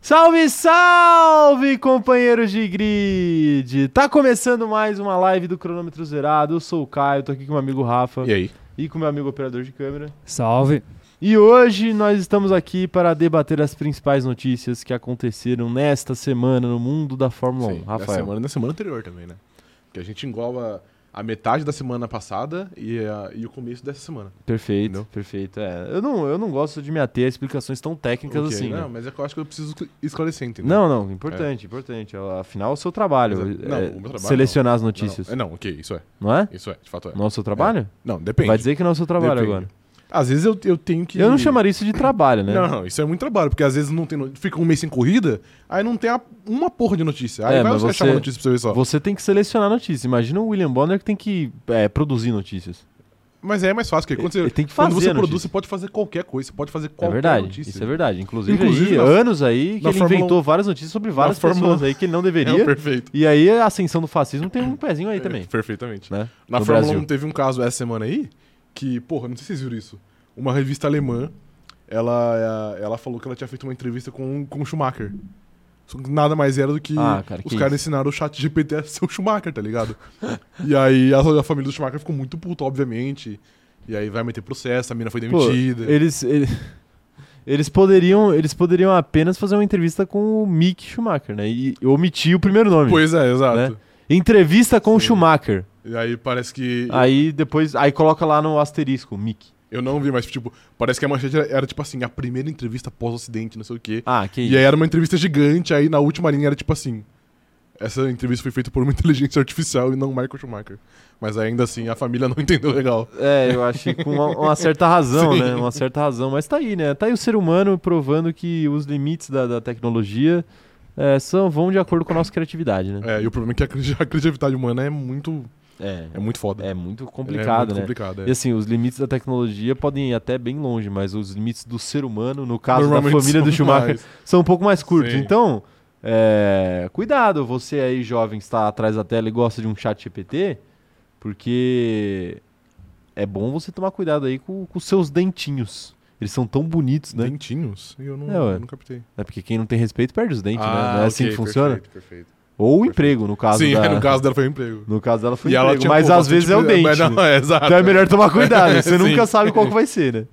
Salve, salve, companheiros de grid! Tá começando mais uma live do Cronômetro Zerado. Eu sou o Caio, tô aqui com meu amigo Rafa E aí? e com meu amigo operador de câmera. Salve. E hoje nós estamos aqui para debater as principais notícias que aconteceram nesta semana no mundo da Fórmula 1. Sim, Da Rafael. semana, da semana anterior também, né? Porque a gente engloba a metade da semana passada e, a- e o começo dessa semana. Perfeito, Entendeu? perfeito. É, eu, não, eu não gosto de me ater a explicações tão técnicas Ok, assim. né? não, mas é que eu acho que eu preciso esclarecer, entendeu? Não, não, importante, importante. Afinal, é o seu trabalho. Exato. Não, é o meu trabalho selecionar as Não, notícias. Não, É, não, ok, isso é. Não é? Isso é, de fato é. Não é o seu trabalho? Não, depende. Vai dizer que não é o seu trabalho Depende. agora. Às vezes eu, eu tenho que. Eu não chamaria isso de trabalho, né? Não, não, isso é muito trabalho, porque às vezes não tem. no- Fica um mês sem corrida, aí não tem a- uma porra de notícia. Aí É, vai mas você achar você- uma notícia pra você ver só. Você tem que selecionar notícias. Imagina o William Bonner que tem que é, produzir notícias. Mas é mais fácil, porque quando Ele- você, ele tem que quando fazer você a produz, notícia. você pode fazer qualquer coisa, você pode fazer É qualquer verdade. notícia. Isso é verdade. Inclusive, Inclusive, aí, na- anos aí que na ele Fórmula um. inventou várias notícias sobre várias Na Fórmula pessoas aí que ele não deveria. É, perfeito. e aí a ascensão do fascismo tem um pezinho aí também. É, perfeitamente. Né? Na no Fórmula Brasil. 1 teve um caso essa semana aí que, porra, não sei se vocês viram isso. Uma revista alemã, ela, eh, ela falou que ela tinha feito uma entrevista com, com o Schumacher. Só que Nada mais era do que Ah, cara, os que caras isso. ensinaram o chat GPT a ser o Schumacher, tá ligado? e aí a, a família do Schumacher ficou muito puta, obviamente. E aí vai meter processo, a mina foi Pô, demitida. eles, eles, eles poderiam, eles poderiam apenas fazer uma entrevista com o Mick Schumacher, né? E omitir o primeiro nome. Pois é, exato. Né? Entrevista com o Sim. Schumacher. E aí parece que. Aí depois, aí coloca lá no asterisco, Mick. Eu não vi, mas tipo, parece que a manchete era, era, tipo assim, a primeira entrevista pós-acidente, não sei o quê. Ah, que E aí era uma entrevista gigante, aí na última linha era tipo assim. Essa entrevista foi feita por uma inteligência artificial e não Michael Schumacher. Mas ainda assim, a família não entendeu legal. É, eu achei com uma, uma certa razão, Sim. né? Uma certa razão. Mas tá aí, né? Tá aí o ser humano provando que os limites da, da tecnologia é, são, vão de acordo com a nossa criatividade, né? É, e o problema é que a cri- a criatividade humana é muito, É, é muito foda. é muito Ela complicado, muito né? complicada, é. E assim, os limites da tecnologia podem ir até bem longe, mas os limites do ser humano, no caso da Normalmente família do são Schumacher, mais. são um pouco mais curtos. Sim. Então, é, cuidado, você aí jovem que está atrás da tela e gosta de um chat GPT, porque é bom você tomar cuidado aí com com os seus dentinhos. Eles são tão bonitos, né? Dentinhos? Eu não, É, ué. eu não captei. É porque quem não tem respeito perde os dentes, né? Não é Ah, ok, assim que funciona. Perfeito, perfeito. Ou o emprego, no caso Sim, da... no caso dela foi um emprego. No caso dela foi E o ela emprego, tinha, mas pô, às bastante vezes é o pre- dente. Mas não, né? é, exato. Então é melhor tomar cuidado, né? você Sim. nunca sabe qual que vai ser, né?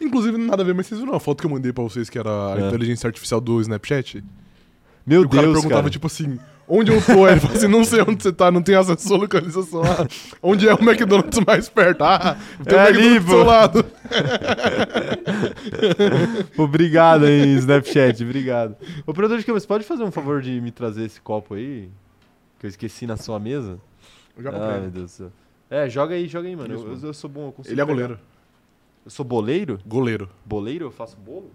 Inclusive, nada a ver, mas vocês viram a foto que eu mandei pra vocês que era a É. inteligência artificial do Snapchat? Meu E o cara Deus, perguntava, cara. tipo assim, onde eu tô? Aí ele falou assim, não sei onde você tá, não tem acesso à sua localização. Ah, onde é o McDonald's mais perto? Ah, tem É o ali, McDonald's do seu pô. lado. Obrigado aí, Snapchat, obrigado. Ô, produtor de câmera, você pode fazer um favor de me trazer esse copo aí? Que eu esqueci na sua mesa? Eu já ah, meu comprei. Deus do céu. É, joga aí, joga aí, mano. Isso, Eu, mano. eu sou bom, eu consigo. ele é pegar. goleiro. Eu sou boleiro? Goleiro. Boleiro? Eu faço bolo?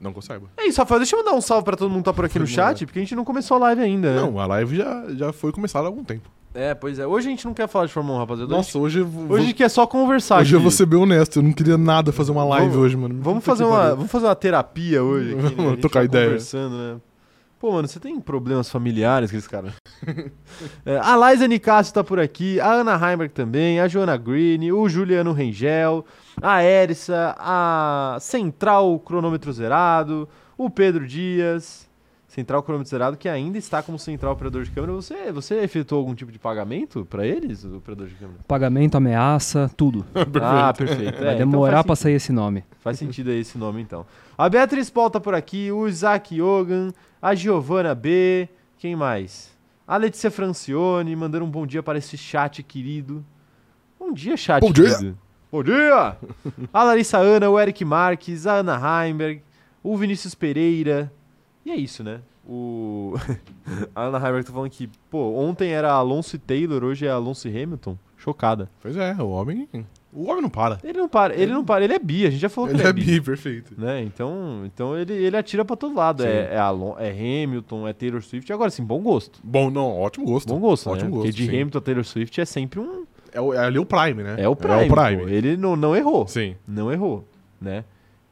Não que eu saiba. É isso, Rafael. Deixa eu mandar um salve pra todo mundo que tá por aqui no Foi bom, chat, porque a gente não começou a live ainda, né? Não, a live já, já foi começada há algum tempo. É, pois é. Hoje a gente não quer falar de Fórmula 1, rapaziada. Hoje- Nossa, hoje eu vou... hoje a gente quer só conversar hoje eu aqui. vou ser bem honesto, eu não queria nada fazer uma live Vamos- hoje, mano. Vamos Puta fazer, que uma, pariu. vamos fazer uma terapia hoje aqui, né? Vamos A gente trocar tá ideia. Conversando, né? Pô, mano, você tem problemas familiares com esse cara? É, a Laisa Nicásio tá por aqui, a Ana Heimberg também, a Joana Green, o Juliano Rengel, a Erissa, a Central Cronômetro Zerado, o Pedro Dias... Central Cronômetro Zerado, que ainda está como Central Operador de Câmera. Você, você efetuou algum tipo de pagamento pra eles, o Operador de Câmera? Pagamento, ameaça, tudo. Ah, perfeito. Vai É, então demorar faz pra sair esse nome. Faz sentido aí esse nome, então. A Beatriz Paul tá por aqui, o Isaac Yogan, a Giovana B, quem mais? A Letícia Francione, mandando um bom dia para esse chat querido. Bom dia, chat Bom dia. querido. Bom dia! A Larissa Ana, o Eric Marques, a Ana Heimberg, o Vinícius Pereira. E é isso, né? O... a Ana Heimberg tá falando que, pô, ontem era Alonso e Taylor, hoje é Alonso e Hamilton. Chocada. Pois é, o homem... O homem não para. Ele não para, ele não para, ele é bi, a gente já falou que Ele é bi, perfeito. né? Então, então ele, ele atira pra todo lado. Sim. É, é, Alon, é Hamilton, é Taylor Swift. Agora sim, bom gosto. Bom, não, ótimo gosto. Bom gosto, Ótimo né? gosto, Porque de sim. Hamilton a Taylor Swift é sempre um. É, o- é ali o Prime, né? É o Prime. É o Prime. pô. Ele não, não errou. Sim. Não errou, né?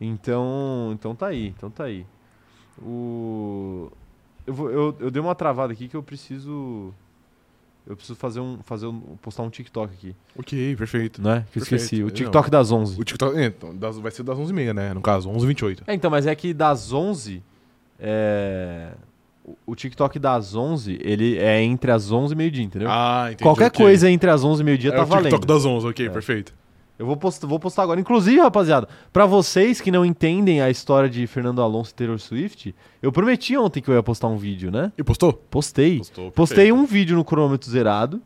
Então, então tá aí, então tá aí. O eu, vou, eu, eu dei uma travada aqui que eu preciso eu preciso fazer um fazer um, postar um TikTok aqui, Ok, perfeito. né? Que eu Perfeito. esqueci, o Não. TikTok das 11. O TikTok é, então, das- vai ser das 11h30, né? No caso, 11h28. É, então, mas é que das 11 é, o- o TikTok das 11, ele é entre as 11 e meio-dia, entendeu? Ah, entendi. Qualquer ok. coisa entre as 11 e meio-dia é tá o TikTok valendo. das 11, ok, perfeito. Eu vou postar, vou postar agora. Inclusive, rapaziada, pra vocês que não entendem a história de Fernando Alonso e Taylor Swift, eu prometi ontem que eu ia postar um vídeo, né? E postou? Postei. Postou. Postei um vídeo no cronômetro zerado,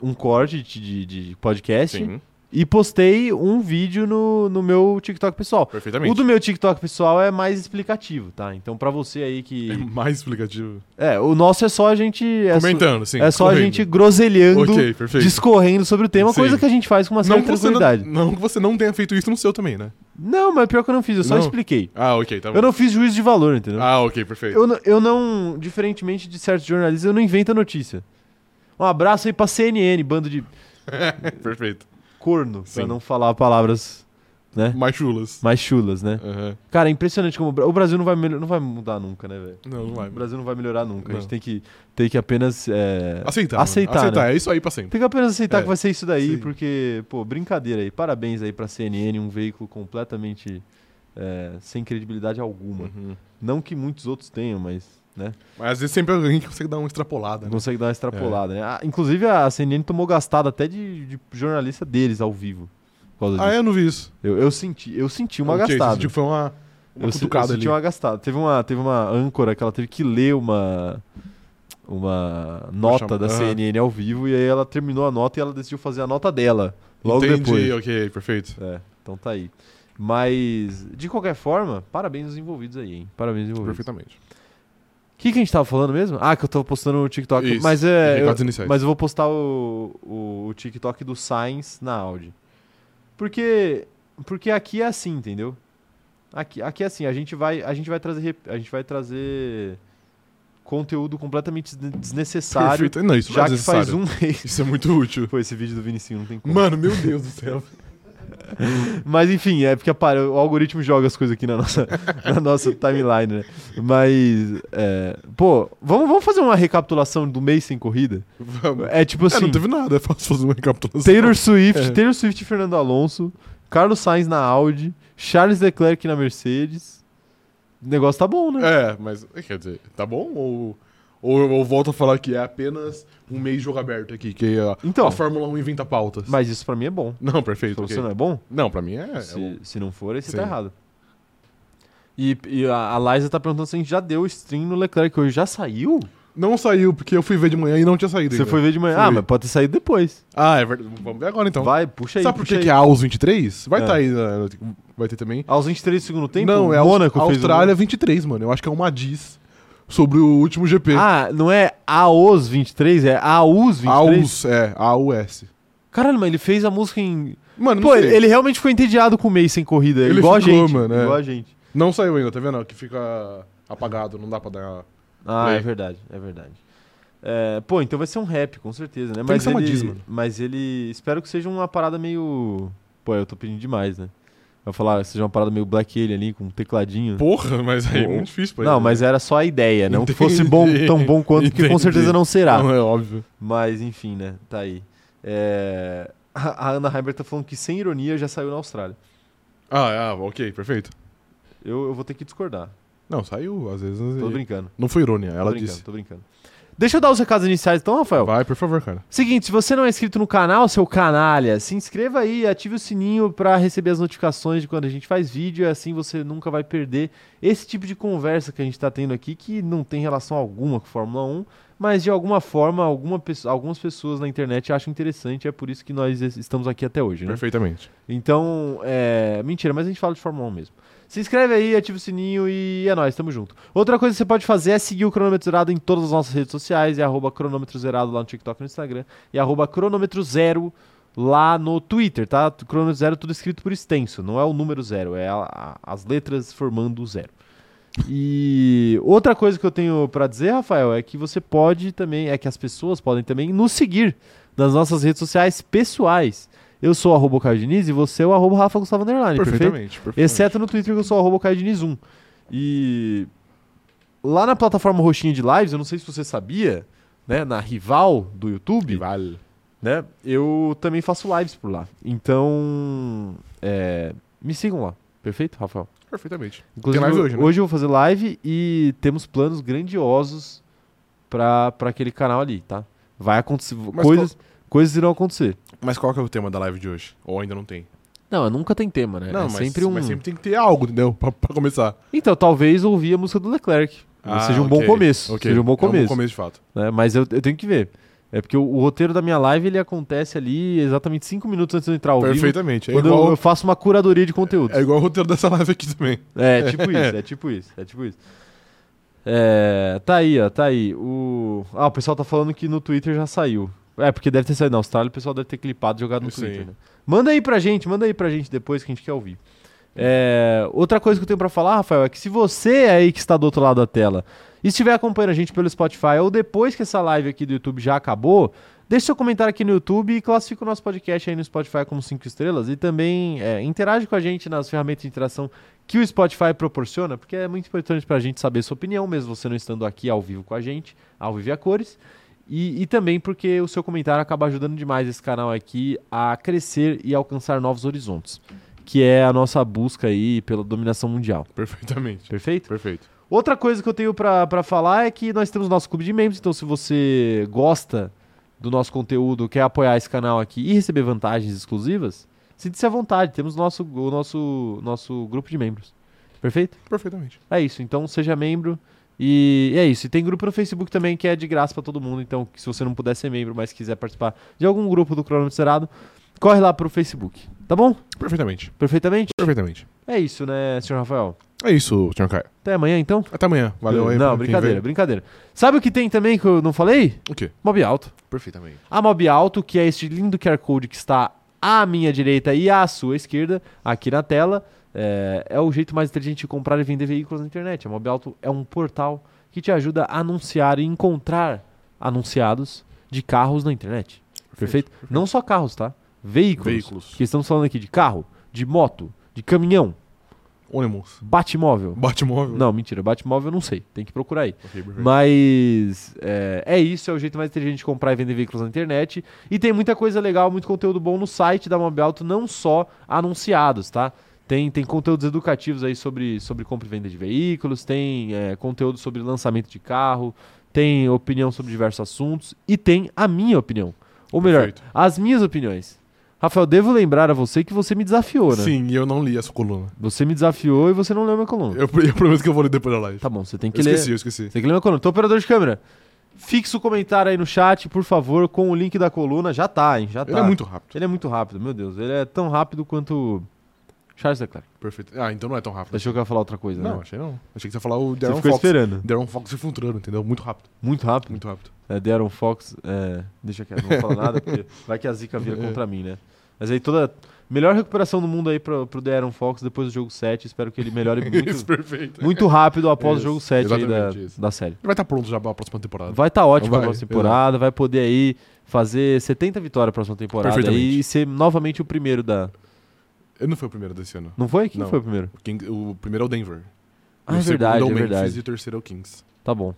um corte de, de- de podcast, Sim, e postei um vídeo no, no meu TikTok pessoal. perfeitamente. O do meu TikTok pessoal é mais explicativo, tá? Então, pra você aí É que. mais explicativo. É, o nosso é só a gente. É só- Comentando, sim. é só a correndo. gente groselhando, Ok, perfeito. discorrendo sobre o tema, Sim. coisa que a gente faz com uma certa que você não, tranquilidade. não que você não tenha feito isso no seu também, né? Não, mas pior que eu não fiz, eu só Não. expliquei. Ah, ok, tá bom. Eu não fiz juízo de valor, entendeu? Ah, ok, perfeito. Eu, não- eu não, diferentemente de certos jornalistas, eu não invento a notícia. Um abraço aí pra CNN, bando de perfeito. corno, Sim. pra não falar palavras, né? Mais chulas. Mais chulas, né? Aham. Cara, é impressionante como o Bra- o Brasil não vai, melho- não vai mudar nunca, né, velho? Não, não vai. O Brasil não vai melhorar nunca. A Não. gente tem que, tem que apenas. é, Aceitar. mano. Aceitar, né? Aceitar, é isso aí pra sempre. Tem que apenas aceitar É, que vai ser isso daí, sim. porque, pô, brincadeira aí. Parabéns aí pra CNN, um veículo completamente é, sem credibilidade alguma. Uhum. Não que muitos outros tenham, mas, né? Mas às vezes sempre alguém consegue dar uma extrapolada, né? Consegue dar uma extrapolada, né? Ah, inclusive, a CNN tomou gastada até de, de jornalista deles ao vivo. Por causa Ah, disso. eu não vi isso. Eu, eu senti, eu senti uma Ok, você gastada. sentiu que é foi uma, uma eu se- eu cutucada senti ali. uma gastada. Teve uma, teve uma âncora que ela teve que ler uma uma nota da chamada. CNN ao vivo e aí ela terminou a nota e ela decidiu fazer a nota dela logo Entendi, depois. ok, perfeito. É, então tá aí. Mas de qualquer forma, parabéns aos envolvidos aí, hein? Parabéns aos envolvidos. Perfeitamente. O que, que a gente tava falando mesmo? Ah, que eu tava postando o TikTok. Isso, Mas é. Eu, recados iniciais. mas eu vou postar o, o, o TikTok do Sainz na Audi. Porque. Porque aqui é assim, entendeu? Aqui, aqui é assim, a gente vai, a gente vai trazer. rep- A gente vai trazer conteúdo completamente des- desnecessário. Perfeito. Não, isso não Já é que faz necessário. um mês. Isso é muito útil. Pô, esse vídeo do Vinicinho não tem como. Mano, meu Deus do céu. Mas enfim, é porque apare- o algoritmo joga as coisas aqui na nossa, na nossa timeline, né? Mas, é, pô, vamos, vamos fazer uma recapitulação do mês sem corrida? Vamos. É tipo É, assim, não teve nada, é fácil fazer uma recapitulação. Taylor Swift, É. Taylor Swift e Fernando Alonso, Carlos Sainz na Audi, Charles Leclerc na Mercedes. O negócio tá bom, né? É, mas quer dizer, tá bom? Ou, ou eu volto a falar que é apenas um meio jogo aberto aqui, que é a, Então. a Fórmula 1 inventa pautas. Mas isso pra mim é bom. Não, Se perfeito. pra ok. você não é bom? Não, pra mim é. é Se, um- se não for, aí você tá Sim. errado. E, e a, a Liza tá perguntando se a gente já deu stream no Leclerc hoje. Já saiu? Não saiu, porque eu fui ver de manhã e não tinha saído. Você ainda. foi ver de manhã. Ah, Fui. mas pode ter saído depois. Ah, é verdade. Vamos ver agora então. Vai, puxa aí. Sabe por puxa que aí. que é Aus 23? Vai É. estar tá aí, né, vai ter também. Aos 23 do segundo tempo? não, é o Aus- Mônaco fez um- o gol. Austrália 23, mano. Eu acho que é uma diz sobre o último GP. Ah, não é AOS 23, é AUS 23. Aus, é, AUS. Caralho, mas ele fez a música em. Mano, não Pô, sei. ele, ele realmente ficou entediado com o mês sem corrida, Ele igual a ficou, gente. mano, é. Igual a gente. Não saiu ainda, tá vendo? Que fica apagado, não dá pra dar. Ah, Play. é verdade, é verdade. É, pô, então vai ser um rap, com certeza, né? que Mas ser uma ele, diz, mano. mas ele. Espero que seja uma parada meio. Pô, eu tô pedindo demais, né? Vai falar, seja uma parada meio black Alien ali, com um tecladinho. Porra, mas aí é Pô. muito difícil pra ele. não, mas era só a ideia, não que fosse Entendi. bom, tão bom quanto, porque com Entendi. certeza não será. Não, é óbvio. Mas enfim, né? Tá aí. É, A a Ana Heimberg tá falando que, sem ironia, já saiu na Austrália. Ah, ah, ok, perfeito. Eu, eu vou ter que discordar. Não, saiu, às vezes. Tô brincando. Não foi irônia, tô ela brincando, disse. tô brincando. Deixa eu dar os recados iniciais então, Rafael. Vai, por favor, cara. Seguinte, se você não é inscrito no canal, seu canalha, se inscreva aí, ative o sininho pra receber as notificações de quando a gente faz vídeo, e assim você nunca vai perder esse tipo de conversa que a gente tá tendo aqui, que não tem relação alguma com Fórmula 1, mas de alguma forma alguma pesso- algumas pessoas na internet acham interessante, é por isso que nós es- estamos aqui até hoje, né? Perfeitamente. Então, é. Mentira, mas a gente fala de Fórmula 1 mesmo. Se inscreve aí, ativa o sininho e é nóis, tamo junto. Outra coisa que você pode fazer é seguir o Cronômetro Zerado em todas as nossas redes sociais, é arroba cronômetro zerado lá no TikTok e no Instagram, e arroba cronômetro zero lá no Twitter, tá? Cronômetro zero tudo escrito por extenso, não é o número zero, é a- a- as letras formando o zero. E outra coisa que eu tenho pra dizer, Rafael, é que você pode também, é que as pessoas podem também nos seguir nas nossas redes sociais pessoais. Eu sou o arroba Caio Diniz e você é o arroba Rafa Gustavo Underline, perfeito? é Perfeitamente, perfeitamente. Exceto no Twitter que eu sou arroba Caio Diniz 1. E lá na plataforma roxinha de lives, eu não sei se você sabia, né, na rival do YouTube, Vale. né, eu também faço lives por lá. Então, é, me sigam lá, perfeito, Rafael? Perfeitamente. Inclusive, live hoje, hoje, né? eu vou fazer live e temos planos grandiosos pra, pra aquele canal ali, tá? Vai acontecer. Mas coisas, coisas irão acontecer. Mas qual que é o tema da live de hoje? Ou ainda não tem? Não, nunca tem tema, né? não, é mas, sempre um. mas sempre tem que ter algo, entendeu? Pra, pra começar. Então, talvez ouvir a música do Leclerc. Ah, seja um bom ok, começo. ok. Seja um bom É um começo. bom começo, de fato. né? Mas eu, eu tenho que ver. É porque o, o roteiro da minha live ele acontece ali exatamente cinco minutos antes de eu entrar ao vivo. Perfeitamente. É quando eu- igual, eu faço uma curadoria de conteúdo. é igual o roteiro dessa live aqui também. É, tipo isso, é tipo isso, é tipo isso. É, tá aí, ó, tá aí. O... Ah, o pessoal tá falando que no Twitter já saiu. É, porque deve ter saído na Austrália, o pessoal deve ter clipado e jogado no Isso Twitter, aí. né? Manda aí pra gente, manda aí pra gente depois que a gente quer ouvir. É, outra coisa que eu tenho pra falar, Rafael, é que se você aí que está do outro lado da tela e estiver acompanhando a gente pelo Spotify ou depois que essa live aqui do YouTube já acabou, deixe seu comentário aqui no YouTube e classifica o nosso podcast aí no Spotify como 5 estrelas e também é, interage com a gente nas ferramentas de interação que o Spotify proporciona, porque é muito importante pra gente saber sua opinião, mesmo você não estando aqui ao vivo com a gente, ao vivo e a cores. E, e também porque o seu comentário acaba ajudando demais esse canal aqui a crescer e alcançar novos horizontes, que é a nossa busca aí pela dominação mundial. Perfeitamente. Perfeito? Perfeito. Outra coisa que eu tenho pra pra falar é que nós temos nosso clube de membros, então se você gosta do nosso conteúdo, quer apoiar esse canal aqui e receber vantagens exclusivas, sinta-se à vontade, temos nosso, o nosso, nosso grupo de membros. Perfeito? Perfeitamente. É isso, então seja membro e, e é isso. E tem grupo no Facebook também que é de graça pra todo mundo, então se você não puder ser membro, mas quiser participar de algum grupo do Cronômetro Zerado, corre lá pro Facebook, tá bom? Perfeitamente. Perfeitamente? Perfeitamente. É isso, né, senhor Rafael? É isso, Tião Caio. Até amanhã então. Até amanhã. Valeu aí. Não, pra quem brincadeira, veio. brincadeira. Sabe o que tem também que eu não falei? O quê? Mob Alto. Perfeitamente. A Mob Alto, que é este lindo QR Code que está à minha direita e à sua esquerda, aqui na tela, é, é o jeito mais inteligente de comprar e vender veículos na internet. A Mob Alto é um portal que te ajuda a anunciar e encontrar anunciados de carros na internet. Perfeito? Não só carros, tá? Veículos. Veículos. Que estamos falando aqui de carro, de moto, de caminhão, Ônibus. batmóvel. Batmóvel. Não, mentira, batmóvel eu não sei. Tem que procurar aí. Ok, perfeito. Mas é, é isso, é o jeito mais inteligente de comprar e vender veículos na internet. E tem muita coisa legal, muito conteúdo bom no site da Mob Alto, não só anunciados, tá? Tem, tem conteúdos educativos aí sobre, sobre compra e venda de veículos, tem é, conteúdo sobre lançamento de carro, tem opinião sobre diversos assuntos e tem a minha opinião. Ou melhor, Perfeito. as minhas opiniões. Rafael, devo lembrar a você que você me desafiou, né? Sim, e eu não li essa coluna. Você me desafiou e você não leu minha coluna. Eu, eu prometo que eu vou ler depois da live. Tá bom, você tem que eu ler. esqueci, eu esqueci. Você que lembra quando? Então, operador de câmera, fixa o comentário aí no chat, por favor, com o link da coluna. Já tá, hein? Já tá. Ele é muito rápido. Ele é muito rápido, meu Deus. Ele é tão rápido quanto Charles Leclerc. Perfeito. Ah, então não é tão rápido. Deixou que eu ia falar outra coisa, Não, né? achei não. Achei que você ia falar o Você Darren ficou Fox. esperando. Darren Fox se filtrando, entendeu? Muito rápido. Muito rápido. Muito rápido. É, Deron Fox, é, deixa quieto, não vou falar nada, porque vai que a zica vira contra mim, né? Mas aí toda... Melhor recuperação do mundo aí pro, pro Deron Fox depois do jogo 7. Espero que ele melhore Isso, muito, perfeito. muito rápido após Isso, o jogo 7 aí da, exatamente isso. da série. Ele vai estar pronto já pra próxima temporada. Vai estar ótimo Vai, a próxima temporada, vai poder aí fazer 70 vitórias na próxima temporada Perfeitamente. e ser novamente o primeiro da. Ele não foi o primeiro desse ano. Não foi? Quem Não. foi o primeiro? O, King- o primeiro é o Denver. Ah, é o verdade, é segundo é o Memphis verdade. e o terceiro é o Kings. Tá bom.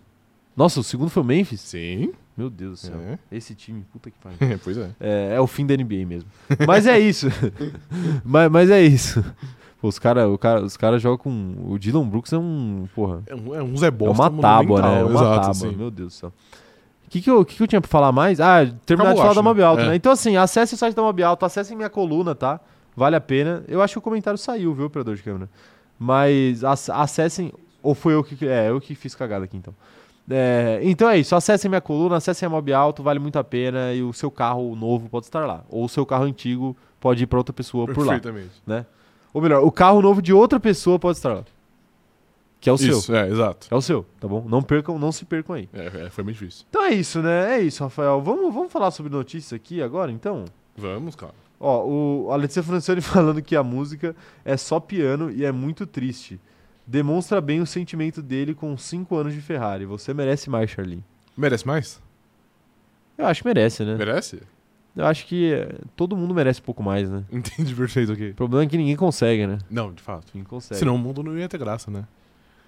Nossa, o segundo foi o Memphis? Sim. Meu Deus do céu. É. Esse time, puta que pariu. pois é. É, é o fim da NBA mesmo. Mas é isso. mas, mas é isso. Pô, os caras o cara, os cara jogam com. O Dylan Brooks é um. Porra. É um, é um Zé É Bosta. uma tábua, né? monumental. É uma Exato, assim. tábua. sim. Meu Deus do céu. O que, que, eu- que que eu tinha pra falar mais? Ah, terminar Acabou, de falar acho, da Mob né? Alto, É. né? Então, assim, acesse o site da Mob Alto, acessem minha coluna, tá? Vale a pena. Eu acho que o comentário saiu, viu, operador de câmera? Mas ac- acessem. Ou foi eu que. É, eu que fiz cagada aqui, então. É, então é isso, acessem minha coluna, acessem a Mob Alto, vale muito a pena. E o seu carro novo pode estar lá. Ou o seu carro antigo pode ir pra outra pessoa por lá. Perfeitamente. Ou melhor, o carro novo de outra pessoa pode estar lá. Que é o seu. Isso, é, exato. É o seu, tá bom? Não percam, não se percam aí. É, é, foi meio difícil. Então é isso, né? É isso, Rafael. Vamos, vamos falar sobre notícias aqui agora, então? Vamos, cara. Ó, o a Letícia Francione falando que a música é só piano e é muito triste. Demonstra bem o sentimento dele com 5 anos de Ferrari. Você merece mais, Charlie. Merece mais? Eu acho que merece, né? Merece? Eu acho que eh, todo mundo merece um pouco mais, né? Entendi perfeito aqui. O problema é que ninguém consegue, né? Não, de fato. Ninguém consegue. Senão o mundo não ia ter graça, né?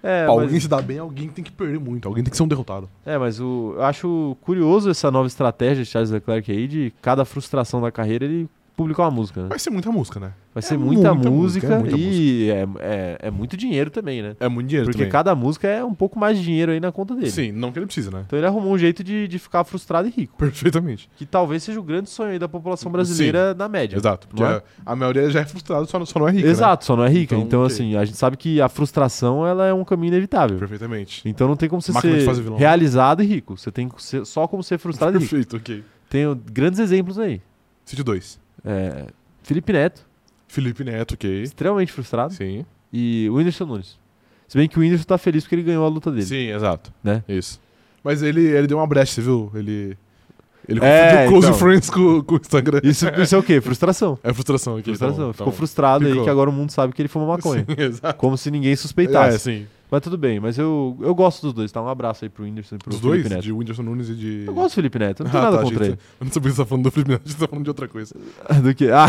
É, Pra mas- alguém se dar bem, alguém tem que perder muito. Alguém tem que ser um derrotado. É, mas o, eu acho curioso essa nova estratégia de Charles Leclerc aí, de cada frustração da carreira ele publicar uma música, né? Vai ser muita música, né? Vai É ser muita, muita música, música, é muita e é- é- é muito dinheiro também, né? É muito dinheiro Porque também. cada música é um pouco mais de dinheiro aí na conta dele. Sim, não que ele precisa, né? Então ele arrumou um jeito de, de ficar frustrado e rico. Perfeitamente. Que talvez seja o grande sonho aí da população brasileira na média. Exato. Porque Não é? a, a maioria já é frustrada, só, não- só não é rica, né? Exato, só não é rica. Então, Então, ok. assim, a gente sabe que a frustração ela é um caminho inevitável. Perfeitamente. Então não tem como você Máquina de ser fazer vilão. realizado e rico. Você tem que ser- só como ser frustrado e rico. Perfeito, ok. Tenho grandes exemplos aí. Sítio 2. É, Felipe Neto, Felipe Neto, ok. extremamente frustrado. Sim. E o Whindersson Nunes. Se bem que o Whindersson tá feliz porque ele ganhou a luta dele. Sim, exato. Né? Isso. Mas ele, ele deu uma brecha, você viu? Ele. Ele É, confundiu Close então. Friends com, com o Instagram. Isso, isso é o quê? Frustração. É frustração aqui. Frustração. Ficou frustrado aí Ficou. que agora o mundo sabe que ele assim, fuma maconha. Sim, exato. Como se ninguém suspeitasse. É, sim. Mas tudo bem, mas eu, eu gosto dos dois, tá? Um abraço aí pro Whindersson e pro Dos Felipe dois, Neto. de Whindersson Nunes e de. Eu gosto do Felipe Neto, eu não tenho Ah, nada tá, contra gente. Eu não sabia que você tá falando do Felipe Neto, a gente tá falando de outra coisa. ele. Do que? Ah.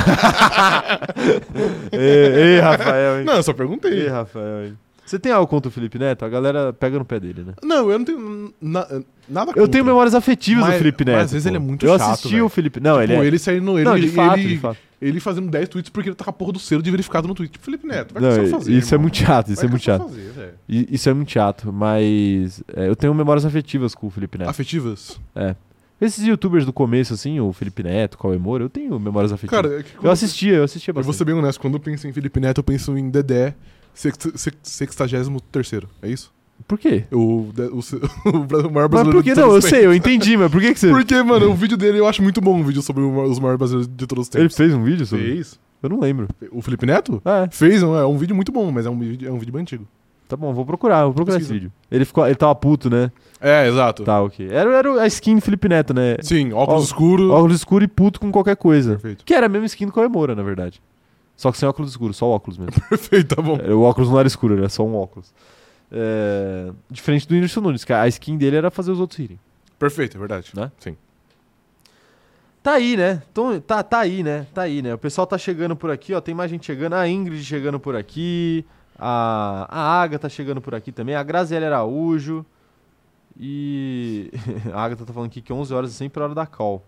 ei, ei, Rafael, hein? Não, eu só Ei, perguntei. Rafael, hein? Você tem algo contra o Felipe Neto? A galera pega no pé dele, né? Não, eu não tenho na- nada contra. Eu tenho memórias afetivas Mas- do Felipe mas Neto. às vezes pô. ele é muito Eu chato, assisti velho. o Felipe. Não, ele Pô, é. ele saindo. Ele, Não, de ele, fato, ele, de fato. ele fazendo 10 tweets porque ele tá com a porra do selo de verificado no Twitter. Tipo, Felipe Neto, vai Não, caçar fazer. isso é irmão. muito chato, isso Vai é muito caçar chato. fazer, velho. I- Isso é muito chato, mas é, eu tenho memórias afetivas com o Felipe Neto. Afetivas? Esses youtubers do começo, assim, o Felipe Neto, o Cauê Moura, eu tenho memórias afetivas. Cara, é que eu quando- assistia, eu assistia Eu vou bastante. ser bem honesto, quando eu penso em Felipe Neto, eu penso em Dedé, 63 é isso? Por quê? O, de- o, se- o bra- o maior Mas é brasileiro por que de não? todos Eu os sei, eu entendi, mas por que, que você. tempos. Porque, mano, o vídeo dele eu acho muito bom, um vídeo sobre o ma- os maiores brasileiros de todos os Ele tempos. fez um vídeo sobre? Fez? Eu não lembro. O Felipe Neto? Ah, é. Fez, não é? É um vídeo muito bom, mas é um vídeo, é um vídeo bem antigo. Tá bom, vou procurar, vou procurar esse Pesquisa. vídeo. Ele, ficou, ele tava puto, né? É, exato. Tá, ok. Era, era a skin do Felipe Neto, né? Sim, óculos Ó- escuro. Óculos escuro e puto com qualquer coisa. Perfeito. Que era a mesma skin do Cauê Moura, na verdade. Só que sem óculos escuro, só o óculos mesmo. Perfeito, tá bom. É, O óculos não era escuro, era só um óculos. É, Diferente do Whindersson Nunes, que a skin dele era fazer os outros rirem. Perfeito, é verdade. Né? Sim. Tá aí, né? Então, tá, tá aí, né? Tá aí, né? O pessoal tá chegando por aqui, ó. Tem mais gente chegando. A Ingrid chegando por aqui. A, a Agatha tá chegando por aqui também. A Graziela Araújo. E a Agatha tá falando aqui que 11 horas é sempre a hora da call.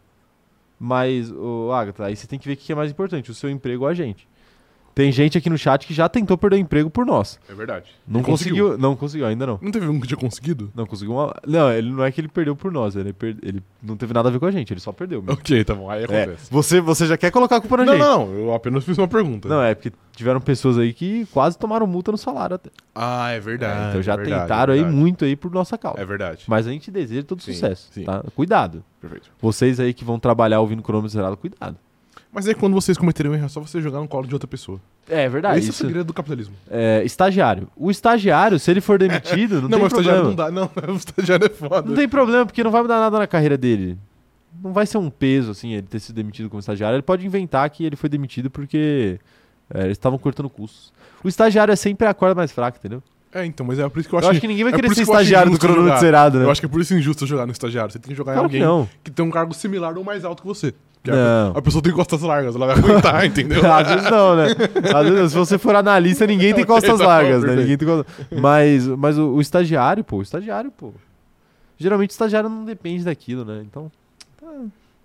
Mas, ô, Agatha, aí você tem que ver o que é mais importante, o seu emprego ou a gente. Tem gente aqui no chat que já tentou perder o emprego por nós. É verdade. Não Ele conseguiu. Não conseguiu, ainda não. Não teve um que tinha conseguido? Não conseguiu uma... Não, ele não é que ele perdeu por nós. Ele, per- ele não teve nada a ver com a gente, ele só perdeu mesmo. Ok, tá bom. Aí É, acontece. você, você já quer colocar a culpa na Não, gente. não, não. Eu apenas fiz uma pergunta. Não, é porque tiveram pessoas aí que quase tomaram multa no salário até. Ah, é verdade. então já é verdade, tentaram é aí verdade. muito aí por nossa causa. É verdade. Mas a gente deseja todo Sim, sucesso, sim. tá? Cuidado. Perfeito. Vocês aí que vão trabalhar ouvindo cronômetro zerado, cuidado. Mas aí quando vocês cometerem um erro, é só você jogar no colo de outra pessoa. É verdade. Esse é isso- o segredo do capitalismo. é, estagiário. O estagiário, se ele for demitido, não, Não, tem mas o estagiário problema. não dá. Não, o estagiário é foda. Não tem problema, porque não vai mudar nada na carreira dele. Não vai ser um peso, assim, ele ter sido demitido como estagiário. Ele pode inventar que ele foi demitido porque é, eles estavam cortando custos. O estagiário é sempre a corda mais fraca, entendeu? É, então, mas é por isso que eu Eu acho. acho, que ninguém vai é por querer ser isso que eu acho estagiário do injusto cronômetro jogar. zerado, né? Eu acho que é por isso injusto jogar no estagiário. Você tem que jogar claro em alguém que não. que tem um cargo similar ou mais alto que você. Que é a- Não. A pessoa tem costas largas, ela vai aguentar, entendeu? Às vezes não, né? Às vezes, se você for analista, ninguém tem costas tá bom, largas, né? perfeito. Ninguém tem costas... Mas, mas o, o estagiário, pô, o estagiário, pô. Geralmente o estagiário não depende daquilo, né? Então,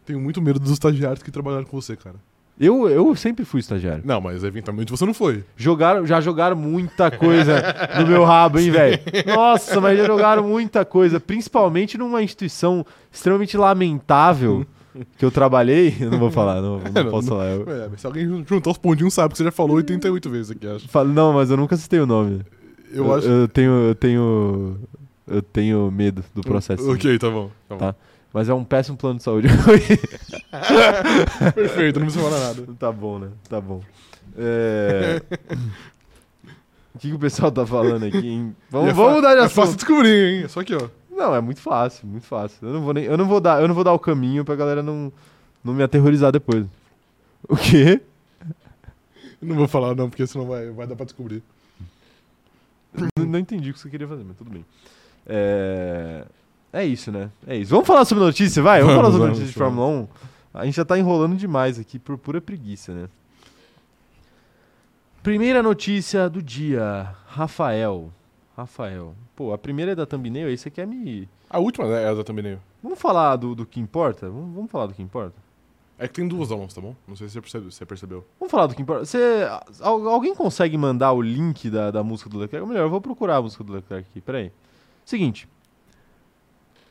Tenho muito medo dos estagiários que trabalharam com você, cara. eu, eu sempre fui estagiário. Não, mas eventualmente você não foi. Jogaram, já jogaram muita coisa no meu rabo, hein, velho? Nossa, mas já jogaram muita coisa. Principalmente numa instituição extremamente lamentável que eu trabalhei. Eu não vou falar, não, não posso falar. Eu É, mas se alguém jun- juntar os pontinhos, sabe que você já falou 88 vezes aqui, acho. falo- não, mas eu nunca citei o nome. Eu acho. tenho, eu tenho. Eu tenho medo do processo. Ok, tá bom. Tá bom. Tá. Mas é um péssimo plano de saúde. Perfeito, não precisa falar nada. tá bom, né? Tá bom. É... o que, que o pessoal tá falando aqui, hein? Vamos, E é vamos fa- mudar de É fácil assunto. descobrir, hein? É só aqui, ó. Não, é muito fácil, muito fácil. Eu não vou, nem, eu não vou, dar, eu não vou dar o caminho pra galera não, não me aterrorizar depois. O quê? Eu não vou falar, não, porque senão vai, vai dar pra descobrir. N- não entendi o que você queria fazer, mas tudo bem. É... é isso, né? É isso. Vamos falar sobre notícia, vai? Vamos, Vamos, falar sobre vamos, notícia de Fórmula 1. A gente já tá enrolando demais aqui por pura preguiça, né? Primeira notícia do dia. Rafael. Rafael. Pô, a primeira é da thumbnail, aí você quer me. A última né, é a da thumbnail. Vamos falar do, do que importa? Vamos, vamos falar do que importa? É que tem duas almas, tá bom? Não sei se você percebeu. Se você percebeu. Vamos falar do que importa. Você, al- alguém consegue mandar o link da, da música do Leclerc? Ou melhor, eu vou procurar a música do Leclerc aqui, peraí. Seguinte.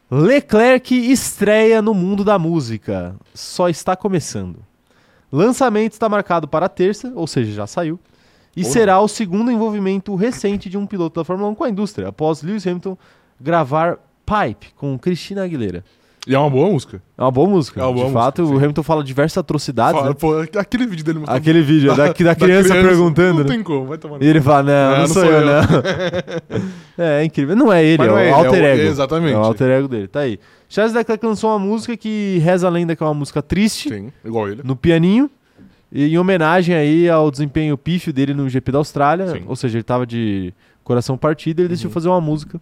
Leclerc estreia no mundo da música. Só está começando. Lançamento está marcado para terça, ou seja, já saiu. E Porra. será o segundo envolvimento recente de um piloto da Fórmula 1 com a indústria, após Lewis Hamilton gravar Pipe com Cristina Aguilera. E é uma boa música. É uma boa música. É uma boa de música, fato, sim. o Hamilton fala diversas atrocidades. Fala, né? pô, aquele vídeo dele mostrando- Aquele vídeo é da, da, criança, perguntando. Não né? tem Ah, como, vai tomar no E ele fala, não, não, sou, eu, não. é, é incrível. Não é ele, Mas é não o é ele, alter é o- ego. exatamente. É o alter ego dele, tá aí. Charles Leclerc lançou uma música que reza a lenda que é uma música triste, Sim, igual ele. no pianinho, e em homenagem aí ao desempenho pífio dele no GP da Austrália, Sim. Uhum. ou seja, ele tava de coração partido, ele decidiu fazer uma música.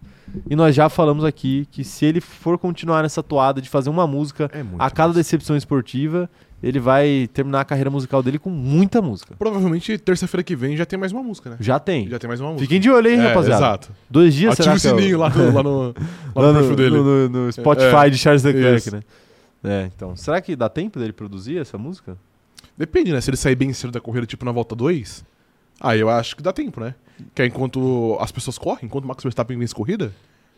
E nós já falamos aqui que se ele for continuar nessa toada de fazer uma música É muito. a cada decepção esportiva, ele vai terminar a carreira musical dele com muita música. Provavelmente terça-feira que vem já tem mais uma música, né? Já tem. Já tem mais uma música. Fiquem de olho, hein, É, rapaziada. Exato. Dois dias Ativa o será que é um sininho lá no, lá no, lá no perfil dele. no- no- no Spotify É, de Charles Leclerc, isso. né? É, então. Será que dá tempo dele produzir essa música? Depende, né? Se ele sair bem cedo da corrida, tipo na volta 2, aí eu acho que dá tempo, né? Que é enquanto as pessoas correm, enquanto o Max Verstappen vence corrida,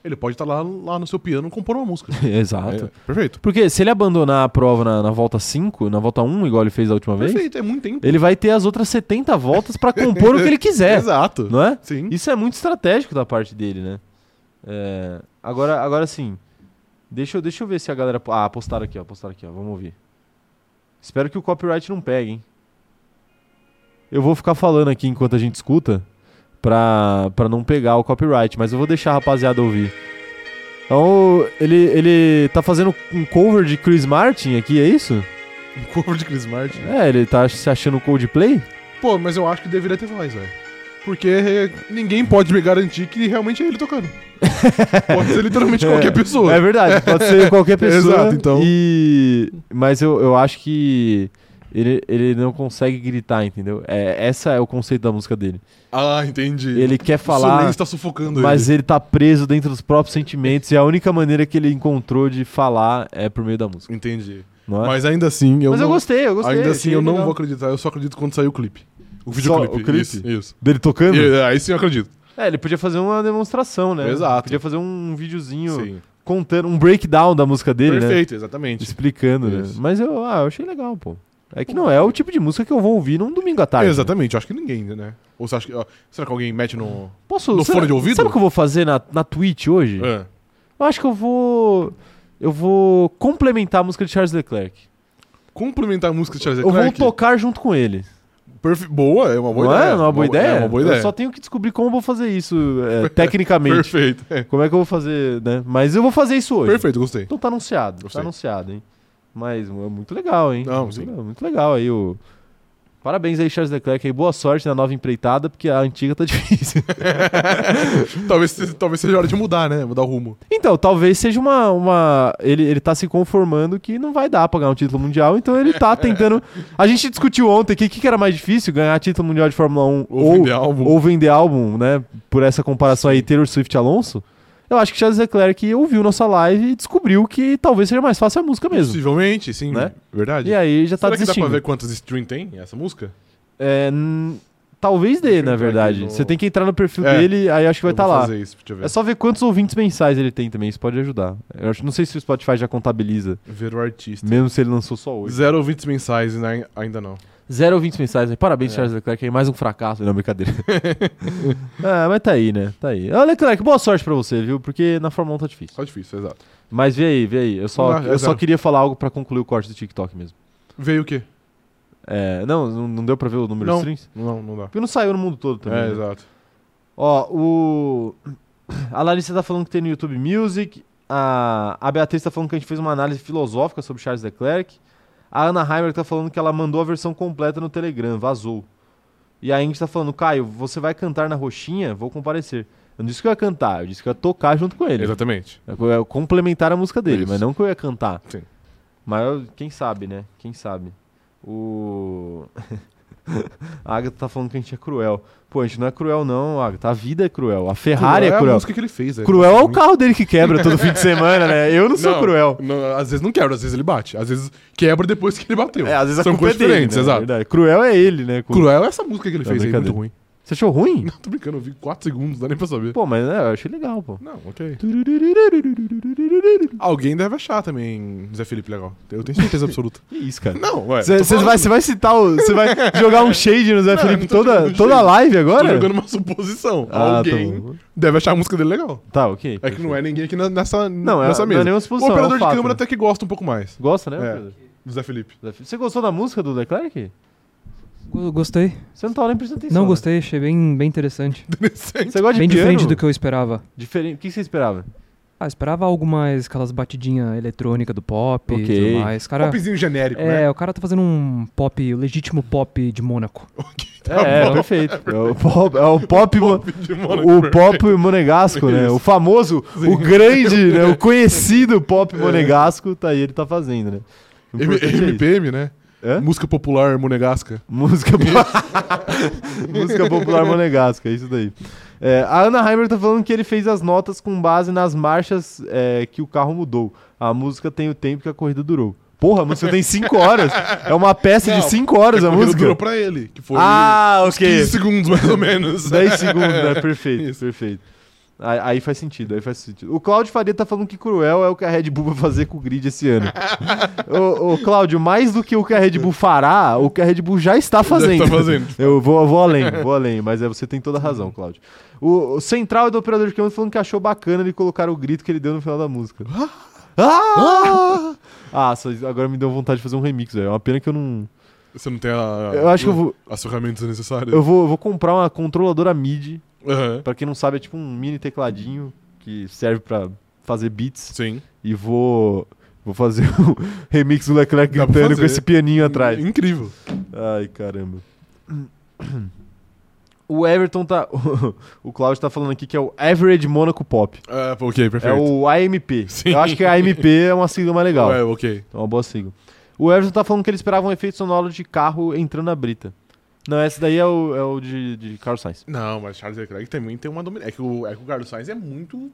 ele pode estar lá, lá no seu piano compor uma música. Exato. É, perfeito. Porque se ele abandonar a prova na, na volta 5, na volta 1, igual ele fez a última vez, Perfeito, é muito tempo. ele vai ter as outras 70 voltas pra compor o que ele quiser, Exato. não é? Sim. Isso é muito estratégico da parte dele, né? É, agora, agora sim. Deixa eu, deixa eu ver se a galera. Ah, postaram aqui, ó. Postaram aqui, ó. Vamos ouvir. Espero que o copyright não pegue, hein? Eu vou ficar falando aqui enquanto a gente escuta. Pra, pra não pegar o copyright, mas eu vou deixar a rapaziada ouvir. Então, ele, ele tá fazendo um cover de Chris Martin aqui, é isso? Um cover de Chris Martin. É, ele tá se achando Coldplay? Pô, mas eu acho que deveria ter voz, velho. Porque ninguém pode me garantir que realmente é ele tocando. pode ser literalmente qualquer pessoa. É verdade, pode ser qualquer pessoa. Exato, então. E... Mas eu, eu acho que ele, ele não consegue gritar, entendeu? É, essa é o conceito da música dele. Ah, entendi. Ele quer O falar, silêncio tá sufocando mas ele. ele tá preso dentro dos próprios sentimentos e a única maneira que ele encontrou de falar é por meio da música, Entendi. não é? Mas ainda assim, eu Mas não... eu gostei, eu gostei. Ainda assim, achei eu não legal. vou acreditar. Eu só acredito quando sair o clipe. O Só videoclipe. o clipe? Isso, isso. Dele tocando? E, ah, aí sim eu acredito. É, ele podia fazer uma demonstração, né? Exato. Podia fazer um videozinho Sim. contando, um breakdown da música dele, né? Perfeito, exatamente. explicando, né? Isso. Mas eu, ah, eu achei legal, pô. É que não é o tipo de música que eu vou ouvir num domingo à tarde. exatamente, eu acho que ninguém, né? Ou você acha que. ó, será que alguém mete no. né? Posso, No será- fone de ouvido? Sabe o que eu vou fazer na, na Twitch hoje? É. Eu acho que eu vou... Eu vou complementar a música de Charles Leclerc. Complementar a música de Charles Eu vou Leclerc. tocar junto com ele. Perfe- Boa, é uma boa não ideia. é? Não é uma boa ideia? É uma boa ideia. Eu só tenho que descobrir como eu vou fazer isso é, tecnicamente. Perfeito. é. Como é que eu vou fazer, né? Mas eu vou fazer isso hoje. Perfeito, gostei. Então tá anunciado, Gostei. tá anunciado, hein? Mas é muito legal, hein? Não, muito, sim. legal, muito legal aí o. Parabéns aí, Charles Leclerc. Aí, boa sorte na nova empreitada, porque a antiga tá difícil. talvez, talvez seja hora de mudar, né? Mudar o rumo. então, talvez seja uma. uma... Ele, ele tá se conformando que não vai dar pra ganhar um título mundial, então ele tá tentando. A gente discutiu ontem aqui o que, que era mais difícil, ganhar título mundial de Fórmula 1 Ou vender álbum. ou vender álbum, né? Por essa comparação aí, Taylor Swift e Alonso. Eu acho que Charles Leclerc ouviu nossa live e descobriu que talvez seja mais fácil a música mesmo. Possivelmente, sim. Né? Verdade. E aí já tá Será que dá desistindo. pra ver quantas streams tem essa música? É, n- talvez dê, Deixa eu na entrar verdade. aqui no- Você tem que entrar no perfil É. dele, aí acho que vai Eu estar vou lá. fazer isso, deixa eu ver. É só ver quantos ouvintes mensais ele tem também, isso pode ajudar. Eu acho, não sei se o Spotify já contabiliza, Ver o artista. mesmo se ele lançou só hoje. Zero ouvintes mensais, né? ainda não. Zero ouvintes mensais, aí. parabéns, É. Charles Leclerc, aí mais um fracasso. Não, brincadeira. ah, mas tá aí, né? Tá aí. Ô, Leclerc, boa sorte pra você, viu? Porque na Fórmula 1 tá difícil. Só difícil, exato. Mas vê aí, vê aí. Eu só, Ah, é eu só zero. queria falar algo pra concluir o corte do TikTok mesmo. Veio o quê? É, não, não- não deu pra ver o número Não. de streams? Não, não dá. Porque não saiu no mundo todo também. é, né? exato. Ó, o. A Larissa tá falando que tem no YouTube Music. A, a Beatriz tá falando que a gente fez uma análise filosófica sobre Charles Leclerc. A Ana Heimer tá falando que ela mandou a versão completa no Telegram, vazou. E a Ingrid tá falando, Caio, você vai cantar na Roxinha? Vou comparecer. Eu não disse que eu ia cantar, eu disse que eu ia tocar junto com ele. Exatamente. Eu ia É complementar a música dele, Isso. mas não que eu ia cantar. Sim. Mas eu- quem sabe, né? Quem sabe. O. A Agatha tá falando que a gente é cruel. Pô, a gente não é cruel, não, Agatha. A vida é cruel. A Ferrari Cruel é a cruel. música que ele fez, é. Cruel é o carro dele que quebra todo fim de semana, né? Eu não sou cruel. não, às vezes não quebra, às vezes ele bate. Às vezes quebra depois que ele bateu. É, às vezes a São culpa coisas é dele, diferentes, né? exato. Verdade. Cruel é ele, né? Com- Cruel é essa música que ele É fez aí, muito brincadeira. ruim. Você achou ruim? Não, tô brincando, eu vi 4 segundos, dá nem pra saber. Pô, mas né, eu achei legal, pô. Não, ok. Alguém deve achar também Zé Felipe legal. Eu tenho certeza absoluta. Que isso, cara? Não, ué. tô Você falando- vai, cê vai citar o. Você vai jogar um shade no Zé Não, Felipe não tô toda, jogando toda a shade. live agora? Tô jogando uma suposição. Ah, tá Alguém bom. deve achar a música dele legal. Tá, ok. É que não é ninguém aqui na- nessa, Não, é, não nessa é mesa. nenhuma o suposição, é um operador de fato, câmera né? até que gosta um pouco mais Gosta, né? É. Pedro? do Zé Felipe. Zé Felipe? Você gostou da música do Leclerc? Go- Gostei. Você não tá nem prestando atenção. Não né? gostei, achei bem, bem interessante. Interessante. Você gosta de Bem piano? diferente do que eu esperava. Diferente. O que você esperava? Ah, esperava algo mais, aquelas batidinhas eletrônicas do pop e Ok. tudo mais. Cara, Popzinho genérico, é, né? o cara tá fazendo um pop, legítimo pop de Mônaco. é, é, perfeito. É o pop, é o pop, mo- De Mônaco. o pop monegasco, né? O famoso, o grande, né? O conhecido pop monegasco, tá aí, ele tá fazendo, né? O M- importante é isso. MPM, né? Hã? Música popular monegasca. Música, po- Música popular monegasca, é isso daí. É, a Ana Heimer tá falando que ele fez as notas com base nas marchas é, que o carro mudou. A música tem o tempo que a corrida durou. Porra, a música tem 5 horas. É uma peça Não, de 5 horas a Corrida é música. durou pra ele, que foi Ah, uns 15 ok. segundos, mais ou menos. 10 segundos, né? Perfeito, Isso. perfeito. Aí, aí faz sentido, aí faz sentido. O Cláudio Faria tá falando que cruel é o que a Red Bull vai fazer com o grid esse ano. ô, ô, Cláudio, mais do que o que a Red Bull fará, o que a Red Bull já está fazendo. tá fazendo. Eu vou, vou além, vou além, mas é, você tem toda a razão, Cláudio. O, o central do operador de câmera falando que achou bacana ele colocar o grito que ele deu no final da música. Ah! Ah, só- agora me deu vontade de fazer um remix, velho. É uma pena que eu não. Você não tem a, Eu acho que Ah, eu vou, as ferramentas necessárias. eu vou, eu vou comprar uma controladora MIDI Aham. Pra quem não sabe, é tipo um mini tecladinho que serve pra fazer beats. Sim. E vou vou fazer o remix do Leclerc Dá pra gritando com fazer. Uhum. esse pianinho atrás. Incrível. Ai, caramba. O Everton tá. O Claudio tá falando aqui que é o Average Monaco Pop. Ah, ok, perfeito. É o AMP. Sim. Eu acho que a AMP é uma sigla mais legal. É, ok. É uma boa sigla. O Everton tá falando que ele esperava um efeito sonoro de carro entrando na brita. Não, esse daí é o, é o de, de Carlos Sainz. Não, mas Charles Leclerc também tem uma dominância. É que o, é que o Carlos Sainz é muito,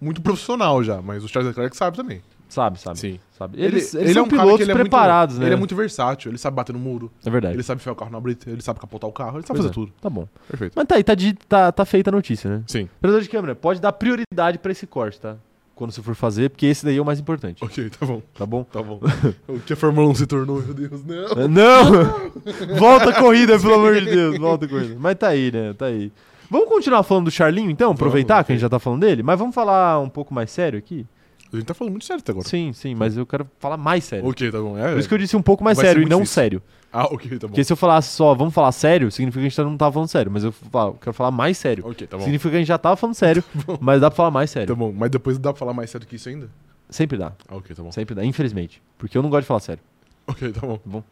muito profissional já, mas o Charles Leclerc sabe também. Sabe, sabe. Sim. sabe. Eles, eles são pilotos ele é muito- preparados, né? Ele é muito versátil, ele sabe bater no muro, É verdade. ele sabe enfiar o carro na brita, ele sabe capotar o carro, ele sabe Pois fazer é. tudo. Tá bom. Perfeito. Mas tá aí, tá, digi- tá, tá feita a notícia, né? Sim. Operador de câmera, pode dar prioridade pra esse corte, tá? Quando você for fazer, porque esse daí é o mais importante, Ok, tá bom. tá bom? Tá bom. o que a Fórmula 1 se tornou, meu Deus, não. Não! Volta a corrida, pelo amor de Deus, volta a corrida. Mas tá aí, né? Tá aí. Vamos continuar falando do Charlinho, então? Aproveitar que a gente já tá falando dele, mas vamos falar um pouco mais sério aqui? A gente tá falando muito certo até agora. Sim, sim, mas eu quero falar mais sério. Ok, tá bom. É, Por isso que eu disse um pouco mais Vai ser sério e muito não difícil. sério. Ah, ok, tá bom. Porque se eu falasse só, vamos falar sério, significa que a gente tá, não tava falando sério, mas eu fa- quero falar mais sério. Ok, tá bom. Significa que a gente já tava falando sério, mas dá pra falar mais sério. Tá bom, mas depois dá pra falar mais certo que isso ainda? Sempre dá. Ah, ok, tá bom. Sempre dá, infelizmente. Porque eu não gosto de falar sério. Ok, tá bom.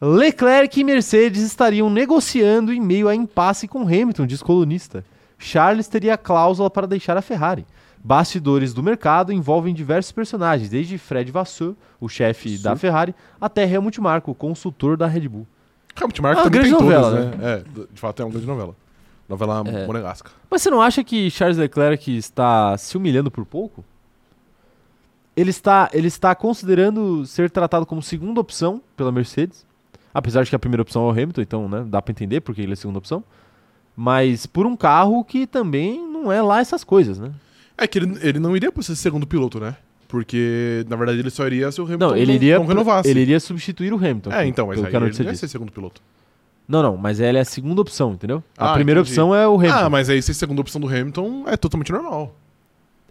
Leclerc e Mercedes estariam negociando em meio a impasse com Hamilton, diz colunista. Charles teria cláusula para deixar a Ferrari. Bastidores do mercado envolvem diversos personagens, desde Fred Vasseur, o chefe Sim. da Ferrari, até Helmut Marko, o consultor da Red Bull. Hamilton Mark É uma também grande tem novela, todas, né? É, de fato é uma grande novela. Novela É. monegasca. Mas você não acha que Charles Leclerc está se humilhando por pouco? Ele está, ele está considerando ser tratado como segunda opção pela Mercedes, apesar de que a primeira opção é o Hamilton, então né, dá para entender porque ele é a segunda opção. Mas por um carro que também não é lá essas coisas, né? É que ele, ele não iria pra ser segundo piloto, né? Porque, na verdade, ele só iria se o Hamilton Não, ele iria, não renovasse. ele iria substituir o Hamilton. É, então, mas pelo aí que a ele notícia não ia diz. ser segundo piloto. Não, não, mas ela é a segunda opção, entendeu? a Ah, primeira entendi. opção é o Hamilton. Ah, mas aí ser segunda opção do Hamilton é totalmente normal.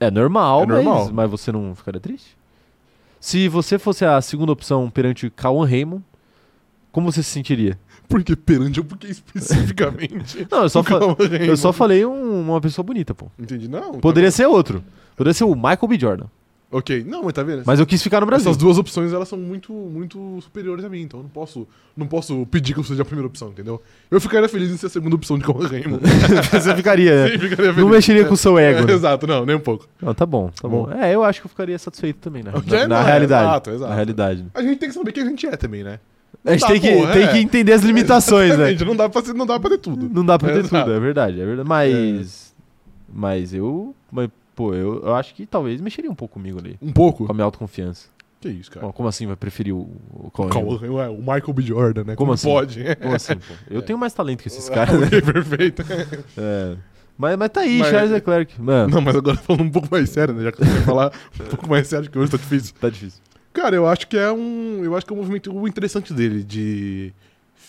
É normal, É normal. Mas, mas você não ficaria triste? Se você fosse a segunda opção perante Cauan Raymond, como você se sentiria? Porque perante eu porque especificamente. Não, eu só, o fa- Calma eu Raymond. só falei um- uma pessoa bonita, pô. Entendi, não. Poderia ser outro. Poderia ser o Michael B. Jordan. tá- Ok, não, mas tá vendo? Mas eu quis ficar no Brasil. Essas duas opções, elas são muito, muito superiores a mim, então eu não posso, não posso pedir que eu seja a primeira opção, entendeu? Eu ficaria feliz em ser a segunda opção de Calma Raymond. você ficaria, né? Sim, ficaria Não mexeria com o seu ego. É, né? exato, não, nem um pouco. Não, tá bom, tá bom. Bom. É, eu acho que eu ficaria satisfeito também, né? Ok, Na, na não, é, realidade. exato, exato. Na realidade. A gente tem que saber quem a gente é também, né? A gente Tá, tem, que, porra, tem é. que entender as limitações, né? Exatamente, Não dá, pra, ser- não dá pra ter tudo. Não dá pra ter Exato. É. tudo, é verdade, é verdade. Mas. Mas eu. Mas, pô, eu, eu acho que talvez mexeria um pouco comigo ali. Um pouco? Com a minha autoconfiança. Que isso, cara. Ó, Como assim vai preferir o, o Colin? Calma, ué, o Michael B. Jordan, né? Como assim? pode? Como assim, pô? É. Eu tenho mais talento que esses Ah, caras, né? ok, perfeito. É. Mas, mas tá aí, Mas- Charles Leclerc. Mano, Não, mas agora falando um pouco mais sério, né? Já que eu quero falar um pouco mais sério que hoje tá difícil. tá difícil. Cara, eu acho que é um. Eu acho que é um movimento interessante dele, de.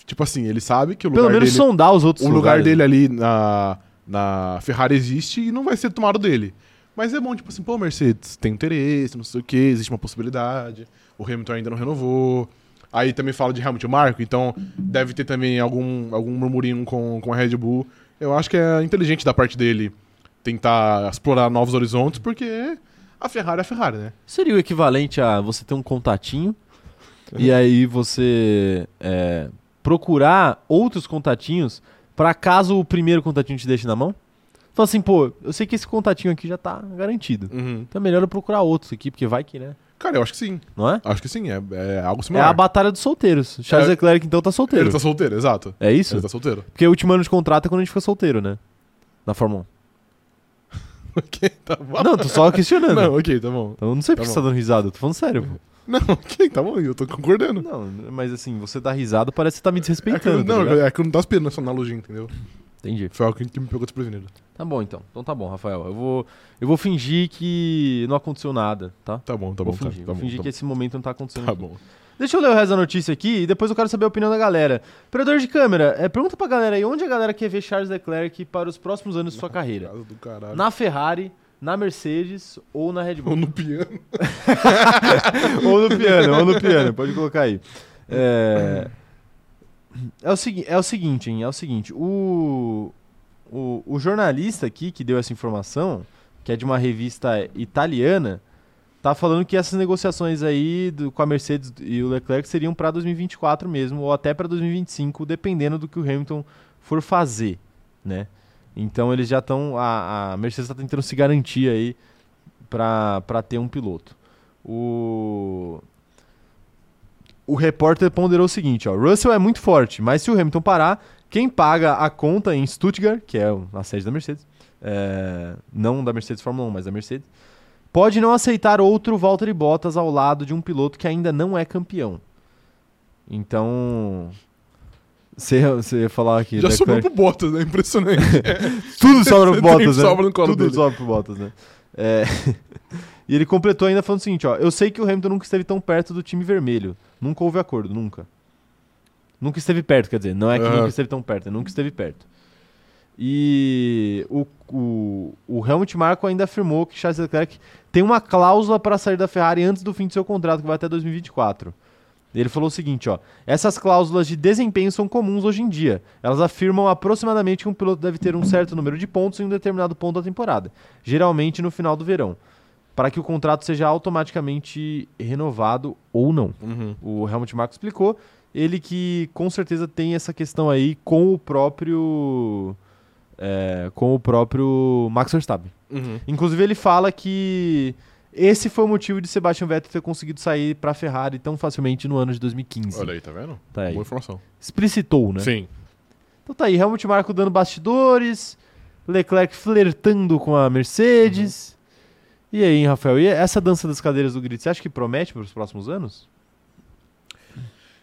Tipo assim, ele sabe que o lugar Pelo menos dele. sondar os outros o lugar lugares. né? dele ali na, na Ferrari existe e não vai ser tomado dele. Mas é bom, tipo assim, pô, Mercedes tem interesse, não sei o que, existe uma possibilidade. O Hamilton ainda não renovou. Aí também fala de Hamilton e Marco, então deve ter também algum, algum murmurinho com, com a Red Bull. Eu acho que é inteligente da parte dele tentar explorar novos horizontes, porque a Ferrari é a Ferrari, né? Seria o equivalente a você ter um contatinho Uhum. e aí você é, procurar outros contatinhos pra caso o primeiro contatinho te deixe na mão. Fala assim, pô, eu sei que esse contatinho aqui já tá garantido. Então é melhor eu procurar outros aqui, porque vai que, né? Cara, eu acho que sim. Não é? Acho que sim, é, é É algo a similar. batalha dos solteiros. Charles É. Leclerc, então, tá solteiro. Ele tá solteiro, exato. É isso? Ele tá solteiro. Porque o último ano de contrato é quando a gente fica solteiro, né? Na Fórmula ok, tá bom. 1. Não, tô só questionando. Não, ok, tá bom. Então eu não sei Tá porque você bom. tá dando risada, eu tô falando sério, pô. Não, ok, tá bom, eu tô concordando. Não, mas assim, você dá risada, parece que você tá me É que, eu- desrespeitando. tá não, ligado? é que eu não tava esperando essa analogia, entendeu? Entendi. Foi algo que me pegou desprevenido. Tá bom, então. Então tá bom, Rafael. Eu vou, eu vou fingir que não aconteceu nada, tá? Tá bom, tá vou bom, cara. fingir. Tá vou bom, fingir tá que esse momento não tá acontecendo. bom. Tá bom. Deixa eu ler o resto da notícia aqui e depois eu quero saber a opinião da galera. Operador de câmera, é, pergunta pra galera aí onde a galera quer ver Charles Leclerc para os próximos anos de sua carreira. Casa do caralho. Na Ferrari, na Mercedes ou na Red Bull? Ou no piano. ou no piano, ou no piano, pode colocar aí. É, é, o, segui é o seguinte, hein? É o seguinte, o, o, o jornalista aqui que deu essa informação, que é de uma revista italiana, tá falando que essas negociações aí do- com a Mercedes e o Leclerc seriam para 2024 mesmo, ou até para 2025, dependendo do que o Hamilton for fazer, né? Então eles já estão. A, a Mercedes está tentando se garantir aí para ter um piloto. O... o repórter ponderou o seguinte, ó. Russell é muito forte, mas se o Hamilton parar, quem paga a conta em Stuttgart, que é o- a sede da Mercedes, é, não da Mercedes Fórmula 1, mas da Mercedes, pode não aceitar outro Valtteri Bottas ao lado de um piloto que ainda não é campeão. Então... Você você ia falar aqui... Já Leclerc- sobrou pro Bottas, né? Impressionante. tudo sobra pro Sempre Bottas, né? sobra no colo Tudo dele. sobra pro Bottas, né? É. e ele completou ainda falando o seguinte, ó. Eu sei que o Hamilton nunca esteve tão perto do time vermelho. Nunca houve acordo, nunca. Nunca esteve perto, quer dizer, não é que Aham. nunca esteve tão perto, é nunca esteve perto. E o, o, o Helmut Marko ainda afirmou que Charles Leclerc tem uma cláusula para sair da Ferrari antes do fim do seu contrato, que vai até 2024. Ele falou o seguinte, ó. Essas cláusulas de desempenho são comuns hoje em dia. Elas afirmam aproximadamente que um piloto deve ter um certo número de pontos em um determinado ponto da temporada, geralmente no final do verão, para que o contrato seja automaticamente renovado ou não. Uhum. O Helmut Marko explicou, ele que com certeza tem essa questão aí com o próprio é, com o próprio Max Verstappen. Uhum. Inclusive, ele fala que esse foi o motivo de Sebastian Vettel ter conseguido sair para Ferrari tão facilmente no ano de 2015. Olha aí, tá vendo? Tá aí. Boa informação. Explicitou, né? Sim. Então tá aí, Helmut Marko dando bastidores, Leclerc flertando com a Mercedes. Uhum. E aí, hein, Rafael? E essa dança das cadeiras do grid, você acha que promete para os próximos anos?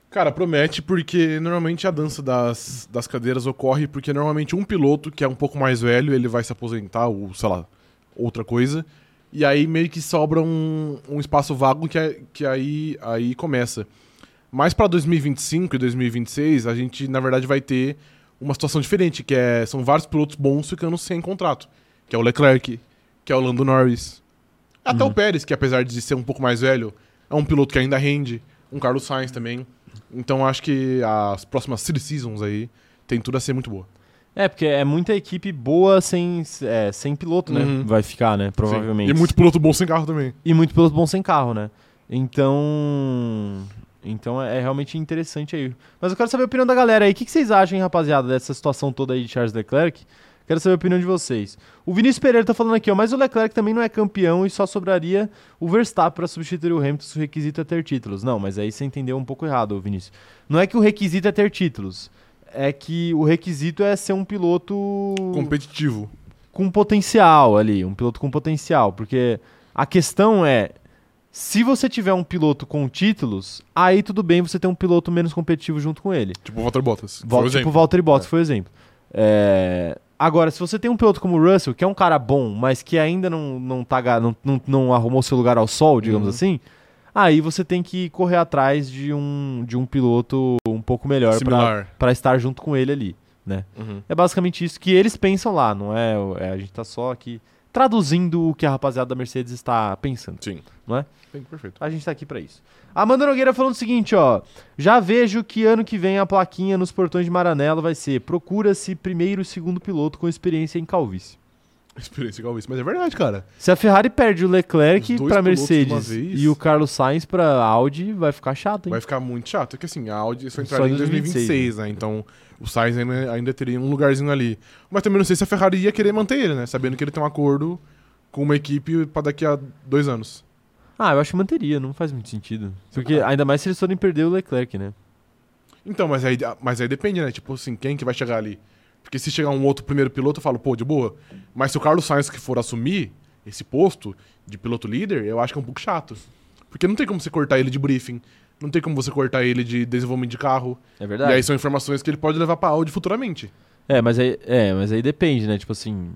Cara, promete porque normalmente a dança das, das cadeiras ocorre porque normalmente um piloto que é um pouco mais velho, ele vai se aposentar ou, sei lá, outra coisa. E aí meio que sobra um, um espaço vago que, é- que aí, aí começa. Mas para 2025 e 2026, a gente, na verdade, vai ter uma situação diferente, que é, são vários pilotos bons ficando sem contrato. Que é o Leclerc, que é o Lando Norris. Até o Pérez, que apesar de ser um pouco mais velho, é um piloto que ainda rende. Um Carlos Sainz também. Então acho que as próximas City Seasons aí tem tudo a ser muito boa. É, porque é muita equipe boa sem, é, sem piloto, né? Uhum. Vai ficar, né? Provavelmente. Sim. E muito piloto bom sem carro também. E muito piloto bom sem carro, né? Então. Então é é realmente interessante aí. Mas eu quero saber a opinião da galera aí. O que que vocês acham, hein, rapaziada, dessa situação toda aí de Charles Leclerc? Quero saber a opinião de vocês. O Vinícius Pereira tá falando aqui, ó, mas o Leclerc também não é campeão e só sobraria o Verstappen para substituir o Hamilton se o requisito é ter títulos. Não, mas aí você entendeu um pouco errado, ô Vinícius. Não é que o requisito é ter títulos. É que o requisito é ser um piloto Competitivo. com potencial ali, um piloto com potencial, porque a questão é se você tiver um piloto com títulos, aí tudo bem você ter um piloto menos competitivo junto com ele. Tipo o Walter Bottas. Vol- por tipo exemplo. o Valtteri Bottas, foi o exemplo. É, Agora, se você tem um piloto como o Russell, que é um cara bom, mas que ainda não, não, tá, ga- não, não, não arrumou seu lugar ao sol, digamos Uhum. assim, aí você tem que correr atrás de um, de um piloto um pouco melhor pra- Similar. pra estar junto com ele ali. Uhum. É basicamente isso que eles pensam lá, não é? o- é, a gente tá só aqui traduzindo o que a rapaziada da Mercedes está pensando. Sim. Não é? Bem, perfeito. A gente tá aqui pra isso. Amanda Nogueira falando o seguinte, ó. Já vejo que ano que vem a plaquinha nos portões de Maranello vai ser procura-se primeiro e segundo piloto com experiência em calvície. Experiência igual isso. Mas é verdade, cara. Se a Ferrari perde o Leclerc Os dois pra pilotos de uma Mercedes vez. e o Carlos Sainz pra Audi, vai ficar chato, hein? Vai ficar muito chato. É que assim, a Audi só Só entraria em em 2026, 2026, né? Então o Sainz ainda, ainda teria um lugarzinho ali. Mas também não sei se a Ferrari ia querer manter ele, né? Sabendo que ele tem um acordo com uma equipe pra daqui a dois anos. Ah, eu acho que manteria, não faz muito sentido. Porque Ah. ainda mais se eles forem perder o Leclerc, né? Então, mas aí, mas aí depende, né? Tipo assim, quem que vai chegar ali? Porque se chegar um outro primeiro piloto, eu falo, pô, de boa. Mas se o Carlos Sainz que for assumir esse posto de piloto líder, eu acho que é um pouco chato. Porque não tem como você cortar ele de briefing, não tem como você cortar ele de desenvolvimento de carro. É E aí são informações que ele pode levar pra Audi futuramente. É, mas aí, é, mas aí depende, né? Tipo assim.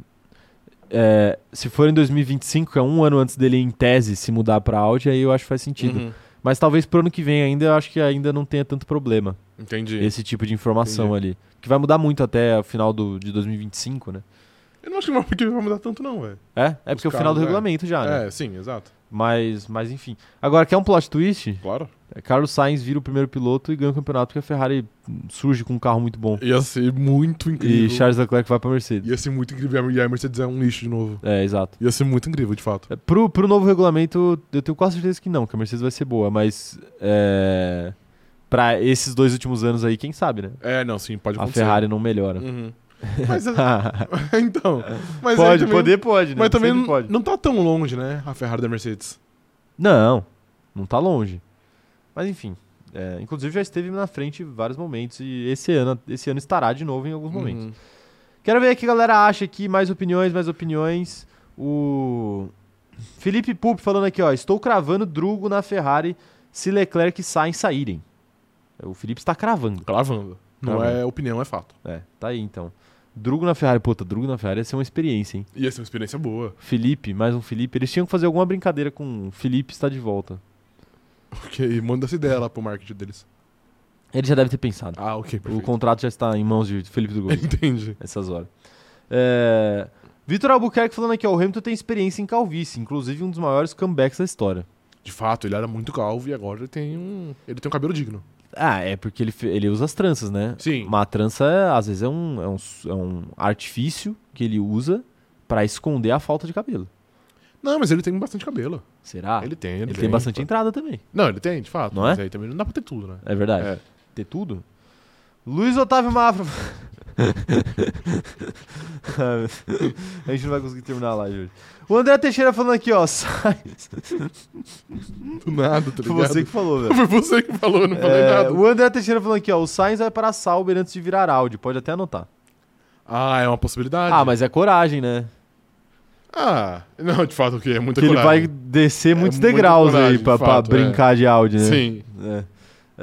é, se for em 2025, que é um ano antes dele, em tese, se mudar pra Audi, aí eu acho que faz sentido. Uhum. Mas talvez pro ano que vem ainda, eu acho que ainda não tenha tanto problema Entendi. esse tipo de informação ali. Que vai mudar muito até o final do, de 2025, né? Eu não acho que não porque vai mudar tanto, não, velho. É? É Os porque é o final carros, do é. regulamento já, né? É, sim, exato. Mas, mas enfim. Agora, quer um plot twist? Claro. Carlos Sainz vira o primeiro piloto e ganha o campeonato porque a Ferrari hum, surge com um carro muito bom. Ia ser muito incrível. E Charles Leclerc vai pra Mercedes. Ia ser muito incrível. E a Mercedes é um lixo de novo. É, exato. Ia ser muito incrível, de fato. É, Pro, pro novo regulamento, eu tenho quase certeza que não, que a Mercedes vai ser boa, mas é, para esses dois últimos anos aí, quem sabe, né? É, não, sim, pode A acontecer. Ferrari não melhora. Uhum. Mas é- então. Mas aí pode, também- poder pode, né? Mas também Sempre não, pode. não tá tão longe, né? A Ferrari da Mercedes. Não, não tá longe. Mas enfim, é, inclusive já esteve na frente em vários momentos e esse ano, esse ano estará de novo em alguns momentos. Uhum. Quero ver o que a galera acha aqui, mais opiniões, mais opiniões. O Felipe Pup falando aqui, ó, estou cravando Drugo na Ferrari se Leclerc e Sainz saírem. É, O Felipe está cravando. Cravando. Não Cravando. é opinião, é fato. É, tá aí então. Drugo na Ferrari, puta, Drugo na Ferrari ia ser uma experiência, hein? Ia ser é uma experiência boa. Felipe, mais um Felipe. Eles tinham que fazer alguma brincadeira com o Felipe está de volta. Ok, manda essa ideia lá pro marketing deles. Ele já deve ter pensado. Ah, ok, O perfeito. contrato já está em mãos de Felipe do Gol, Entendi. essas horas. É... Vitor Albuquerque falando aqui, ó, o Hamilton tem experiência em calvície, inclusive um dos maiores comebacks da história. De fato, ele era muito calvo e agora ele tem um. Ele tem um cabelo digno. Ah, é porque ele, fe- ele usa as tranças, né? Sim. Uma trança, às vezes, é um, é um, s- é um artifício que ele usa pra esconder a falta de cabelo. Não, mas ele tem bastante cabelo. Será? ele tem, ele, Ah, Ele tem bastante entrada também. Não, ele tem, de fato. Não mas é? aí também não dá pra ter tudo, né? É verdade. É. Ter tudo? Luiz Otávio Mafra. a gente não vai conseguir terminar a live hoje. O André Teixeira falando aqui, ó. Sainz. Do nada, tá Foi ligado? você que falou, velho. Foi você que falou, eu não falei É, nada. o André Teixeira falando aqui, ó. O Sainz vai para a Sauber antes de virar Audi. Pode até anotar. Ah, é uma possibilidade. Ah, mas é coragem, né? Ah, não, de fato, o quê? É muita que ele vai coragem. descer É muitos muita degraus coragem, aí pra, de pra fato, é. brincar de Audi, né? Sim. É.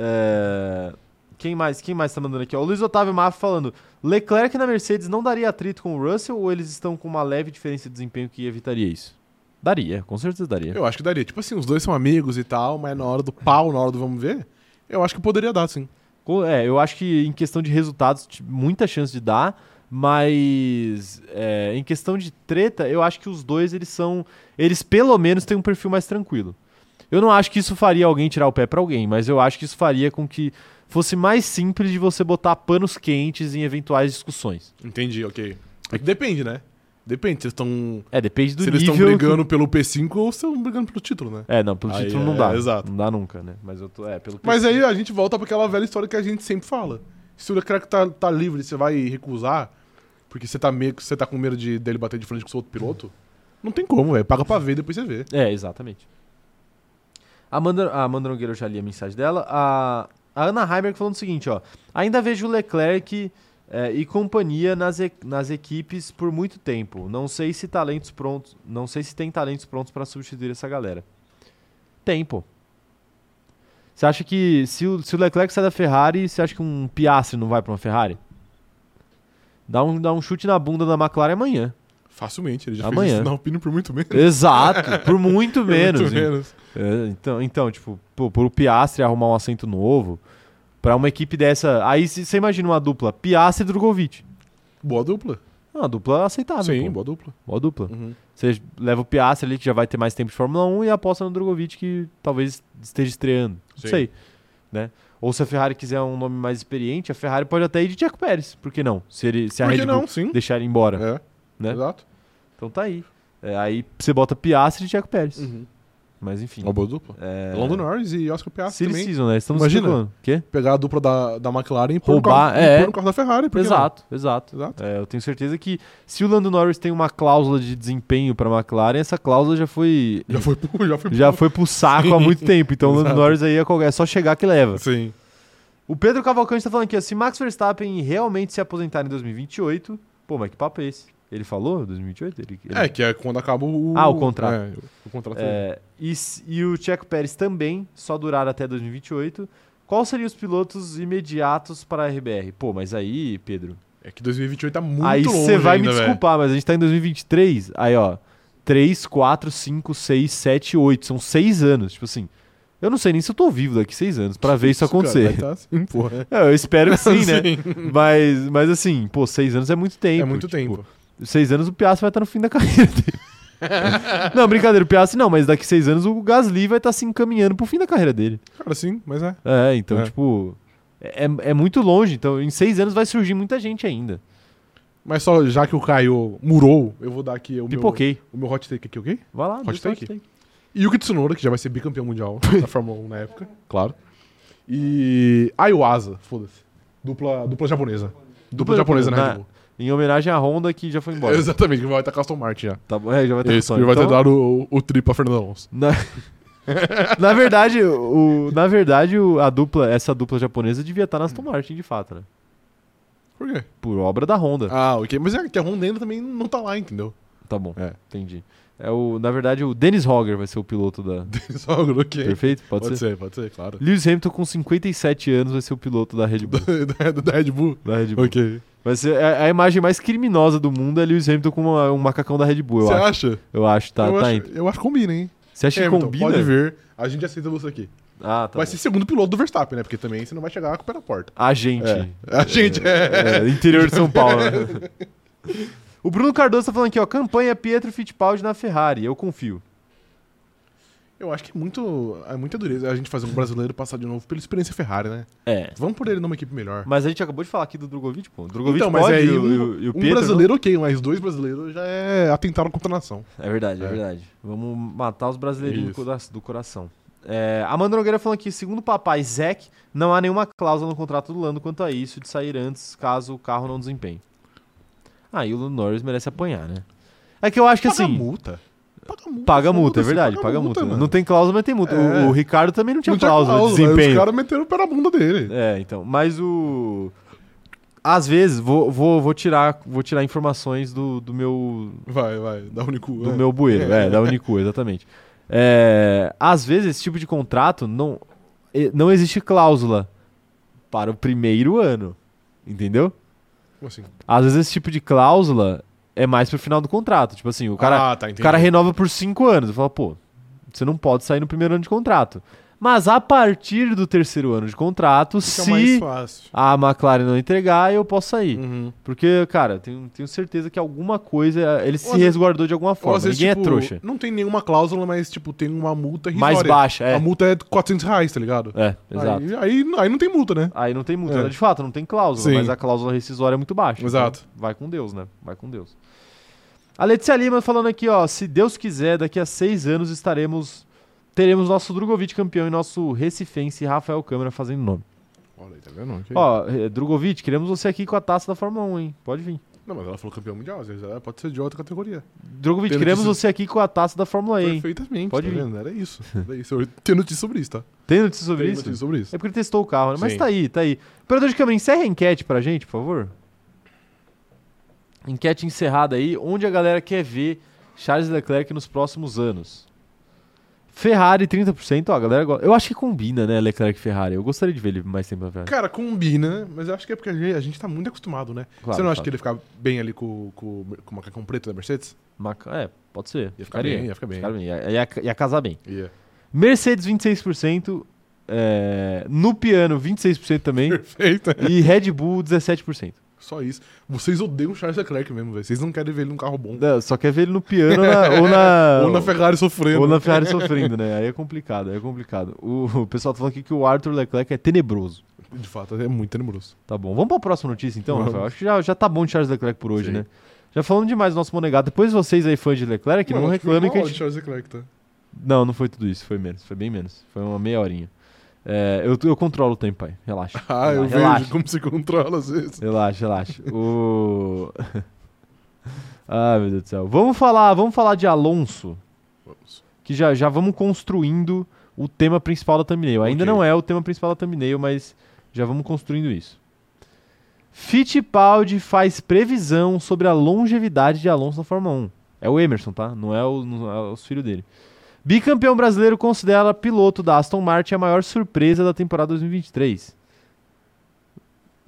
É, Quem mais? Quem mais tá mandando aqui? ó? O Luiz Otávio Mafra falando: Leclerc na Mercedes não daria atrito com o Russell ou eles estão com uma leve diferença de desempenho que evitaria isso? Daria, com certeza daria. Eu acho que daria. Tipo assim, os dois são amigos e tal, mas na hora do pau, na hora do vamos ver, eu acho que poderia dar, sim. Co- É, eu acho que em questão de resultados, t- muita chance de dar, mas é, em questão de treta, eu acho que os dois eles são. Eles pelo menos têm um perfil mais tranquilo. Eu não acho que isso faria alguém tirar o pé pra alguém, mas eu acho que isso faria com que fosse mais simples de você botar panos quentes em eventuais discussões. Entendi, ok. É que depende, né? Depende, se eles estão. É, depende do Se eles nível. estão brigando pelo P5 ou se estão brigando pelo título, né? que- É, não, pelo Aí título é, não dá. exato. Não dá nunca, né? Mas eu tô. É, pelo Mas aí a gente volta pra aquela velha história que a gente sempre fala. Se o Leclerc tá, tá livre, você vai recusar. Porque você tá, meio, que- você tá com medo de, dele bater de frente com o seu outro piloto? Não tem como, velho. Paga pra ver e depois você vê. É, exatamente. A Amanda, a Amanda Nogueira eu já li a mensagem dela. A, a Ana Heiberg falando o seguinte, ó. Ainda vejo o Leclerc eh, e companhia nas, e- nas equipes por muito tempo. Não sei se talentos prontos. Não sei se tem talentos prontos pra substituir essa galera. Tem, pô. Você acha que se o, se o Leclerc sai da Ferrari, você acha que um Piastri não vai pra uma Ferrari? Dá um, dá um chute na bunda da McLaren amanhã. Facilmente, ele já fez Amanhã. isso na Alpine por muito menos. Exato, por muito Por menos. muito hein? menos. É, então, então, tipo, pô, por o Piastre arrumar um assento novo, pra uma equipe dessa. Aí você imagina uma dupla, Piastre e Drogovic. Boa dupla. É Uma dupla aceitável. Sim, pô. boa dupla. Boa dupla. Uhum. Você leva o Piastre ali, que já vai ter mais tempo de Fórmula 1, e aposta no Drogovic, que talvez esteja estreando. Sim. Não sei. Né? Ou se a Ferrari quiser um nome mais experiente, a Ferrari pode até ir de Jaco Pérez. Por que não? Se, ele, se a Por que Red Bull não? Sim. deixar ele embora. É. Né? Exato. Então tá aí. É, aí você bota Piastre e Jaco Pérez. Uhum. Mas enfim. Uma boa dupla. É... Lando Norris e Oscar Piastri Silly também. season, né? Estamos Imagina. explicando. Quê? Pegar a dupla da, da McLaren e pôr, no Roubar, carro, é. e pôr no carro da Ferrari. por que não? Exato, exato. Exato. É, eu tenho certeza que se o Lando Norris tem uma cláusula de desempenho pra McLaren, essa cláusula já foi Já foi pro- já foi pro- já foi pro saco há muito tempo. Então o Lando Exato. Norris aí é, qualquer- é só chegar que leva. Sim. O Pedro Cavalcante tá falando aqui, ó, se Max Verstappen realmente se aposentar em 2028, pô, mas que papo é esse? Ele falou 2028? Ele, ele- É, que é quando acaba o... Ah, o contrato. É, o contrato. dele. É, e, se- e o Checo Pérez também só durar até 2028. Quais seriam os pilotos imediatos para a RBR? Pô, mas aí, Pedro, É que 2028 tá muito aí longe você vai ainda, me velho. desculpar, mas a gente tá em 2023. Aí, ó. 3, 4, 5, 6, 7, 8. São 6 anos. Tipo assim. Eu não sei nem se eu tô vivo daqui 6 anos pra ver isso cara, acontecer. vai tá assim, porra. É, Eu espero que sim, né? Sim. Mas, mas assim, pô, 6 anos é muito tempo. É muito tempo. 6 anos o Piastri vai estar no fim da carreira dele. não, brincadeira, o Piastri não, mas daqui 6 anos o Gasly vai estar se encaminhando pro fim da carreira dele. Cara, sim, mas é. É, então, É. tipo. É, é muito longe, então em 6 anos vai surgir muita gente ainda. Mas só já que o Caio murou, eu vou dar aqui o meu, Pipoquei. o meu hot take aqui, ok? Vai lá, Hot deixa o take? Yuki Tsunoda, que já vai ser bicampeão mundial da Fórmula 1 na época, claro. E Ayuasa, foda-se. Dupla, dupla japonesa. Dupla, japonesa na né? Red Bull. Em homenagem à Honda que já foi embora. Exatamente, que vai estar com a Aston Martin já. Tá bom, é, já vai ter Esse som. que vai ter Então, dado o, o tri pra Fernando Alonso. na... na verdade, o, na verdade o- a dupla, essa dupla japonesa devia estar na Aston Martin de fato, né? Por quê? Por obra da Honda. Ah, ok. Mas é que a Honda ainda também não tá lá, entendeu? Tá bom, É. entendi. É o, na verdade, o Dennis Hogger vai ser o piloto da. Só agora, ok. Perfeito? Pode, Pode, ser? ser? pode ser, claro. Lewis Hamilton com 57 anos vai ser o piloto da Red Bull. da, da- da Red Bull. da Red Bull. Ok. Vai ser é, a, a imagem mais criminosa do mundo é Lewis Hamilton com uma- um macacão da Red Bull, eu Você acho. acha? Eu acho, tá, eu, tá acho indo. eu acho que combina, hein? Você acha que Hamilton, combina? Pode vir, a gente aceita você aqui. Ah, tá. vai bom. ser segundo piloto do Verstappen, né? Porque também você não vai chegar com o pé na porta. A gente. É. A gente é. É, interior de São Paulo. o Bruno Cardoso tá falando aqui, ó. Campanha Pietro Fittipaldi na Ferrari. Eu confio. Eu acho que é muito. É muita dureza a gente fazer um brasileiro passar de novo pela experiência Ferrari, né? É. Vamos por ele numa equipe melhor. Mas a gente acabou de falar aqui do Drogovic, pô. O Drogovic Então, mas pode aí e, o, um- e o- e o Um Pietro... né? brasileiro, ok, mas dois brasileiros já é atentaram contra a nação. não? É verdade, é, É. verdade. Vamos matar os brasileirinhos do, Isso. cora- do coração. É, Amanda Nogueira falando aqui, segundo o papai Zec, não há nenhuma cláusula no contrato do Lando quanto a isso de sair antes caso o carro não desempenhe. Ah, e o Lando Norris merece apanhar, né? É que eu acho que Paga assim... multa. Paga multa. Paga multa, é foda-se, verdade, paga, multa. mano. não tem cláusula, mas tem multa. O- É. O, Ricardo também não tinha, Não tinha cláusula, de aí desempenho. Os caras meteram o pé na bunda dele. É, então, mas o às vezes vou, vou, vou tirar vou tirar informações do, do meu Vai, vai, dá um nicu. do meu bueiro, é, da Unicu, exatamente. É, às vezes esse tipo de contrato não e- não existe cláusula para o primeiro ano, entendeu? Como assim? Às vezes esse tipo de cláusula é mais pro final do contrato, tipo assim, o cara ah, tá, o cara renova por cinco anos. Eu falo, pô, você não pode sair no primeiro ano de contrato. Mas a partir do terceiro ano de contrato, Fica mais se fácil. a McLaren não entregar, eu posso sair. Uhum. Porque, cara, eu tenho, tenho certeza que alguma coisa. Ele se às vezes- resguardou de alguma Ou forma. às vezes, Ninguém tipo, é trouxa. Não tem nenhuma cláusula, mas, tipo, tem uma multa irrisória. Mais baixa, é. A multa é de 400 reais, tá ligado? É, exato. Aí, Aí, aí, aí não tem multa, né? não tem multa. É. né? De fato, não tem cláusula, Sim. mas a cláusula rescisória é muito baixa. Exato. Então, vai com Deus, né? Vai com Deus. A Letícia Lima falando aqui, ó. Se Deus quiser, daqui a seis anos estaremos. Teremos nosso Drogovic campeão e nosso Recifense Rafael Câmara fazendo nome. é, Olha aí, tá vendo? Ok. Ó, eh, Drogovic, queremos você aqui com a taça da Fórmula 1, hein? Pode vir. Não, mas ela falou campeão mundial, às vezes ela pode ser de outra categoria. Drogovic, Tem queremos notícia- você aqui com a taça da Fórmula E, hein? Perfeitamente, Pode tá vir. vendo? Era isso. Era isso. Eu tenho notícia sobre isso, tá? Tem notícia sobre Tenho isso? notícia sobre isso. É porque ele testou o carro, né? Mas Sim. tá aí, tá aí. Operador de câmera, encerra a enquete pra gente, por favor. Enquete encerrada aí, onde a galera quer ver Charles Leclerc nos próximos anos. Ferrari, 30%, ó, a galera gosta. Eu acho que combina, né, Leclerc e Ferrari. Eu gostaria de ver ele mais tempo na Ferrari. Cara, combina, mas eu acho que é porque a gente, a gente tá muito acostumado, né? Claro, tá. Você não acha claro. que ele ficar bem ali com, com, com o macacão preto da Mercedes? Maca- É, pode ser. Ia ficar Ficaria. bem, ia ficar bem. Ficar Ia, ia, ia casar bem. Ia. Mercedes, 26%. é, no piano, 26% também. Perfeito. e Red Bull, 17%. Só isso. Vocês odeiam o Charles Leclerc mesmo, velho. Vocês não querem ver ele num carro bom. Não, só quer ver ele no piano na- ou na. Ou na Ferrari sofrendo. Ou na Ferrari sofrendo, né? Aí é complicado, aí é complicado. O, o pessoal tá falando aqui que o Arthur Leclerc é tenebroso. De fato, é muito tenebroso. Tá bom. Vamos pra próxima notícia então, Vamos. Rafael? Acho que já, já tá bom de Charles Leclerc por hoje, Sim. né? Já falamos demais do nosso Monegado. Depois vocês aí, fãs de Leclerc, não, Mano, acho reclamem foi É que a mal de gente. Charles Leclerc, tá? Não, não foi tudo isso. Foi menos. Foi bem menos. Foi uma meia horinha. É, eu, eu controlo o tempo, pai. Relaxa. Ah, eu relaxa, relaxa. vejo como se controla às vezes. Relaxa, relaxa. O... ah, meu Deus do céu. Vamos falar, vamos falar de Alonso. Vamos. que já, já vamos construindo o tema principal da thumbnail. Ainda Ok. não é o tema principal da thumbnail, mas já vamos construindo isso. Fittipaldi faz previsão sobre a longevidade de Alonso na Fórmula 1. É o Emerson, tá? Não é, o, não é os filhos dele. Bicampeão brasileiro considera piloto da Aston Martin a maior surpresa da temporada 2023.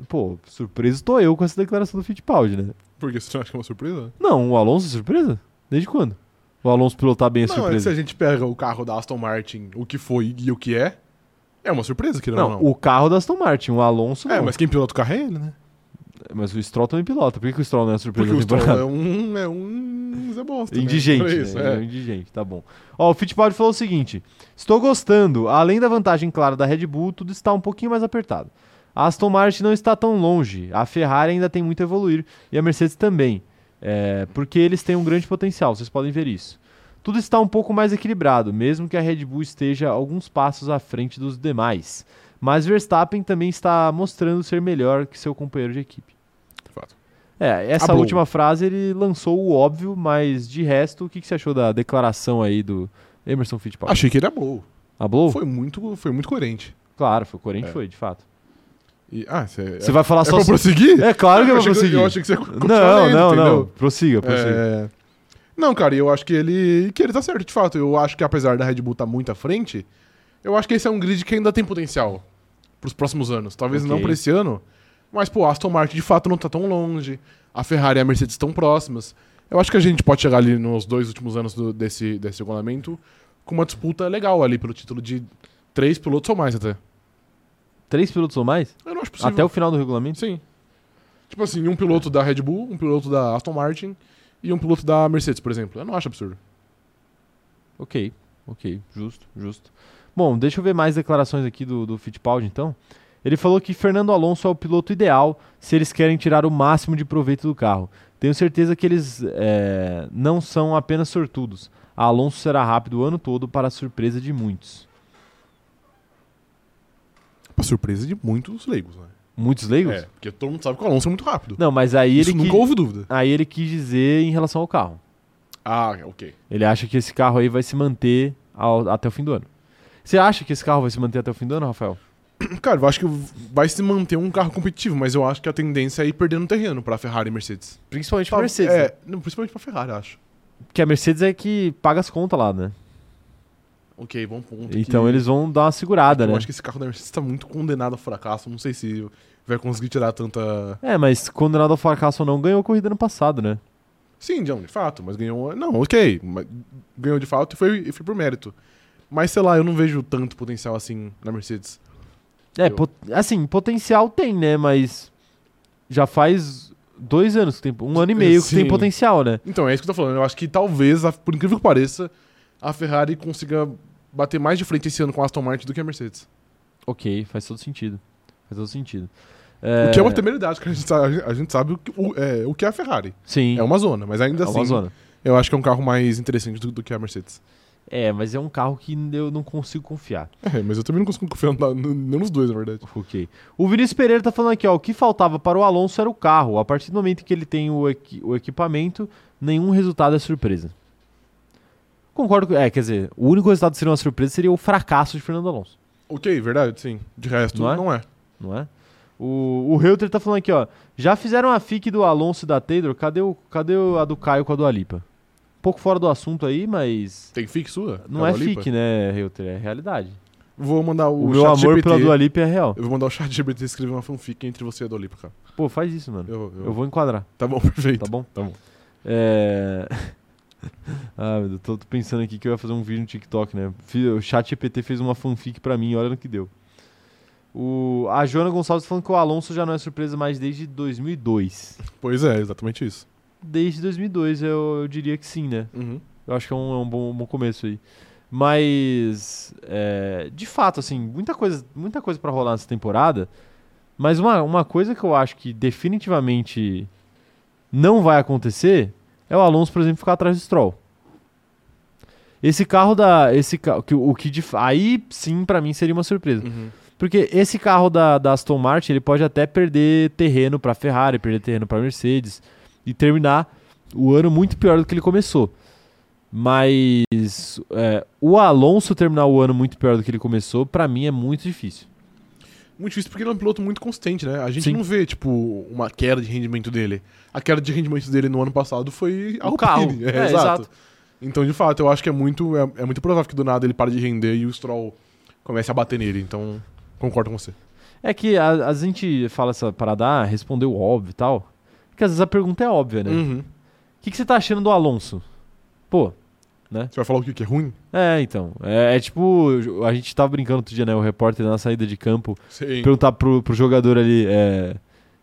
Pô, surpreso tô eu com essa declaração do Fittipaldi, né? Porque você não acha que é uma surpresa? Não, o Alonso é surpresa? Desde quando? O Alonso pilotar bem é não, é que se surpresa. a gente pega o carro da Aston Martin, o que foi e o que é, é uma surpresa, que não, Não, não. o carro da Aston Martin, o Alonso não. É, mas quem pilota o carro é ele, né? Mas o Stroll também pilota. Por que, que o Stroll não é a surpresa Porque o da Stroll temporada? é um. É um. Zé Bosta. né? Indigente, É né? isso, Ele é um indigente, tá bom. Ó, o Fittipaldi falou o seguinte: Estou gostando. Além da vantagem clara da Red Bull, tudo está um pouquinho mais apertado. A Aston Martin não está tão longe. A Ferrari ainda tem muito a evoluir. E a Mercedes também. É, porque eles têm um grande potencial, vocês podem ver isso. Tudo está um pouco mais equilibrado, mesmo que a Red Bull esteja alguns passos à frente dos demais. Mas Verstappen também está mostrando ser melhor que seu companheiro de equipe. De fato. Ah, É, essa Abrou. última frase ele lançou o óbvio, mas de resto, o que, que você achou da declaração aí do Emerson Fittipaldi? Achei que ele abriu. Ablou? Foi muito, foi muito coerente. Claro, foi coerente, É. foi, de fato. E, ah, cê, Você vai falar é só... pra prosseguir? É claro que eu eu vou achei conseguir. Eu achei que você ia continuar Não, lendo, não, entendeu? não. Prossiga, prossiga. É. Não, cara, eu acho que ele que ele tá certo, de fato. Eu acho que apesar da Red Bull estar muito à frente, eu acho que esse é um grid que ainda tem potencial pros próximos anos. Talvez não Ok. pra esse ano, mas pô, a Aston Martin de fato não tá tão longe. A Ferrari e a Mercedes estão próximas. Eu acho que a gente pode chegar ali nos dois últimos anos do- desse, desse regulamento com uma disputa legal ali pelo título de três pilotos ou mais até. Três pilotos ou mais? Eu não acho possível. Até o final do regulamento? Sim. Tipo assim, um piloto da Red Bull, um piloto da Aston Martin e um piloto da Mercedes, por exemplo. Eu não acho absurdo. Ok, ok. Justo, justo. Bom, deixa eu ver mais declarações aqui do, do Fittipaldi, então. Ele falou que Fernando Alonso é o piloto ideal se eles querem tirar o máximo de proveito do carro. Tenho certeza que eles é, não são apenas sortudos. Alonso será rápido o ano todo para a surpresa de muitos. Pra surpresa de muitos leigos, né? Muitos leigos? É, porque todo mundo sabe que o Alonso é muito rápido. Não, mas aí Isso ele, nunca qui- houve dúvida. aí ele quis dizer em relação ao carro. Ah, ok. Ele acha que esse carro aí vai se manter ao- até o fim do ano. Você acha que esse carro vai se manter até o fim do ano, Rafael? Cara, eu acho que vai se manter um carro competitivo, mas eu acho que a tendência é ir perdendo terreno pra Ferrari e Mercedes. Principalmente Tal- para Mercedes. né? É, não, principalmente pra Ferrari, eu acho. Porque a Mercedes é que paga as contas lá, né? Ok, bom ponto. Então que- eles vão dar uma segurada, Eu né? acho que esse carro da Mercedes tá muito condenado ao fracasso. Não sei se vai conseguir tirar tanta. É, mas condenado ao fracasso ou não, ganhou a corrida ano passado, né? Sim, John, de fato, mas ganhou. um Não, ok. mas Ganhou de fato e foi, e foi por mérito. Mas sei lá, eu não vejo tanto potencial assim na Mercedes. É, Eu- pot- assim, potencial tem, né? Mas já faz dois anos, que tem, um ano e meio que tem Sim. potencial, né? Então, é isso que eu tô falando. Eu acho que talvez, a- por incrível que pareça, a Ferrari consiga bater mais de frente esse ano com a Aston Martin do que a Mercedes. Ok, faz todo sentido. Faz todo sentido. O que é uma temeridade, que a gente sabe, a gente sabe o, que, o- é, o que é a Ferrari. Sim, É uma zona, mas ainda é uma assim, zona. eu acho que é um carro mais interessante do, do que a Mercedes. É, mas é um carro que eu não consigo confiar. É, mas eu também não consigo confiar na- n- nem nos dois, na verdade. Ok. O Vinícius Pereira tá falando aqui, ó. O que faltava para o Alonso era o carro. A partir do momento que ele tem o, equi- o equipamento, nenhum resultado é surpresa. Concordo com. É, quer dizer, o único resultado que seria uma surpresa seria o fracasso de Fernando Alonso, Ok, verdade, sim. De resto, Não não é? é. não é? O, o Reuter tá falando aqui, ó. Já fizeram a FIC do Alonso e da Taylor? Cadê, o, cadê o- a do Caio com a do Alipa? Um Pouco fora do assunto aí, mas. Tem fique sua? Não Da é Dua Lipa? FIC, né, Reuter? É realidade. Vou mandar O, o, meu chat amor GPT. pela Dua Lipa é real. Eu vou mandar o chat GPT escrever uma fanfic entre você e a Dolipa, cara. Pô, faz isso, mano. Eu, eu- Uhum. eu vou enquadrar. Tá bom, perfeito. Tá bom? Tá bom. É. Ah, meu Deus, tô, tô pensando aqui que eu ia fazer um vídeo no TikTok, né? Fi- O chat EPT fez uma fanfic pra mim, olha no que deu. O... A Joana Gonçalves falando que o Alonso já não é surpresa mais desde 2002. Pois é, exatamente isso. Desde 2002, eu, eu diria que sim, né? Uhum. Eu acho que é um, é um bom, um bom começo aí. Mas, é, de fato, assim, muita coisa, muita coisa para rolar nessa temporada. Mas uma, uma coisa que eu acho que definitivamente não vai acontecer é o Alonso, por exemplo, ficar atrás do Stroll. Esse carro da. Esse, ca- que, o que de, fa- aí sim, para mim, seria uma surpresa. Uhum. Porque esse carro da, da Aston Martin, ele pode até perder terreno para Ferrari, perder terreno para Mercedes e terminar o ano muito pior do que ele começou. Mas é, o Alonso terminar o ano muito pior do que ele começou, para mim é muito difícil. Muito difícil porque ele é um piloto muito consistente, né? A gente Sim. não vê, tipo, uma queda de rendimento dele. A queda de rendimento dele no ano passado foi a O Alpine. carro. É, É, exato. exato. Então, de fato, eu acho que é muito, é, é muito provável que do nada ele pare de render e o Stroll comece a bater nele. Então, concordo com você. É que a, a gente fala essa parada, ah, respondeu óbvio e tal. Porque às vezes a pergunta é óbvia, né? O Uhum. que, que você tá achando do Alonso? Pô, Você vai falar o quê? que é ruim? é, então. É, é tipo, a gente tava brincando outro dia, né? O repórter na saída de campo Sim. perguntar pro, pro jogador ali, é,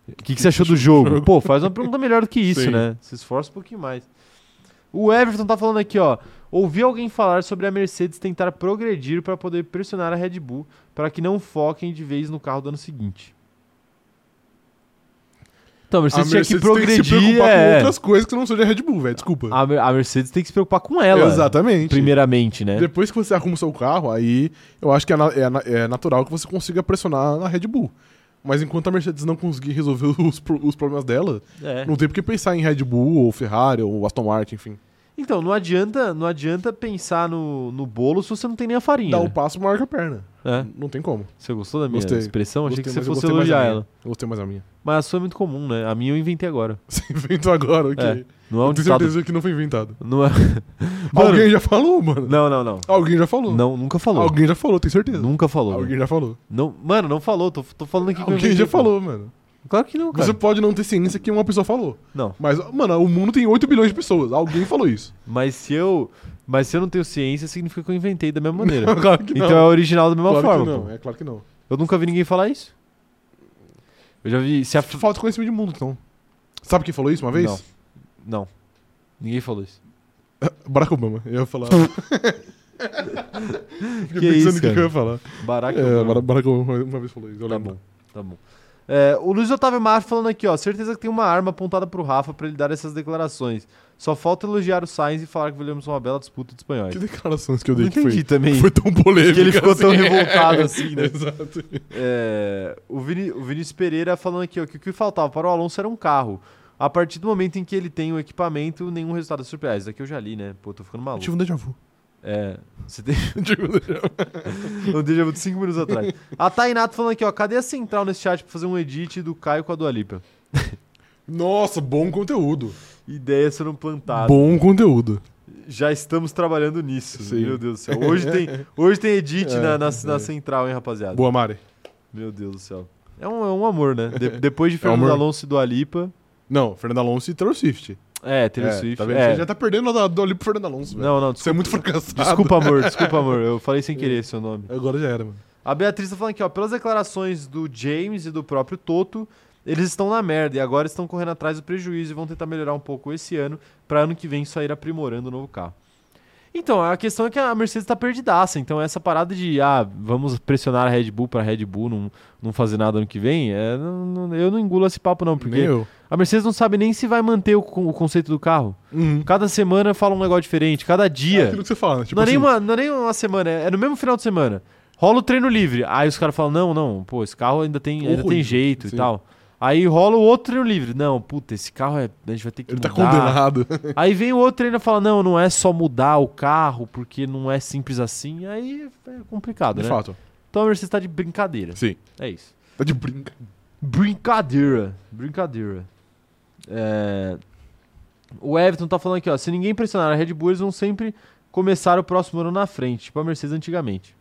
o que, que você achou do jogo? Pô, faz uma pergunta melhor do que isso, Sim. né? Se esforça um pouquinho mais. O Everton tá falando aqui, ó. Ouvi alguém falar sobre a Mercedes tentar progredir para poder pressionar a Red Bull para que não foquem de vez no carro do ano seguinte. Então, a Mercedes tinha que tem que se progredir. preocupar com é. outras coisas que não seja Red Bull, velho. Desculpa. a, Mer- a Mercedes tem que se preocupar com ela, Exatamente. primeiramente, né? Depois que você arruma o seu carro, aí eu acho que é, na- é na- é natural que você consiga pressionar na Red Bull. Mas enquanto a Mercedes não conseguir resolver os, pro- os problemas dela, É. não tem por que pensar em Red Bull, ou Ferrari, ou Aston Martin, enfim. Então, não adianta, não adianta pensar no, no bolo se você não tem nem a farinha. né? Dá um o passo maior que a perna. É. Não tem como. Você gostou da minha Gostei. expressão? Achei Gostei, que você mas eu fosse gostei mais da elogiar minha. ela. Eu gostei mais da minha. Mas a sua é muito comum, né? A minha eu inventei agora. Você inventou agora, ok. É, Não é um eu tenho ditado. certeza que não foi inventado. Não é. Mano, Alguém já falou, mano. Não, não, não. Alguém já falou. Não, nunca falou. Alguém já falou, tenho certeza. Nunca falou. Alguém já falou. Não, mano, não falou. Tô, tô falando aqui que eu Alguém inventei, já pô. falou, mano. Claro que não, cara. Você pode não ter ciência que uma pessoa falou. Não. Mas, mano, o mundo tem 8 bilhões de pessoas. Alguém falou isso. Mas se eu. Mas se eu não tenho ciência, significa que eu inventei da mesma maneira. claro que então é original da mesma claro forma. que não. pô. É claro que não. Eu nunca vi ninguém falar isso. Eu já vi. Se a... Falta conhecimento de mundo, então. Sabe quem falou isso uma vez? Não. Não. Ninguém falou isso. Barack Obama. Eu ia falar. Fiquei Que pensando isso, o que, que cara? eu ia falar. Baraca. É, Bar- Barack Obama uma vez falou isso. Eu Tá lembro. bom, tá bom. É, o Luiz Otávio Mar falando aqui, ó. Certeza que tem uma arma apontada pro Rafa pra ele dar essas declarações. Só falta elogiar o Sainz e falar que veremos uma bela disputa de espanhóis. Que declarações que eu Não dei que entendi foi, também. foi tão polêmica. Que ele ficou assim. tão revoltado assim, né? Exato. É, o, Vini- o Vinícius Pereira falando aqui, ó, que o que faltava para o Alonso era um carro. A partir do momento em que ele tem o equipamento, nenhum resultado é surpresa. Isso daqui eu já li, né? Pô, tô ficando maluco. Tive um déjà vu. É, você tem Tive um déjà vu. um déjà vu de 5 minutos atrás. A Tainato falando aqui, ó. Cadê a central nesse chat pra fazer um edit do Caio com a Dua Lipa? Nossa, bom conteúdo. Ideias foram plantadas. Bom conteúdo. Já estamos trabalhando nisso. Sim. Meu Deus do céu. Hoje tem, hoje tem edit É, na, na, na é. central, hein, rapaziada? Boa, Mari. Meu Deus do céu. É um, é um amor, né? De- depois de É um Fernando amor. Alonso e do Alipa. Não, Fernando Alonso e Taylor Swift. É, Taylor É, Swift. Tá vendo? é. Você já tá perdendo a do ali pro Fernando Alonso, velho. Não, não, Você desculpa. é muito fracassado. Desculpa, amor, desculpa, amor. Eu falei sem querer seu nome. Agora já era, mano. A Beatriz tá falando aqui, ó. Pelas declarações do James e do próprio Toto, eles estão na merda e agora estão correndo atrás do prejuízo e vão tentar melhorar um pouco esse ano pra ano que vem só ir aprimorando o novo carro. Então, a questão é que a Mercedes tá perdidaça. Então, essa parada de, ah, vamos pressionar a Red Bull pra Red Bull não, não fazer nada ano que vem, é, não- não- eu não engulo esse papo, não, porque Nem eu. a Mercedes não sabe nem se vai manter o, con- o conceito do carro. Uhum. Cada semana fala um negócio diferente, cada É dia. aquilo que você fala, né? Hum. não, Tipo é assim, nem uma, não é nem uma semana, é, é no mesmo final de semana. Rola o treino livre. Aí os caras falam: não, não, pô, esse carro ainda tem, ainda Horrível, tem jeito sim. e tal. Aí rola o outro treino livre. Não, puta, esse carro é. A gente vai ter que. ele tá mudar. condenado. Aí vem o outro treino e fala: não, não é só mudar o carro, porque não é simples assim. Aí é complicado, De né? fato. Então a Mercedes tá de brincadeira. Sim. É isso. Tá de brinca. Brincadeira. Brincadeira. É, O Everton tá falando aqui, ó. Se ninguém pressionar a Red Bull, eles vão sempre começar o próximo ano na frente, tipo a Mercedes antigamente.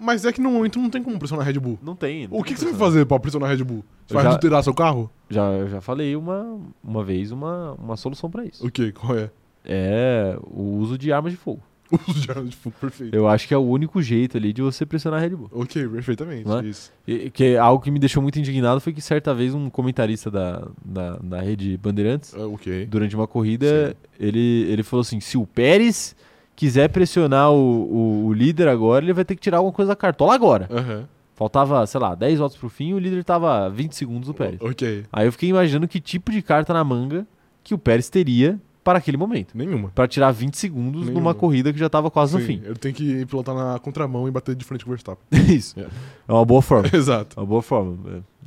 Mas é que no momento não tem como pressionar a Red Bull. Não tem. não O tem que, que você vai pressionar. fazer pra pressionar a Red Bull? Você Uhum. Eu vai já- adulterar seu carro? Já, eu já falei uma, uma vez uma, uma solução pra isso. O quê? Qual é? É o uso de armas de fogo. Uso de arma de fogo, tipo, perfeito. Eu acho que é o único jeito ali de você pressionar a Red Bull. Ok, perfeitamente. Não é? Isso. E- que algo que me deixou muito indignado foi que certa vez um comentarista da, da, da rede Bandeirantes É, ok. durante uma corrida, ele, ele falou assim: se o Pérez quiser pressionar o, o, o líder agora, ele vai ter que tirar alguma coisa da cartola agora. Aham. Faltava, sei lá, 10 votos pro fim e o líder tava 20 segundos do Pérez. Ok. Aí eu fiquei imaginando que tipo de carta na manga que o Pérez teria para aquele momento. Nenhuma. Pra tirar 20 segundos Nenhuma. numa corrida que já tava quase no Sim, fim. Ele tem que pilotar na contramão e bater de frente com o Verstappen. Isso. É. É uma boa forma. exato. É uma boa forma.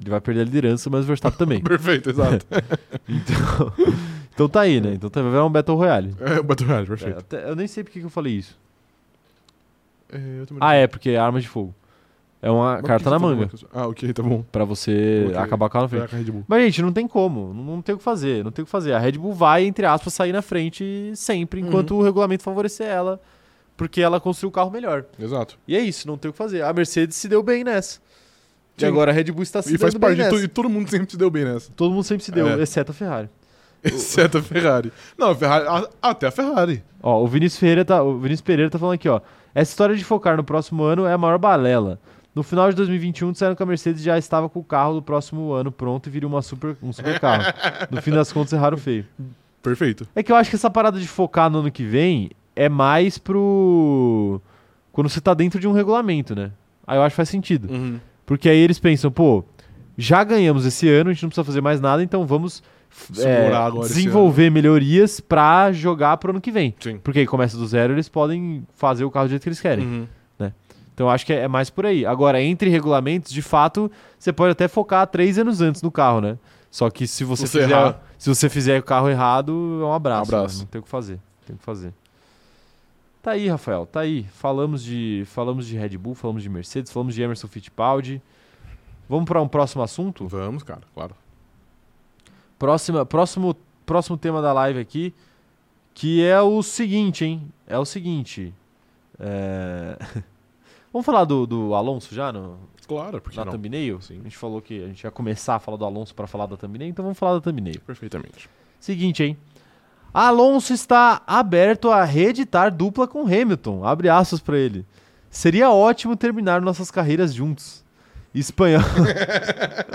Ele vai perder a liderança, mas o Verstappen também. Perfeito, exato. Então, então tá aí, né? Então tá- vai virar um Battle Royale. é o Battle Royale, É, perfeito. até- eu nem sei porque que eu falei isso. É, eu também- Ah, é, porque é arma de fogo. É uma Mas por que carta você na tá manga. falando que eu- Ah, ok, tá bom. Pra você Ok. acabar com a na Vai frente. com a Red Bull. Mas, gente, não tem como. Não não tem o que fazer. Não tem o que fazer. A Red Bull vai, entre aspas, sair na frente sempre, Uhum. enquanto o regulamento favorecer ela. Porque ela construiu o carro melhor. Exato. E é isso, não tem o que fazer. A Mercedes se deu bem nessa. E Sim. agora a Red Bull está se E faz dando bem parte de nessa. tudo, e todo mundo sempre se deu bem nessa. Todo mundo sempre se deu, É. exceto a Ferrari. Exceto a Ferrari. Não, a Ferrari. a- até a Ferrari. Ó, o Vinícius Ferreira tá, o Vinícius Pereira tá falando aqui, ó. Essa história de focar no próximo ano é a maior balela. No final de 2021, disseram que a Mercedes já estava com o carro do próximo ano pronto e viria uma super, um super carro. No fim das contas, erraram feio. Perfeito. É que eu acho que essa parada de focar no ano que vem é mais pro. Quando você tá dentro de um regulamento, né? Aí eu acho que faz sentido. Porque aí eles pensam, pô, já ganhamos esse ano, a gente não precisa fazer mais nada, então vamos é, Se morar agora esse desenvolver melhorias pra jogar pro ano que vem. Sim. Porque aí começa do zero, eles podem fazer o carro do jeito que eles querem. Uhum. Então eu acho que é é mais por aí. Agora, entre regulamentos, de fato, você pode até focar três anos antes no carro, né? Só que se você, Você fizer, errar. se você fizer o carro errado, é um abraço. Abraço. né? Não tem o que fazer. não Tem o que fazer. Tá aí, Rafael, tá aí. Falamos de, falamos de Red Bull, falamos de Mercedes, falamos de Emerson Fittipaldi. Vamos para um próximo assunto? Vamos, cara, claro. Próxima, próximo, próximo tema da live aqui, que é o seguinte, hein? É o seguinte. É, Vamos falar do, do Alonso já no, Claro, porque na não? thumbnail? Sim. A gente falou que a gente ia começar a falar do Alonso para falar da thumbnail, então vamos falar da thumbnail. Perfeitamente. Seguinte, hein? Alonso está aberto a reeditar dupla com Hamilton. Abre aspas para ele. Seria ótimo terminar nossas carreiras juntos. Espanhol.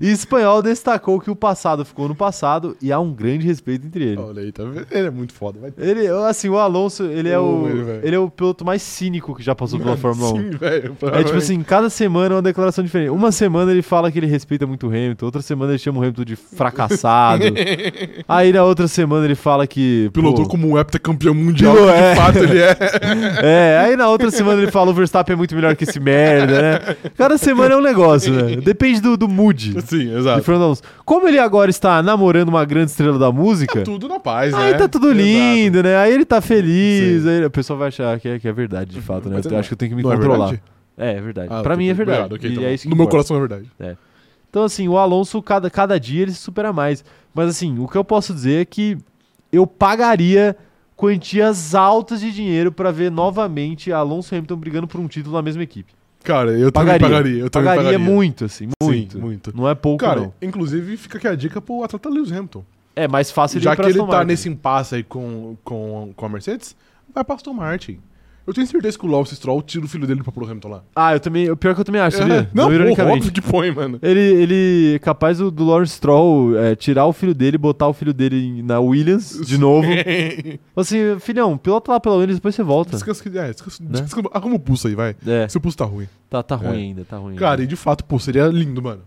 Espanhol destacou que o passado ficou no passado e há um grande respeito entre eles. Olha aí, tá vendo? Ele é muito foda. Vai Ele, assim, o Alonso, ele é Ô, o, ele, velho. ele é o piloto mais cínico que já passou pela Fórmula 1. Sim, velho. É tipo assim, cada semana é uma declaração diferente. Uma semana ele fala que ele respeita muito o Hamilton, outra semana ele chama o Hamilton de fracassado. Aí na outra semana ele fala que. pô, Pilotou como um heptacampeão mundial, Pilo- que de é. fato ele é. É, aí na outra semana ele fala o Verstappen é muito melhor que esse merda, né? Cada semana é um negócio, né? Depende do, do mood de Sim, exato. Fernando Alonso. Como ele agora está namorando uma grande estrela da música. Tudo na paz, né? Aí tá tudo Exato. lindo, né? Aí ele tá feliz. Sim. Uhum. Aí o pessoal vai achar que é, que é verdade, de fato, né? Mas Eu não. acho que eu tenho que me Não é controlar. verdade? É, é verdade. Ah, pra tá, mim é tá, verdade. obrigado, ok, E tá é bom. isso que no meu importa. coração é verdade. Então, assim, o Alonso, cada, cada dia ele se supera mais. Mas, assim, o que eu posso dizer é que eu pagaria quantias altas de dinheiro pra ver novamente Alonso e Hamilton brigando por um título na mesma equipe. Cara, eu também Pagaria. pagaria. Eu também pagaria, pagaria. muito, assim, muito. muito. Não é pouco, Cara, não. inclusive fica aqui a dica pro atleta Lewis Hamilton. É mais fácil Já ir pra que ele Aston tá Martin. nesse impasse aí com, com, com a Mercedes, vai pra Aston Martin. Eu tenho certeza que o Lawrence Stroll tira o filho dele pra Hamilton lá. Ah, eu também. O pior que eu também acho, É. sabia? Não, Não, pô, ironicamente. óbvio que põe, mano. Ele, ele é capaz do, do Lawrence Stroll é, tirar o filho dele e botar o filho dele em- na Williams de novo. Fala assim, filhão, pilota lá pela Williams, depois você volta. Descansa, que- é, descansa, Né? descansa- arruma o pulso aí, vai. É, Seu pulso tá ruim. tá, tá ruim É. ainda, tá ruim. Cara, e ainda. de fato, pô, seria lindo, mano.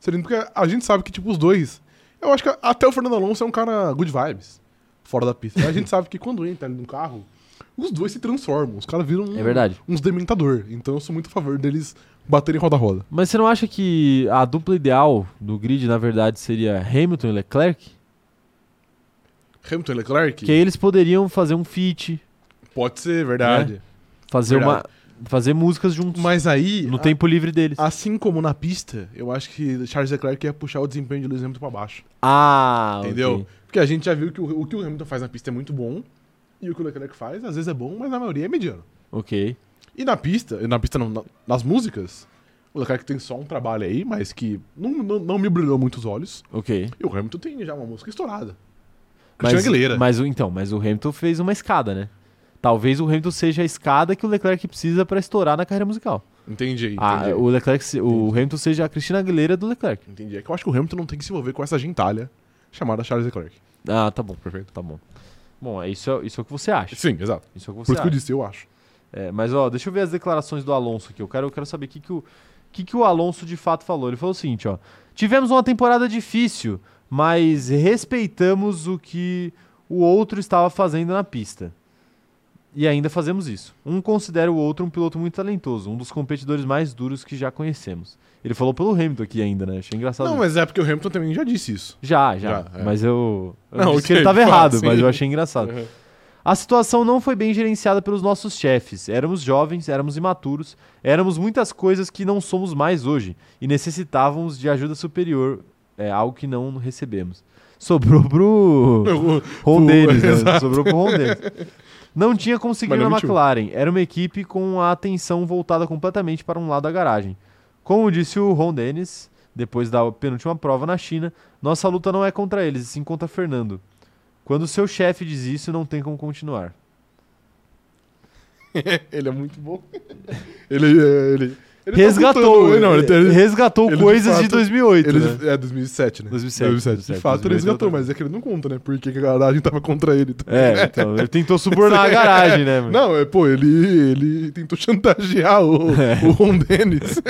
Seria lindo porque a gente sabe que, tipo, os dois. Eu acho que até o Fernando Alonso é um cara good vibes. Fora da pista. Mas a gente sabe que quando entra ali no carro, os dois se transformam. Os caras viram um- É verdade. uns dementador. Então eu sou muito a favor deles baterem roda a roda. Mas você não acha que a dupla ideal do grid, na verdade, seria Hamilton e Leclerc? Hamilton e Leclerc? Que aí eles poderiam fazer um feat, Pode ser, verdade. fazer Verdade. uma. fazer músicas juntos É. Mas aí. no a- tempo livre deles. Assim como na pista, eu acho que Charles Leclerc ia puxar o desempenho de Lewis Hamilton pra baixo. Ah, entendeu? ok. Porque a gente já viu que o, o que o Hamilton faz na pista é muito bom. E o que o Leclerc faz, às vezes é bom, mas na maioria é mediano. Ok. E na pista, na pista não, na- nas músicas, o Leclerc tem só um trabalho aí, mas que não, não, não me brilhou muito os olhos. Ok. E o Hamilton tem já uma música estourada. Christian Mas, Aguilera. mas o- então, mas o Hamilton fez uma escada, né? Talvez o Hamilton seja a escada que o Leclerc precisa pra estourar na carreira musical. Entendi, entendi. Ah, o Leclerc, se- o Hamilton seja a Cristina Aguilera do Leclerc. Entendi. É que eu acho que o Hamilton não tem que se envolver com essa gentalha chamada Charles Leclerc. Ah, tá bom, Perfeito. tá bom. Bom, é isso, é- isso é o que você acha. Sim, exato. Isso é o que Por você isso que acha. eu disse, eu acho. É, mas ó, deixa eu ver as declarações do Alonso aqui. Eu quero, eu quero saber o que, que, o, que, que o Alonso de fato falou. Ele falou o seguinte, ó. Tivemos uma temporada difícil, mas respeitamos o que o outro estava fazendo na pista. E ainda fazemos isso. Um considera o outro um piloto muito talentoso, um dos competidores mais duros que já conhecemos. Ele falou pelo Hamilton aqui ainda, né? Achei engraçado. Não, isso. mas é porque o Hamilton também já disse isso. Já, já. Já, é. Mas eu. eu Não, disse ok, que ele tava fala, errado, sim. mas eu achei engraçado. Uhum. A situação não foi bem gerenciada pelos nossos chefes. Éramos jovens, éramos imaturos, éramos muitas coisas que não somos mais hoje e necessitávamos de ajuda superior, é algo que não recebemos. Sobrou pro Ron Dennis, né? Sobrou pro Ron Dennis. Não tinha conseguido Mas não na mentiu. McLaren. Era uma equipe com a atenção voltada completamente para um lado da garagem. Como disse o Ron Dennis, depois da penúltima prova na China, nossa luta não é contra eles, e sim contra Fernando. Quando seu chefe diz isso, não tem como continuar. Ele é muito bom. Ele, ele, ele tá resgatou, lutando, não, ele, ele ele, resgatou ele de coisas de, fato- 2008, ele- né? é 2007, né? 2007, De fato, ele 2008, resgatou, tá. mas é que ele não conta, né? Porque a garagem tava contra ele. Então. É, então, ele tentou subornar a garagem, né? mano? É. Não, é, pô, ele, ele tentou chantagear o, É. o Ron Dennis.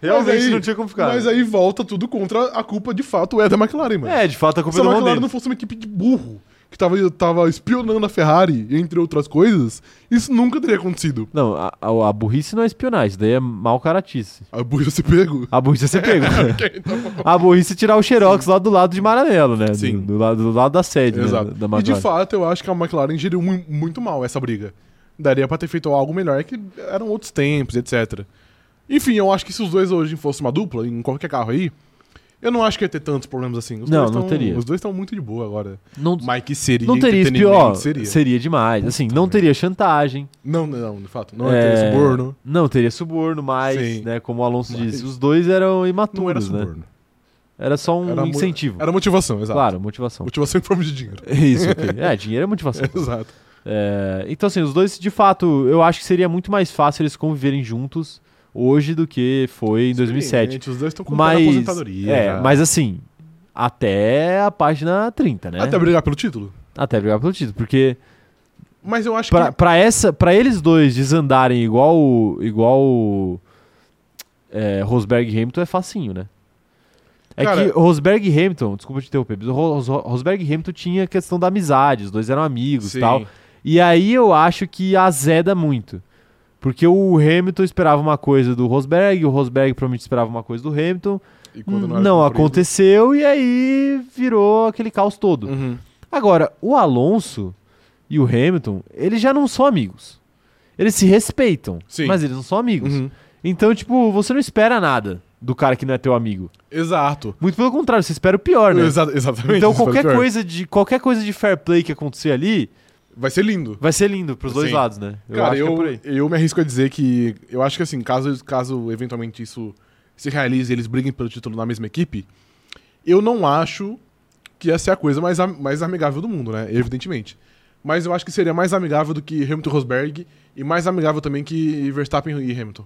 Realmente mas aí- não tinha como ficar. né? Mas aí volta tudo contra a culpa, de fato, é da McLaren, mano. É, de fato a culpa Se é a do Ron McLaren não Dennis. fosse uma equipe de burro, que tava, tava espionando a Ferrari, entre outras coisas, isso nunca teria acontecido. Não, a, a- a burrice não é espionagem, isso daí é mau caratice. A burra se pego? então, A burrice você pega. a burrice é tirar o Xerox lá do lado de Maranello, né? Sim. Do, do lado, do lado da sede, Exato. né? Da e de McLaren. fato, eu acho que a McLaren geriu mu- muito mal essa briga. Daria pra ter feito algo melhor, que eram outros tempos, etc. Enfim, eu acho que se os dois hoje fossem uma dupla, em qualquer carro aí, eu não acho que ia ter tantos problemas assim. Os Não, dois não tão- teria. Os dois estão muito de boa agora. Não, Mas que seria não teria isso entretenimento, pior. Seria. Seria. demais. Assim, não teria chantagem. Não, não, não, de fato. Não é, é... teria suborno. Não teria suborno mais, Sim. né? Como o Alonso Mas- disse. Os dois eram Não era imaturos, né? suborno. Era só um Era mo- incentivo. Era motivação, exato. Claro, motivação. Tipo, Motivação em forma de dinheiro. Isso, ok. É, dinheiro é motivação. exato. É, então, assim, os dois, de fato, eu acho que seria muito mais fácil eles conviverem juntos hoje do que foi em 2007. Gente, os dois estão tipo, com Mas, aposentadoria. é, já. mas assim, até a página 30, né? Até brigar pelo título. Até brigar pelo título, porque Mas eu acho pra, que. pra essa, pra eles dois desandarem igual o- igual o, é, Rosberg e Hamilton é facinho, né? É Cara- que Rosberg e Hamilton, desculpa te interromper, mas o Ros- Rosberg e Hamilton tinha a questão da amizade, os dois eram amigos e Sim. tal. E aí eu acho que azeda muito. Porque o Hamilton esperava uma coisa do Rosberg, o Rosberg provavelmente esperava uma coisa do Hamilton, E quando Não, era cumprido- aconteceu e aí virou aquele caos todo. Agora, o Alonso e o Hamilton, eles já não são amigos. Eles se respeitam, Sim. mas eles não são amigos. Uhum. Então, tipo, você não espera nada do cara que não é teu amigo. Exato. Muito pelo contrário, você espera o pior, né? Exa- exatamente. Então, isso foi qualquer pior. coisa, de, qualquer coisa de fair play que acontecer ali Vai ser lindo. vai ser lindo pros dois Sim. lados, né? Cara, acho que é eu, por aí. eu me arrisco a dizer que. Eu acho que, assim, caso, caso eventualmente isso se realize e eles briguem pelo título na mesma equipe, é eu não acho que ia ser a coisa mais, am- mais amigável do mundo, né? Evidentemente. Mas eu acho que seria mais amigável do que Hamilton e Rosberg e mais amigável também que Verstappen e Hamilton.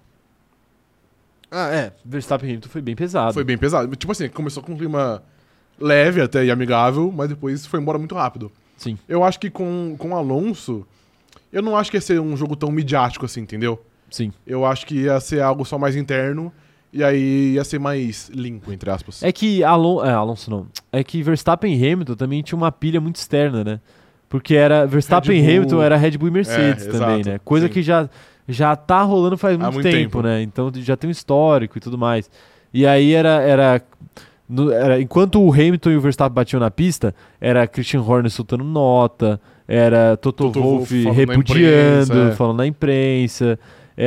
Ah, é. Verstappen e Hamilton foi bem pesado. Foi bem pesado. Tipo assim, começou com um clima leve até e amigável, mas depois foi embora muito rápido. Sim. Eu acho que com, com Alonso, eu não acho que ia ser um jogo tão midiático assim, entendeu? Sim. Eu acho que ia ser algo só mais interno e aí ia ser mais limpo, entre aspas. É que Alon... é, Alonso não. É que Verstappen e Hamilton também tinha uma pilha muito externa, né? Porque era Verstappen Bull. e Hamilton era Red Bull e Mercedes É, também, exato. né? Coisa Sim. que já já tá rolando faz muito, muito tempo, tempo. né? Então já tem um histórico e tudo mais. E aí era era, no- era- enquanto o Hamilton e o Verstappen batiam na pista, era Christian Horner soltando nota, era Toto, Toto Wolff Wolff falando na repudiando, imprensa, é. falando na imprensa.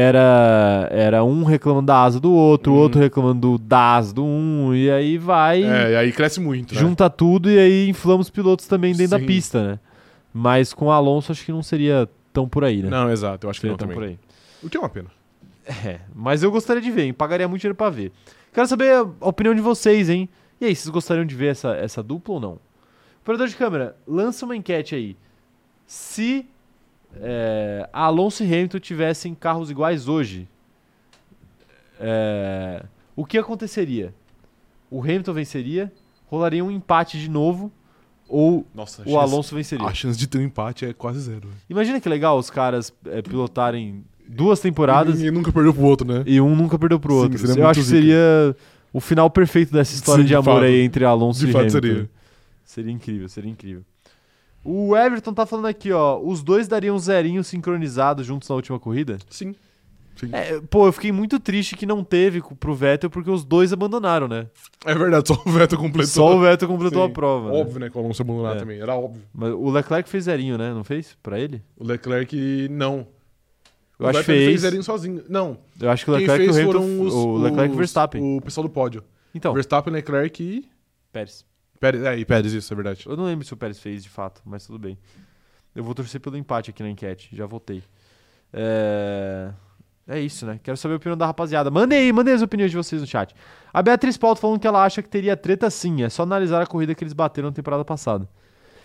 Era, era um reclamando da asa do outro, o Uhum. outro reclamando da asa do um, e aí vai, É, e aí cresce muito. né? junta tudo e aí inflama os pilotos também dentro Sim. da pista, né? Mas com o Alonso acho que não seria tão por aí, né? Não, exato, eu acho que seria não tão também. por aí. O que é uma pena. É, mas eu gostaria de ver, hein? Pagaria muito dinheiro pra ver. Quero saber a a opinião de vocês, hein? E aí, vocês gostariam de ver essa, essa dupla ou não? Operador de câmera, lança uma enquete aí. Se é, Alonso e Hamilton tivessem carros iguais hoje, é, o que aconteceria? O Hamilton venceria? Rolaria um empate de novo? Ou Nossa, o Alonso venceria? A chance de ter um empate é quase zero. Imagina que legal os caras é, pilotarem duas temporadas E nunca perdeu pro outro, né? e um nunca perdeu pro Sim, outro. seria Eu muito acho que zica. seria o final perfeito dessa história Sim, de de amor fato. aí entre Alonso De e fato Hamilton. seria. Seria incrível, seria incrível. O Everton tá falando aqui, ó. Os dois dariam um zerinho sincronizado juntos na última corrida? Sim. Sim. É. É, pô, eu fiquei muito triste que não teve co- pro Vettel porque os dois abandonaram, né? É verdade, só o Veto completou. Só o Vettel completou Sim. a prova. né? Óbvio, né, que o Alonso ia abandonar É. também. Era óbvio. Mas o Leclerc fez zerinho, né? Não fez? Pra ele? O Leclerc, não. Eu o acho que Vettel, ele fez. zerinho sozinho. Não, Eu acho que o quem Leclerc e o fez Hamilton. foram os, o Leclerc e o os- Verstappen. o pessoal do pódio. Então, Verstappen, Leclerc e... Pérez. Pérez, é, e Pérez, isso é verdade. Eu não lembro se o Pérez fez de fato, mas tudo bem. Eu vou torcer pelo empate aqui na enquete, já votei. É... é isso, né? Quero saber a opinião da rapaziada. Mandem aí, mandem as opiniões de vocês no chat. A Beatriz Paulo falando que ela acha que teria treta sim, é só analisar a corrida que eles bateram na temporada passada.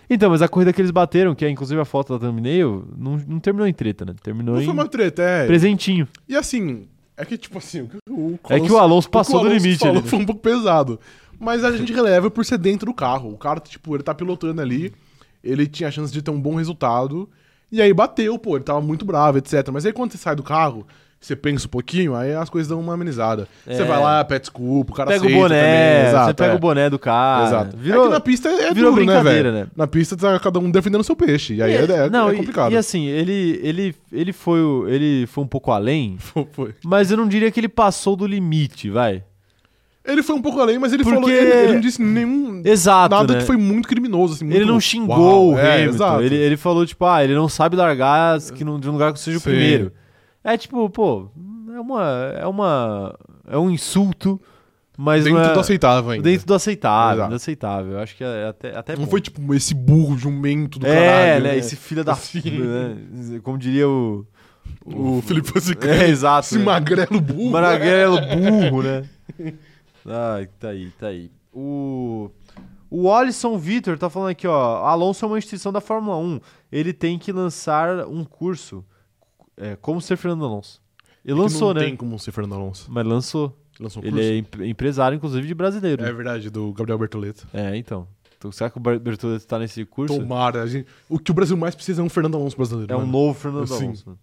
Então, mas a corrida que eles bateram, que é inclusive a foto da thumbnail, não, não terminou em treta, né? Terminou Não em foi uma treta, é. presentinho. E assim, é que tipo assim, o que o É que o Alonso passou do limite falou ali. né? Foi um pouco pesado. Mas a gente releva por ser dentro do carro. O cara, tipo, ele tá pilotando ali, ele tinha a chance de ter um bom resultado. E aí bateu, pô, ele tava muito bravo, etc. Mas aí quando você sai do carro, você pensa um pouquinho, aí as coisas dão uma amenizada. Você É. vai lá, pede desculpa, o cara Pega o aceita boné, também, você exato, pega é. o boné do cara. Exato. Virou, é que na pista é virou duro, né, brincadeira, velho? né? Na pista tá cada um defendendo seu peixe. E aí é, é- não, é e- complicado. E, assim, ele, ele, ele, foi, o- ele foi um pouco além, Foi- foi. mas eu não diria que ele passou do limite, vai. Ele foi um pouco além, mas ele Porque- falou. Ele, ele não disse nenhum. Exato, nada né? que foi muito criminoso, assim. Ele muito- não xingou Uau, o é, Hamilton. exato. ele, ele falou, tipo, ah, ele não sabe largar que não, de um lugar que seja Sim. o primeiro. É tipo, pô, é uma. É uma. É um insulto, mas Dentro não é- do aceitável ainda. Dentro do aceitável, Exato. do aceitável. Eu acho que é até, até não bom. foi tipo esse burro jumento do é, caralho. né? Esse filho da Assim. filha, né? Como diria o. O Felipe Fonseca. É, exato. Esse né? magrelo burro. Magrelo é burro, né? Ai, tá aí, tá aí. O. O Olisson Vitor tá falando aqui, ó. Alonso é uma instituição da Fórmula 1. Ele tem que lançar um curso. É, como ser Fernando Alonso. Ele lançou, É não né? tem como ser Fernando Alonso. Mas lançou. Lançou um Ele é em- empresário, inclusive, de brasileiro. curso. É verdade, do Gabriel Bertoleto. É, então. então. Será que o Ber- Bertoldo tá nesse curso? Tomara. a gente- O que o Brasil mais precisa é um Fernando Alonso brasileiro. É um mano. novo Fernando Sim. Alonso. né?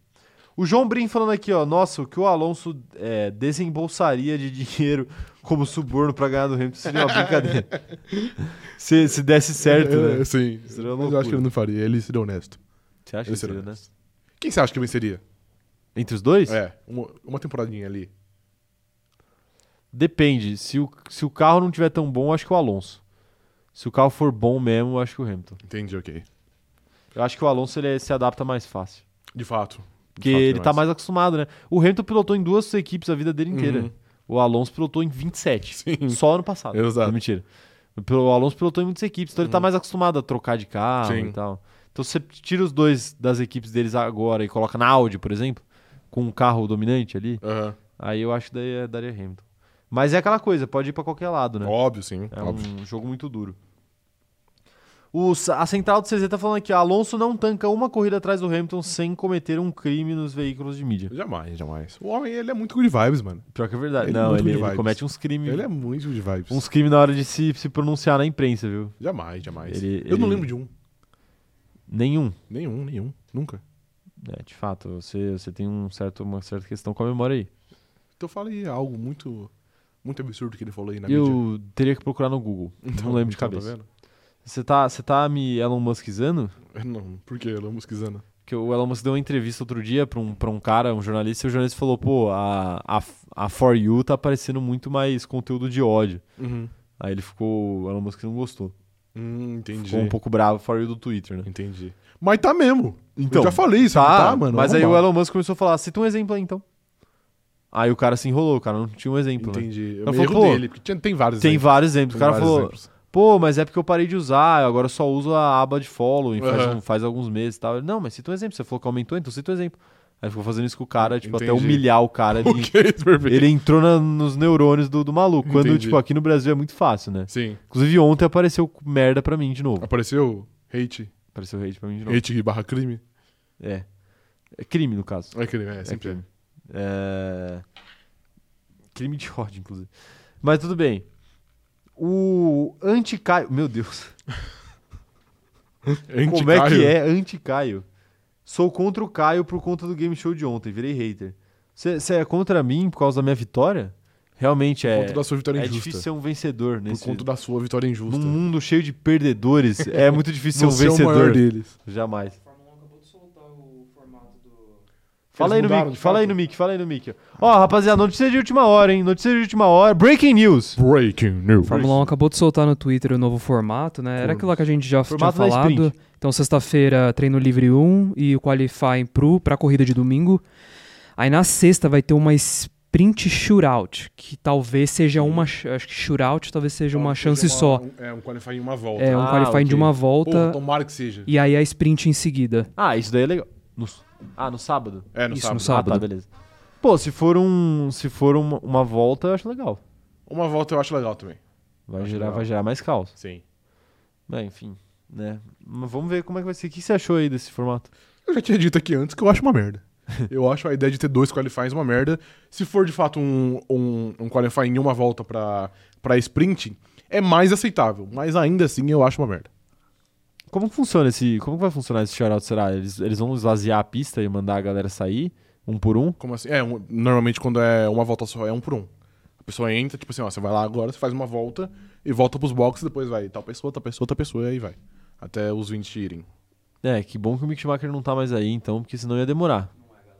O João Brim falando aqui, ó. Nossa, o que o Alonso é, desembolsaria de dinheiro como suborno pra ganhar do Hamilton seria uma brincadeira. se, se desse certo, É, né? sim. Mas Seria uma eu acho que loucura. ele não faria. Ele seria honesto. Você acha que seria, Ele seria né? honesto. Quem você acha que venceria? Entre os dois? É, uma, uma temporadinha ali. Depende. Se o, se o carro não tiver tão bom, acho que o Alonso. Se o carro for bom mesmo, eu acho que o Hamilton. Entendi, ok. Eu acho que o Alonso ele se adapta mais fácil. De fato. Porque De fato, ele tá demais. mais acostumado, né? O Hamilton pilotou em duas equipes a vida dele inteira. Uhum. O Alonso pilotou em 27. Sim. Só ano passado. Exato. Uhum. Não, mentira. O pil- O Alonso pilotou em muitas equipes, então ele tá mais acostumado a trocar de carro Sim. e tal. Então se você tira os dois das equipes deles agora e coloca na Audi, por exemplo, com um carro dominante ali, Aham. aí eu acho que daí, daria Hamilton. é Mas é aquela coisa, pode ir pra qualquer lado, né? Óbvio, sim. É óbvio. um jogo muito duro. O s- a central do CZ tá falando aqui, ó, Alonso não tanca uma corrida atrás do Hamilton sem cometer um crime nos veículos de mídia. Jamais, jamais. O homem, ele é muito good vibes, mano. Pior que é verdade. Ele é não, muito ele, good ele vibes. comete uns crimes. Ele é muito good vibes. Uns crimes na hora de se, se pronunciar na imprensa, viu? Jamais, jamais. Ele- Eu não ele- lembro de um. Nenhum. Nenhum, nenhum. Nunca. É, de fato, você, você tem um certo, uma certa questão com a memória aí. Então fala aí algo muito, muito absurdo que ele falou aí na mídia. Eu teria que procurar no Google. não lembro de Então, tá cabeça. vendo? É, Você tá, você tá me Elon Muskizando? Não, por que? Elon Muskizana. Porque o Elon Musk deu uma entrevista outro dia pra um, pra um cara, um jornalista, e o jornalista falou, pô, a, a, a For You tá aparecendo muito mais conteúdo de ódio. Uhum. Aí ele ficou, o Elon Musk não gostou. Hum, entendi. Ficou um pouco bravo, For You do Twitter, né? Entendi. Mas tá mesmo. Então, Eu já falei isso, não tá, mano? Mas aí o Arrombado. Elon Musk começou a falar, cita um exemplo aí então. Aí o cara se enrolou, o cara não tinha um exemplo, né? Entendi. Ela Eu falou, me erro pô, dele, porque tinha- tem vários Tem exemplos. vários exemplos. Tem o cara vários falou, exemplos. pô, mas é porque eu parei de usar, eu agora só uso a aba de following faz, Aham. um- faz alguns meses e tal. Ele, não, mas cita um exemplo. Você falou que aumentou, então cita um exemplo. Aí ficou fazendo isso com o cara, tipo, até Entendi. humilhar o cara. Ele, Ok, perfeito. ele entrou na- nos neurônios do, do maluco. Quando, Entendi. tipo, aqui no Brasil é muito fácil, né? Sim. Inclusive, ontem apareceu merda pra mim de novo. Apareceu hate. Apareceu hate pra mim de novo. Hate barra crime. É. É crime, no caso. É crime, é, É sempre. crime. É... Crime de ódio, inclusive. Mas tudo bem. O anti-Caio. Meu Deus. Anti Como é que é anti-Caio? Sou contra o Caio por conta do game show de ontem. Virei hater. Você é contra mim por causa da minha vitória? Realmente Por é. conta da sua vitória É injusta. difícil ser um vencedor Por nesse. conta da sua vitória injusta. Num mundo cheio de perdedores, é muito difícil ser Você é um o maior vencedor. deles. Jamais. Fórmula 1 acabou de soltar o formato do. Fala aí, no mudaram, mic, de fala aí fato? no mic, fala aí no mic. Ó, rapaziada, notícia de última hora, hein? Notícia de última hora. Breaking news. Breaking news. Fórmula 1 acabou de soltar no Twitter o novo formato, né? Era aquilo lá que a gente já Formato da tinha falado. sprint. Então, sexta-feira, treino livre 1 e o qualifying pro pra corrida de domingo. Aí na sexta vai ter uma sprint shootout, que talvez seja uma, ch- acho que shootout talvez seja uma chance só. é, um qualifying em uma volta. É um Ah, qualifying ok. de então- uma Porra, volta tomara que seja. e aí a sprint em seguida. Ah, isso daí é legal. No s- Ah, no sábado? É, no Isso, sábado. no sábado. Ah, tá, beleza. Pô, se for um. Se for uma, uma volta, eu acho legal. Uma volta eu acho legal também. Vai Acho gerar, legal. vai gerar mais caos. Sim. É, enfim, né? Mas vamos ver como é que vai ser. O que você achou aí desse formato? Eu já tinha dito aqui antes que eu acho uma merda. Eu acho a ideia de ter dois qualifiers uma merda. Se for de fato um, um, um qualifying em uma volta pra, pra sprint, é mais aceitável. Mas ainda assim eu acho uma merda. Como que funciona esse. Como que vai funcionar esse shoutout? Será? Eles, eles vão esvaziar a pista e mandar a galera sair, um por um? Como assim? É, um- normalmente quando é uma volta só, é um por um. A pessoa entra, tipo assim, ó, você vai lá agora, você faz uma volta e volta pros boxes, depois vai tal pessoa, tal pessoa, tal pessoa, e aí vai. Até os 20 irem. É, que bom que o Mick Schumacher não tá mais aí, então, porque senão ia demorar.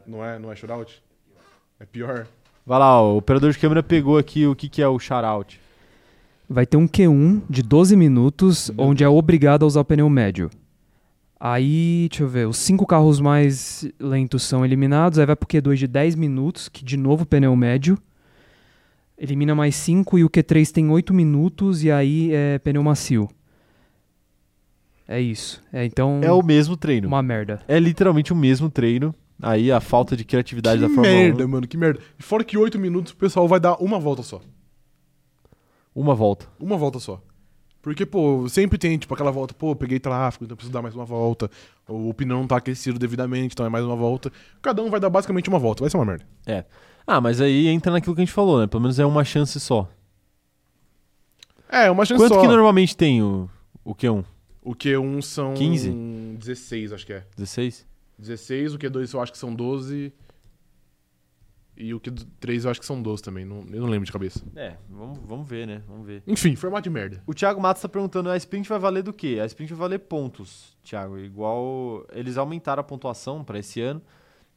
Não é, não é shootout? É pior. Vai lá, ó, o operador de câmera pegou aqui o que, que é o shoutout. Vai ter um Q1 de 12 minutos, onde é obrigado a usar pneu médio. Aí, deixa eu ver, os cinco carros mais lentos são eliminados, aí vai pro Q2 de 10 minutos, que de novo pneu médio. Elimina mais 5 e o Q3 tem 8 minutos e aí é pneu macio. É isso. É, então, É o mesmo treino. uma merda. É literalmente o mesmo treino. Aí a falta de criatividade da Fórmula 1. merda, mano, que merda. E Fora que 8 minutos o pessoal vai dar uma volta só. um, Uma volta. Uma volta só. Porque, pô, sempre tem, tipo, aquela volta, pô, peguei tráfego, então preciso dar mais uma volta. O pneu não tá aquecido devidamente, então é mais uma volta. Cada um vai dar basicamente uma volta, vai ser uma merda. É. Ah, mas aí entra naquilo que a gente falou, né? Pelo menos é uma chance só. É, uma chance Quanto só. que normalmente tem o, o Q1? O Q1 são... 15? 16, acho que é. 16? 16, o Q2 eu acho que são 12. E o Q3 eu acho que são 12 também, não, eu não lembro de cabeça. É, vamos, vamos ver, né? Vamos ver. Enfim, formato de merda. O Thiago Matos tá perguntando, a sprint vai valer do quê? A sprint vai valer pontos, Thiago. Igual eles aumentaram a pontuação pra esse ano.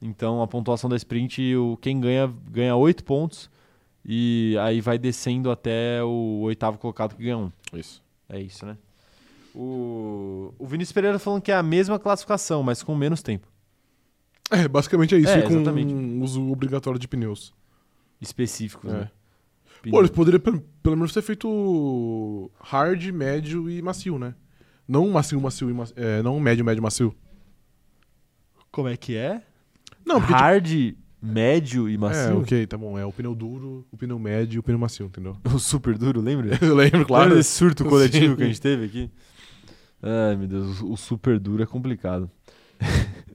Então a pontuação da sprint, o, quem ganha, ganha 8 pontos. E aí vai descendo até o oitavo colocado que ganha 1. Isso. É isso, né? O, o Vinícius Pereira falando que é a mesma classificação, mas com menos tempo. É, basicamente é isso. É, e com exatamente. uso obrigatório de pneus. Específico, É. né? Pô, eles poderiam pe- pelo menos ter feito hard, médio e macio, né? Não macio, macio e macio. É, não médio, médio, macio. Como é que é? Não, porque. Hard, médio e tipo, macio. É, ok, tá bom. É o pneu duro, o pneu médio e o pneu macio, entendeu? O é um super duro, lembra? Eu lembro, Lembra claro. desse surto coletivo Sim. que a gente teve aqui? Ai, meu Deus, o o super duro é complicado.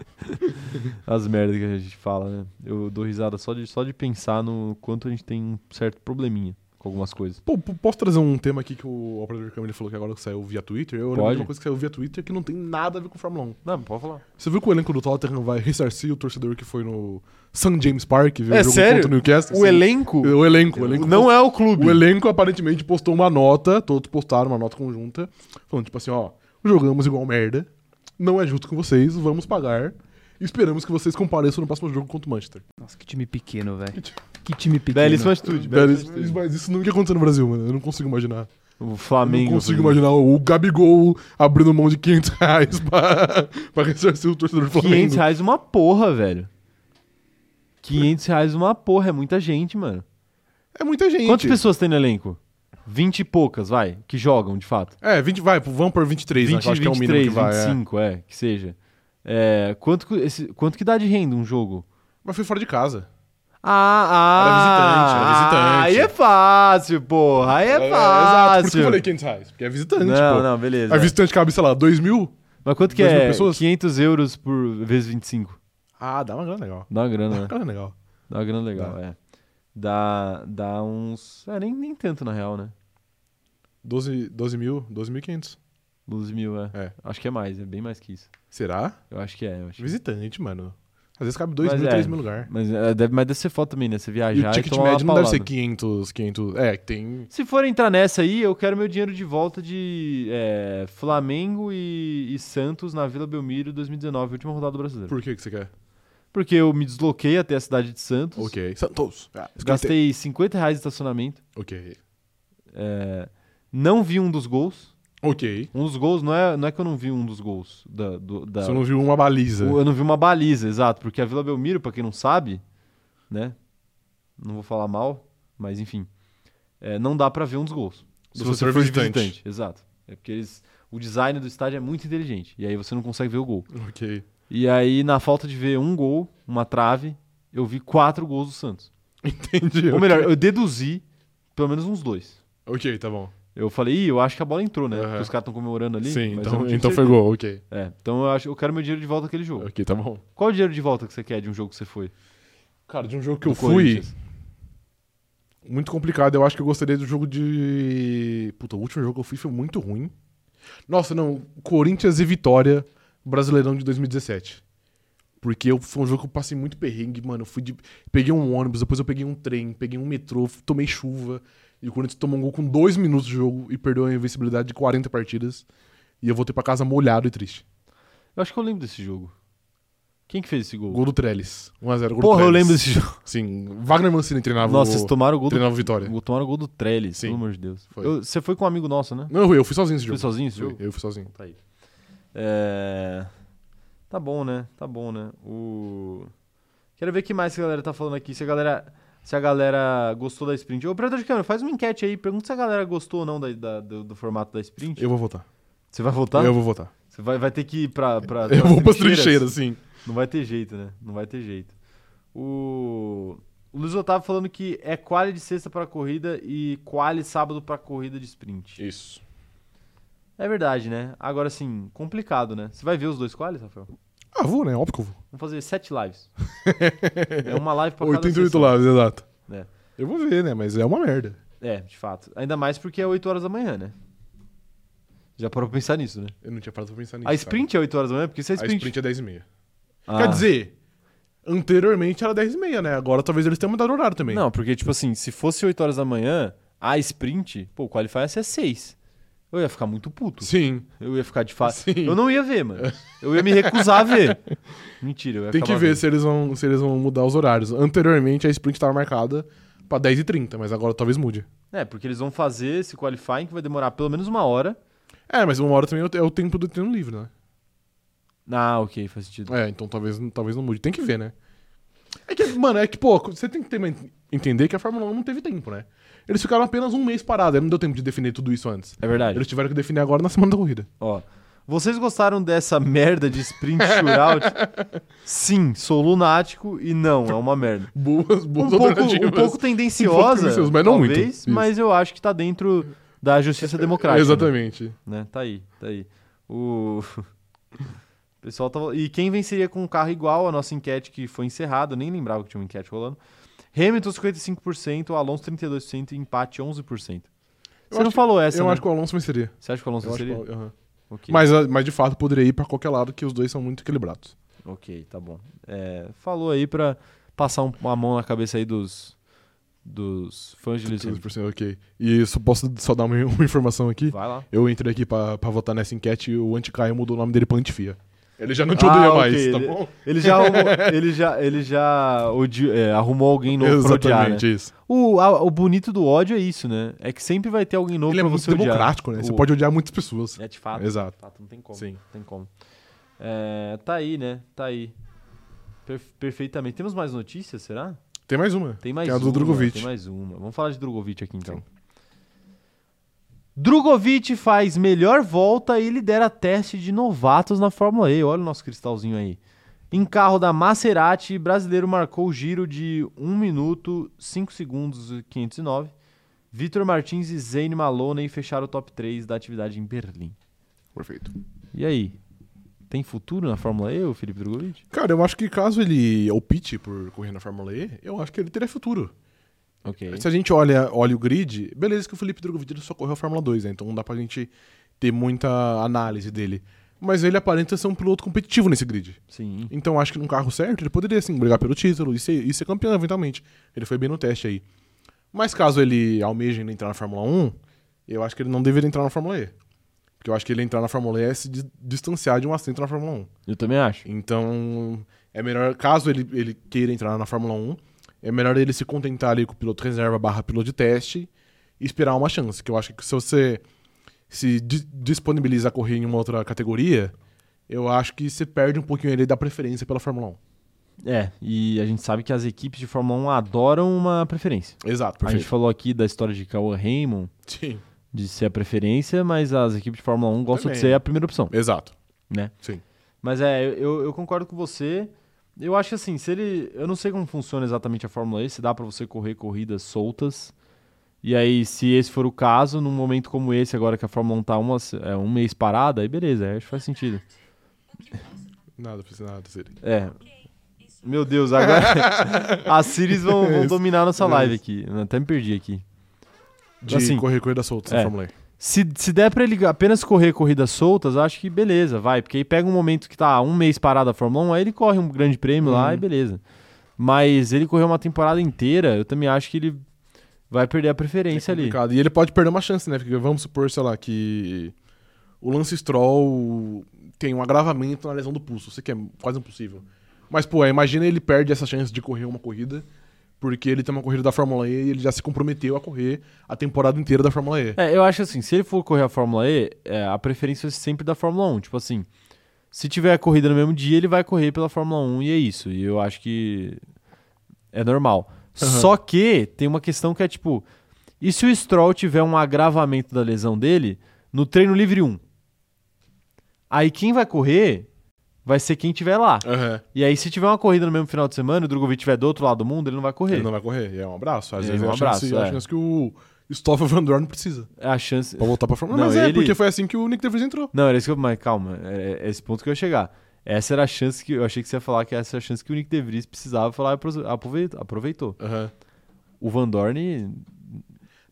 As merdas que a gente fala, né? Eu dou risada só de, só de pensar no quanto a gente tem um certo probleminha com algumas coisas. Pô, p- posso trazer um tema aqui que o operador de câmera falou que agora que saiu via Twitter? Eu lembro Pode. de uma coisa que saiu via Twitter que não tem nada a ver com Fórmula 1. Não, pode falar. Você viu que o elenco do Tottenham vai ressarcir o torcedor que foi no St. James Park ver É o jogo sério? contra o Newcastle? O Sim. elenco O elenco, o elenco. não é o clube. O elenco aparentemente postou uma nota, todos postaram uma nota conjunta, falando tipo assim, ó, jogamos igual merda, não é justo com vocês, vamos pagar, esperamos que vocês compareçam no próximo jogo contra o Manchester. Nossa, que time pequeno, velho. Que Tipo, ti- Que time pequeno. Belíssima atitude. belíssima Velho, atitude. Mas isso nunca aconteceu no Brasil, mano, eu não consigo imaginar. O Eu Flamengo. assim. não consigo imaginar o Gabigol abrindo mão de 500 reais pra, pra ressarcir o torcedor do 500 Flamengo. reais uma porra, velho. 500 reais uma porra, é muita gente, mano. É muita gente. Quantas pessoas tem no elenco? 20 e poucas, vai, que jogam, de fato. É, 20, vai, vamos por 23, 20, né, que eu acho que é o mínimo 23, que vai. é. 25, é. que seja. É, quanto, que- esse- quanto que dá de renda um jogo? Mas foi fora de casa. Ah, ah, Era visitante, era ah, Aí visitante. é fácil, porra, aí é exato, por isso fácil. que eu falei 500 reais, porque é visitante, não, pô. não, é. beleza. A visitante cabe, sei lá, 2 mil? Mas quanto que Dois mil é pessoas? 500 euros por vezes 25? Ah, dá uma grana legal. Dá uma grana, né? Uma grana legal. Dá uma grana legal, é. Dá, dá uns... É, nem, nem tanto, na real, né? 12, 12 mil, 12.500. 12 mil, é. É. Acho que é mais, é bem mais que isso. Será? Eu acho que é, eu acho. que- Visitante, mano. Às vezes cabe 2 Mas mil, é. 3 mil lugar. Mas, é, deve, mas deve ser foto também, né? Você E viajar o e, ticket tomar uma médio não deve ser paulada. 500, 500... É, que tem... Se for entrar nessa aí, eu quero meu dinheiro de volta de é, Flamengo e, e Santos na Vila Belmiro 2019, última rodada do brasileiro. Por que que você quer? Porque eu me desloquei até a cidade de Santos, Ok. Santos. Ah, gastei 50 reais de estacionamento, Ok. é, não vi um dos gols. Ok. Um dos gols não é, não é que eu não vi um dos gols. Da, do- da- Você não viu uma baliza. Eu não vi uma baliza, exato, porque a Vila Belmiro, pra quem não sabe, né? Não vou falar mal, mas enfim. é, não dá pra ver um dos gols. Se você for de visitante. Exato. É porque eles, o design do estádio é muito inteligente. E aí você não consegue ver o gol. Ok. E aí, na falta de ver um gol, uma trave, eu vi quatro gols do Santos. Entendi. Ou melhor, eu deduzi pelo menos uns dois. Ok, tá bom. Eu falei, Ih, eu acho que a bola entrou, né? Aham. Porque os caras estão comemorando ali. mas Sim, eu então, não tinha então foi certeza. gol. Ok. É, então eu, acho, eu quero meu dinheiro de volta daquele jogo. Ok, tá bom. Qual o dinheiro de volta que você quer de um jogo que você foi? Cara, de um jogo que eu Do fui... Corinthians? Muito complicado. Eu acho que eu gostaria do jogo de. Puta, o último jogo que eu fui foi muito ruim. Nossa, não. Corinthians e Vitória, Brasileirão de 2017. Porque eu, foi um jogo que eu passei muito perrengue, mano. Eu fui de- peguei um ônibus, depois eu peguei um trem, peguei um metrô, f- tomei chuva. E o Corinthians tomou um gol com dois minutos de jogo e perdeu a invencibilidade de 40 partidas. E eu voltei pra casa molhado e triste. Eu acho que eu lembro desse jogo. Quem que fez esse gol? Gol do Trellis. 1x0, gol Porra, do eu Trellis. lembro desse jogo. Sim, Wagner Mancini treinava, Nossa, o... vocês tomaram o gol do, treinava o Vitória. gol- tomaram o gol do Trellis, Sim. pelo amor de Deus. Foi. Eu- você foi com um amigo nosso, né? Não, eu fui- eu fui sozinho esse Foi jogo. sozinho esse jogo? Eu fui sozinho. Tá aí. É... Tá bom, né? Tá bom, né? O... Quero ver o que mais que a galera tá falando aqui. Se a galera, se a galera gostou da sprint. Ô, operador de câmera, faz uma enquete aí. Pergunta se a galera gostou ou não da- da- do, do formato da sprint. Eu vou votar. Você vai voltar? Eu vou votar. Você vai, vai ter que ir pra. pra eu pras vou pras trincheiras, sim. Não vai ter jeito, né? Não vai ter jeito. O, o Luiz Otávio falando que é quali de sexta pra corrida e quali sábado pra corrida de sprint. Isso. É verdade, né? Agora sim, complicado, né? Você vai ver os dois qualis, Rafael? Ah, vou, né? Óbvio que eu vou. Vamos fazer sete lives. é uma live pra cada 88 sessão. lados, exato. É. Eu vou ver, né? Mas é uma merda. É, de fato. Ainda mais porque é 8 horas da manhã, né? Já parou pra pensar nisso, né? Eu não tinha parado pra pensar nisso. A sprint é 8 horas da manhã? Porque se é cara. sprint... A sprint é 10 e meia. Ah. Quer dizer, anteriormente era 10 e meia, né? Agora talvez eles tenham mudado o horário também. Não, porque, tipo assim, se fosse 8 horas da manhã, a sprint, pô, o Qualify ia ser 6. Eu ia ficar muito puto. Sim. Eu ia ficar de fácil. Sim. Eu não ia ver, mano. Eu ia me recusar a ver. Mentira, eu ia Tem que acabar ver vendo. se eles, vão, se eles vão mudar os horários. Anteriormente a sprint tava marcada pra 10 e 30, mas agora talvez mude. É, porque eles vão fazer esse qualifying que vai demorar pelo menos uma hora. É, mas uma hora também é o- é o tempo do treino livre, né? Ah, ok, faz sentido. É, então talvez, talvez não mude. Tem que ver, né? É que, mano, é que, pô, você tem que ter- entender que a Fórmula 1 não teve tempo, né? Eles ficaram apenas um mês parado, aí não deu tempo de definir tudo isso antes. É verdade. Eles tiveram que definir agora na semana da corrida. Ó. Vocês gostaram dessa merda de sprint shootout? Sim, sou lunático e não, é uma merda. Boas, Um boas pouco, alternativas. um pouco tendenciosa, tendenciosa, mas não muito. É, talvez, Isso. mas eu acho que tá dentro da justiça democrática. né? Exatamente. né? Tá aí, tá aí. O o pessoal tava... E quem venceria com um carro igual? A nossa enquete que foi encerrada, eu nem lembrava que tinha uma enquete rolando. Hamilton 55%, Alonso 32%, empate 11%. Você não acho- falou essa, Eu né? acho que o Alonso venceria. Você acha que o Alonso Eu acho que venceria? o- aham. Ok. Mas, ah, mas de fato poderia ir pra qualquer lado, que os dois são muito equilibrados. Ok, tá bom. É, falou aí pra passar um- uma mão na cabeça aí dos, dos fãs de Lewis Hamilton. 15%, ok. E só posso só dar uma, uma informação aqui. Vai lá. Eu entrei aqui pra, pra votar nessa enquete e o Anticaio mudou o nome dele pra Antifia. Ele já não te odeia Ah, ok, mais, tá ele- bom? Ele já, arrumou- ele já, ele já odi- é, arrumou alguém novo pra odiar, né? Exatamente, isso. O, a- o bonito do ódio é isso, né? É que sempre vai ter alguém novo Ele é pra muito você odiar. democrático, né? Você O- pode odiar muitas pessoas. É de fato. Exato. de fato, não tem como. Sim. Não tem como. É, tá aí, né? Tá aí. Per- perfeitamente. Temos mais notícias, será? Tem mais uma. Tem mais que é a do uma, Drogovic. Tem mais uma. Vamos falar de Drogovic aqui então. Drogovic faz melhor volta e lidera teste de novatos na Fórmula E. Olha o nosso cristalzinho aí. Em carro da Maserati, brasileiro marcou o giro de 1 minuto, 5 segundos e 509. Vitor Martins e Zane Maloney fecharam o top 3 da atividade em Berlim. Perfeito. E aí? Tem futuro na Fórmula E, o Felipe Drogovic? Cara, eu acho que caso ele opte por correr na Fórmula E, eu acho que ele teria futuro. Ok. Se a gente olha, olha o grid, beleza que o Felipe Drogovic ele só correu a Fórmula 2, né? Então não dá pra gente ter muita análise dele. Mas ele aparenta ser um piloto competitivo nesse grid. Sim. Então acho que num carro certo ele poderia, assim, brigar pelo título e ser, e ser campeão eventualmente. Ele foi bem no teste aí. Mas caso ele almeje ainda entrar na Fórmula 1, eu acho que ele não deveria entrar na Fórmula E. Porque eu acho que ele entrar na Fórmula E é se dis- distanciar de um assento na Fórmula 1. Eu também acho. Então, é melhor, caso ele, ele queira entrar na Fórmula 1, é melhor ele se contentar ali com o piloto reserva barra piloto de teste e esperar uma chance. Que eu acho que se você se di- disponibiliza a correr em uma outra categoria, eu acho que você perde um pouquinho ele da preferência pela Fórmula um. É, e a gente sabe que as equipes de Fórmula 1 adoram uma preferência. 1. Exato, A gente falou aqui da história de Cauã Raymond, Sim, de ser a preferência, mas as equipes de Fórmula 1 gostam de Também. ser a primeira opção, exato. né? Sim. Mas é, eu, eu concordo com você. Eu acho que assim, se ele. Eu não sei como funciona exatamente a Fórmula E, se dá pra você correr corridas soltas. E aí, se esse for o caso, num momento como esse, agora que a Fórmula 1 tá uma, se- é, um mês parada, aí beleza, aí acho que faz sentido. Nada, precisa nada, Siri. É. Meu Deus, agora as Siris vão, vão dominar nossa live aqui. Eu até me perdi aqui. De Assim, correr corrida solta na é. Fórmula um. E. Se, se der pra ele apenas correr corridas soltas, eu acho que beleza, vai. Porque aí pega um momento que tá um mês parado a Fórmula 1, aí ele corre um grande prêmio lá Uhum. e beleza. Mas ele correu uma temporada inteira, eu também acho que ele vai perder a preferência É ali. complicado. E ele pode perder uma chance, né? Porque vamos supor, sei lá, que o Lance Stroll tem um agravamento na lesão do pulso. Sei que é quase impossível. Mas, pô, é, imagina ele perde essa chance de correr uma corrida, porque ele tem uma corrida da Fórmula E e ele já se comprometeu a correr a temporada inteira da Fórmula E. É, eu acho assim, se ele for correr a Fórmula E, é, a preferência é sempre da Fórmula 1. Tipo assim, se tiver a corrida no mesmo dia, ele vai correr pela Fórmula 1 e é isso. E eu acho que é normal. Aham. Só que tem uma questão que é tipo, e se o Stroll tiver um agravamento da lesão dele no treino livre 1? Aí quem vai correr vai ser quem tiver lá. Aham. E aí se tiver uma corrida no mesmo final de semana, e o Drogovic estiver do outro lado do mundo, ele não vai correr. Ele não vai correr. E é um abraço. Às É, vezes um é a chance, abraço, é a é. chance que o Stoffel Van Dorn precisa É a chance, pra voltar pra Fórmula E. Não, Mas é, ele- porque foi assim que o Nick DeVries entrou. Não, era isso que eu. Mas calma, é, é esse ponto que eu ia chegar. Essa era a chance que. Eu achei que você ia falar que essa era a chance que o Nick DeVries precisava falar apro- aproveitou. aproveitou. Aham. O Van Dorn.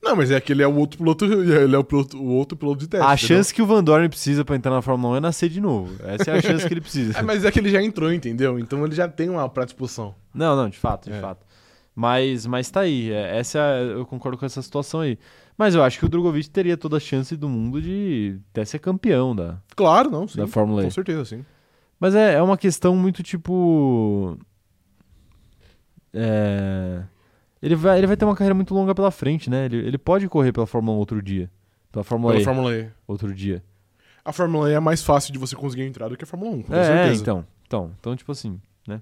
Não, mas é que ele é o outro piloto, ele é o, piloto, o outro piloto de teste. a entendeu? chance que o Van Dorn precisa pra entrar na Fórmula 1 é nascer de novo. Essa é a chance que ele precisa. É, mas é que ele já entrou, entendeu? Então ele já tem uma predisposição. Não, não, de fato, de É. fato. Mas, mas tá aí. é, Essa é- eu concordo com essa situação aí. Mas eu acho que o Drogovic teria toda a chance do mundo de até ser campeão da, Claro, não, sim. da Fórmula E. Com certeza, sim. Mas é, é uma questão muito tipo. É. Ele vai, ele vai ter uma carreira muito longa pela frente, né? Ele, ele pode correr pela Fórmula 1 outro dia. Pela Fórmula Pela E Fórmula E. outro dia. A Fórmula E é mais fácil de você conseguir entrar do que a Fórmula 1, com É, é, certeza. então. Então, então, tipo assim, né?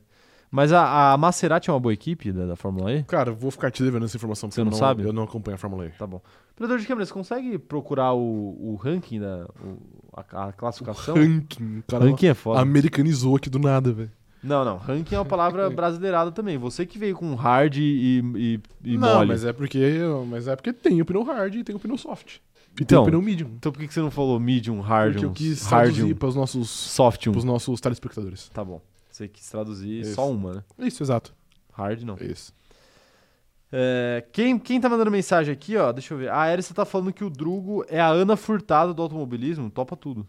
Mas a, a Maserati é uma boa equipe da, da Fórmula E? Cara, eu vou ficar te devendo essa informação, porque Você eu não sabe? Eu não acompanho a Fórmula E. Tá bom. Operador de câmera, você consegue procurar o, o ranking, da, o- a, a classificação? Ranking, cara. ranking é foda. Americanizou aqui do nada, velho. Não, não. Ranking é uma palavra brasileirada também. Você que veio com hard e, e, e Não, mole. mas é porque mas é porque tem o pneu hard e tem o pneu soft. E Então, tem o pneu medium. Então por que que você não falou medium, hard, um. Porque eu quis hard, traduzir para os nossos, soft? pros nossos telespectadores. Tá bom. Você quis traduzir Isso. só uma, né? Isso, exato. Hard não. Isso. É, quem, quem tá mandando mensagem aqui, ó, deixa eu ver. A Erissa tá falando que o Drugo é a Ana Furtado do automobilismo, topa tudo.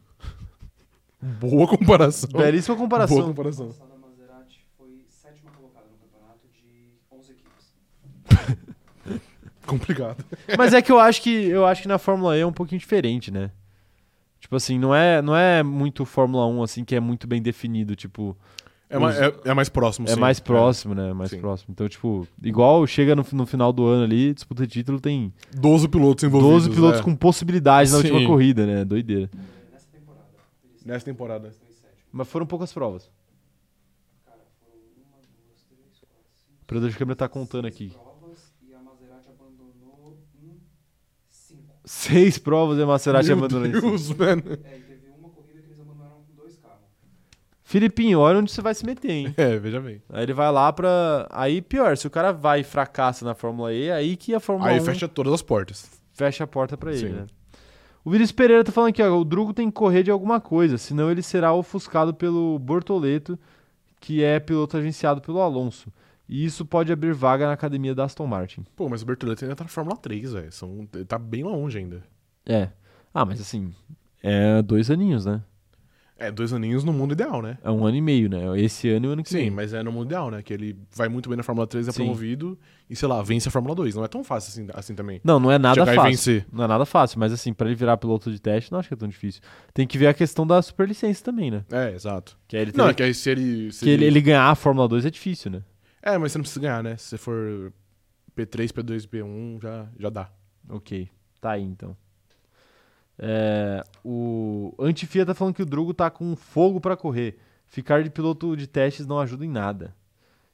Boa comparação. Belíssima comparação. Boa comparação. passada, a Maserati foi sétima colocada no campeonato de 11 equipes. Complicado. Mas é que eu acho que eu acho que na Fórmula E é um pouquinho diferente, né? Tipo assim, não é, não é muito Fórmula 1 assim que é muito bem definido, tipo, É, mais, é, é mais próximo, é sim. mais próximo, né? É Mais Sim. próximo. Então, tipo, igual chega no, no final do ano ali, disputa de título, tem 12 pilotos envolvidos. 12 pilotos é. com possibilidade na última Sim. corrida, né? Doideira. Nessa temporada. Mas foram poucas provas. O operador de câmera tá contando aqui. Provas e a Maserati abandonou em 5. Seis provas e a Maserati Meu abandonou em cima. Deus, mano. É, e teve uma corrida que eles abandonaram com dois carros. Filipinho, olha onde você vai se meter, hein? É, veja bem. Aí ele vai lá pra. Aí pior, se o cara vai e fracassa na Fórmula E, aí que a Fórmula Aí 1 fecha... fecha todas as portas. a porta pra ele, Sim. né? O Vinícius Pereira tá falando aqui, ó, o Drugo tem que correr de alguma coisa, senão ele será ofuscado pelo Bortoleto, que é piloto agenciado pelo Alonso. E isso pode abrir vaga na academia da Aston Martin. Pô, mas o Bertoletti ainda tá na Fórmula 3, velho. São- Ele tá bem longe ainda. É. Ah, mas assim, é dois aninhos, né? É, dois aninhos no mundo ideal, né? É um ano e meio, né? Esse ano e o ano que Sim, vem. mas é no mundo ideal, né? Que ele vai muito bem na Fórmula 3, é Sim. promovido e, sei lá, vence a Fórmula 2. Não é tão fácil assim, assim também. Não, não é nada Chegar e fácil. vencer. Não é nada fácil, mas assim, pra ele virar piloto de teste, não acho que é tão difícil. Tem que ver a questão da superlicença também, né? É, exato. Que aí ele Não, teria é que aí se ele. se Que ele, ele ganhar a Fórmula 2 é difícil, né? É, mas você não precisa ganhar, né? Se você for P3, P2, P1, já, já dá. Ok. Tá aí então. É, o Antifia tá falando que o Drugo tá com fogo pra correr. Ficar de piloto de testes não ajuda em nada.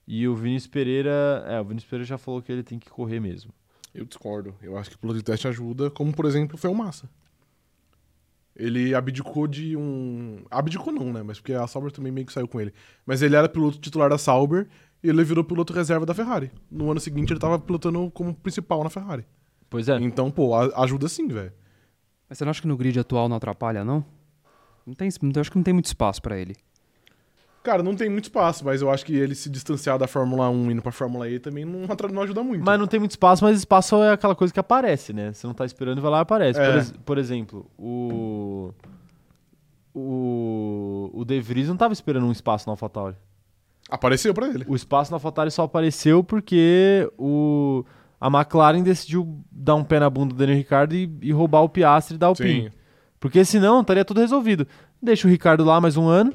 E o Vinícius Pereira. É, o Vinícius Pereira já falou que ele tem que correr mesmo. Eu discordo. Eu acho que o piloto de teste ajuda, como por exemplo foi o Massa. Ele abdicou de um. Abdicou não, né? Mas porque a Sauber também meio que saiu com ele. Mas ele era piloto titular da Sauber e ele virou piloto reserva da Ferrari. No ano seguinte ele tava pilotando como principal na Ferrari. Pois é. Então, pô, a- ajuda sim, velho. Mas você não acha que no grid atual não atrapalha, não? Não tem, não- eu acho que não tem muito espaço pra ele. Cara, não tem muito espaço, mas eu acho que ele se distanciar da Fórmula 1 e indo pra Fórmula E também não, atra- não ajuda muito. Mas não tem muito espaço, mas espaço é aquela coisa que aparece, né? Você não tá esperando e vai lá e aparece. Por, É. ex- por exemplo, o. O. O De Vries não tava esperando um espaço na AlphaTauri. Apareceu pra ele. O espaço na AlphaTauri só apareceu porque o a McLaren decidiu dar um pé na bunda do Daniel Ricardo e, e roubar o Piastri da Alpine. Sim. Porque senão estaria tudo resolvido. Deixa o Ricardo lá mais um ano,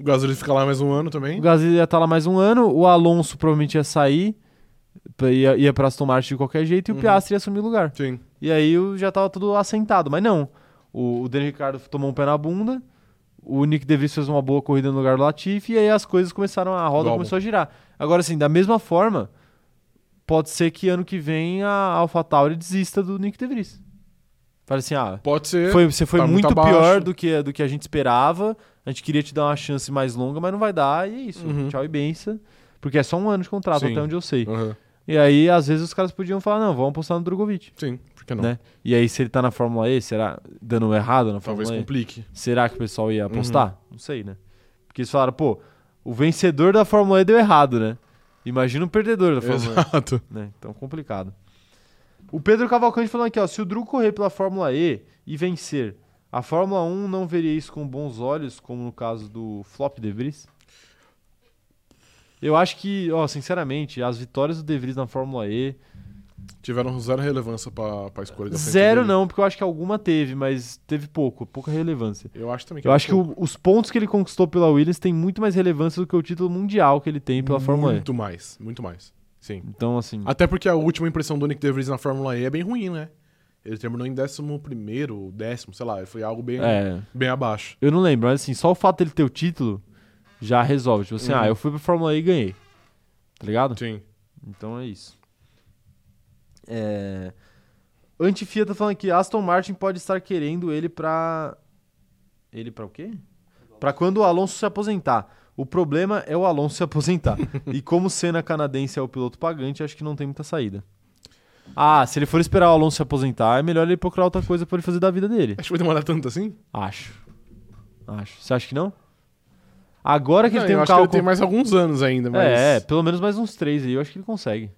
O Gasly fica lá mais um ano o também. Gasly ia estar lá mais um ano, o Alonso provavelmente ia sair, pra- ia, ia pra Aston Martin de qualquer jeito e o Uhum. Piastri ia assumir o lugar. Sim. E aí o- já tava tudo assentado, mas não. O, o Daniel Ricardo tomou um pé na bunda, o Nick DeVries fez uma boa corrida no lugar do Latifi, e aí as coisas começaram, a roda Global. começou a girar. Agora, assim, da mesma forma, pode ser que ano que vem a AlphaTauri desista do Nick DeVries. Fala assim, ah, Pode ser. foi, você foi tá muito muito abaixo. pior do que, do que a gente esperava, a gente queria te dar uma chance mais longa, mas não vai dar, e é isso. Uhum. Tchau e benção. Porque é só um ano de contrato, Sim. até onde eu sei. Aham. E aí, às vezes, os caras podiam falar, não, vamos apostar no Drogovic. Sim, por que não? Né? E aí, se ele tá na Fórmula E, será dando errado na Fórmula Talvez E? complique. Será que o pessoal ia apostar? Não sei, né? Porque eles falaram, pô, o vencedor da Fórmula E deu errado, né? Imagina o perdedor da Fórmula Exato. E, né? Então, complicado. O Pedro Cavalcante falando aqui, ó, se o Drugo correr pela Fórmula E e vencer, a Fórmula 1 não veria isso com bons olhos, como no caso do Flop De Vries? Eu acho que, ó, sinceramente, as vitórias do De Vries na Fórmula E Tiveram zero relevância pra, pra escolha da frente Zero dele. não, porque eu acho que alguma teve, mas teve pouco, pouca relevância. Eu acho também que Eu acho que o- os pontos que ele conquistou pela Williams têm muito mais relevância do que o título mundial que ele tem Hum. pela Fórmula E. Muito mais, muito mais. Sim. Então, assim, Até porque a última impressão do Nick DeVries na Fórmula E é bem ruim, né? Ele terminou em décimo primeiro, ou décimo, sei lá, foi algo bem, é, bem abaixo. eu não lembro, mas assim, só o fato dele ter o título já resolve. Tipo assim, Uhum. ah, eu fui pra Fórmula E e ganhei. Tá ligado? Sim. Então é isso. É... Antifia tá falando que Aston Martin pode estar querendo ele pra. Ele pra o quê? Pra quando o Alonso se aposentar. O problema é o Alonso se aposentar. e como Senna canadense é o piloto pagante, acho que não tem muita saída. Ah, se ele for esperar o Alonso se aposentar, é melhor ele procurar outra coisa pra ele fazer da vida dele. Acho que vai demorar tanto assim? Acho. Acho. Você acha que não? Agora que Não, ele tem eu um acho carro. que ele tem com- mais alguns anos ainda, mas... É, pelo menos mais uns três aí, eu acho que ele consegue.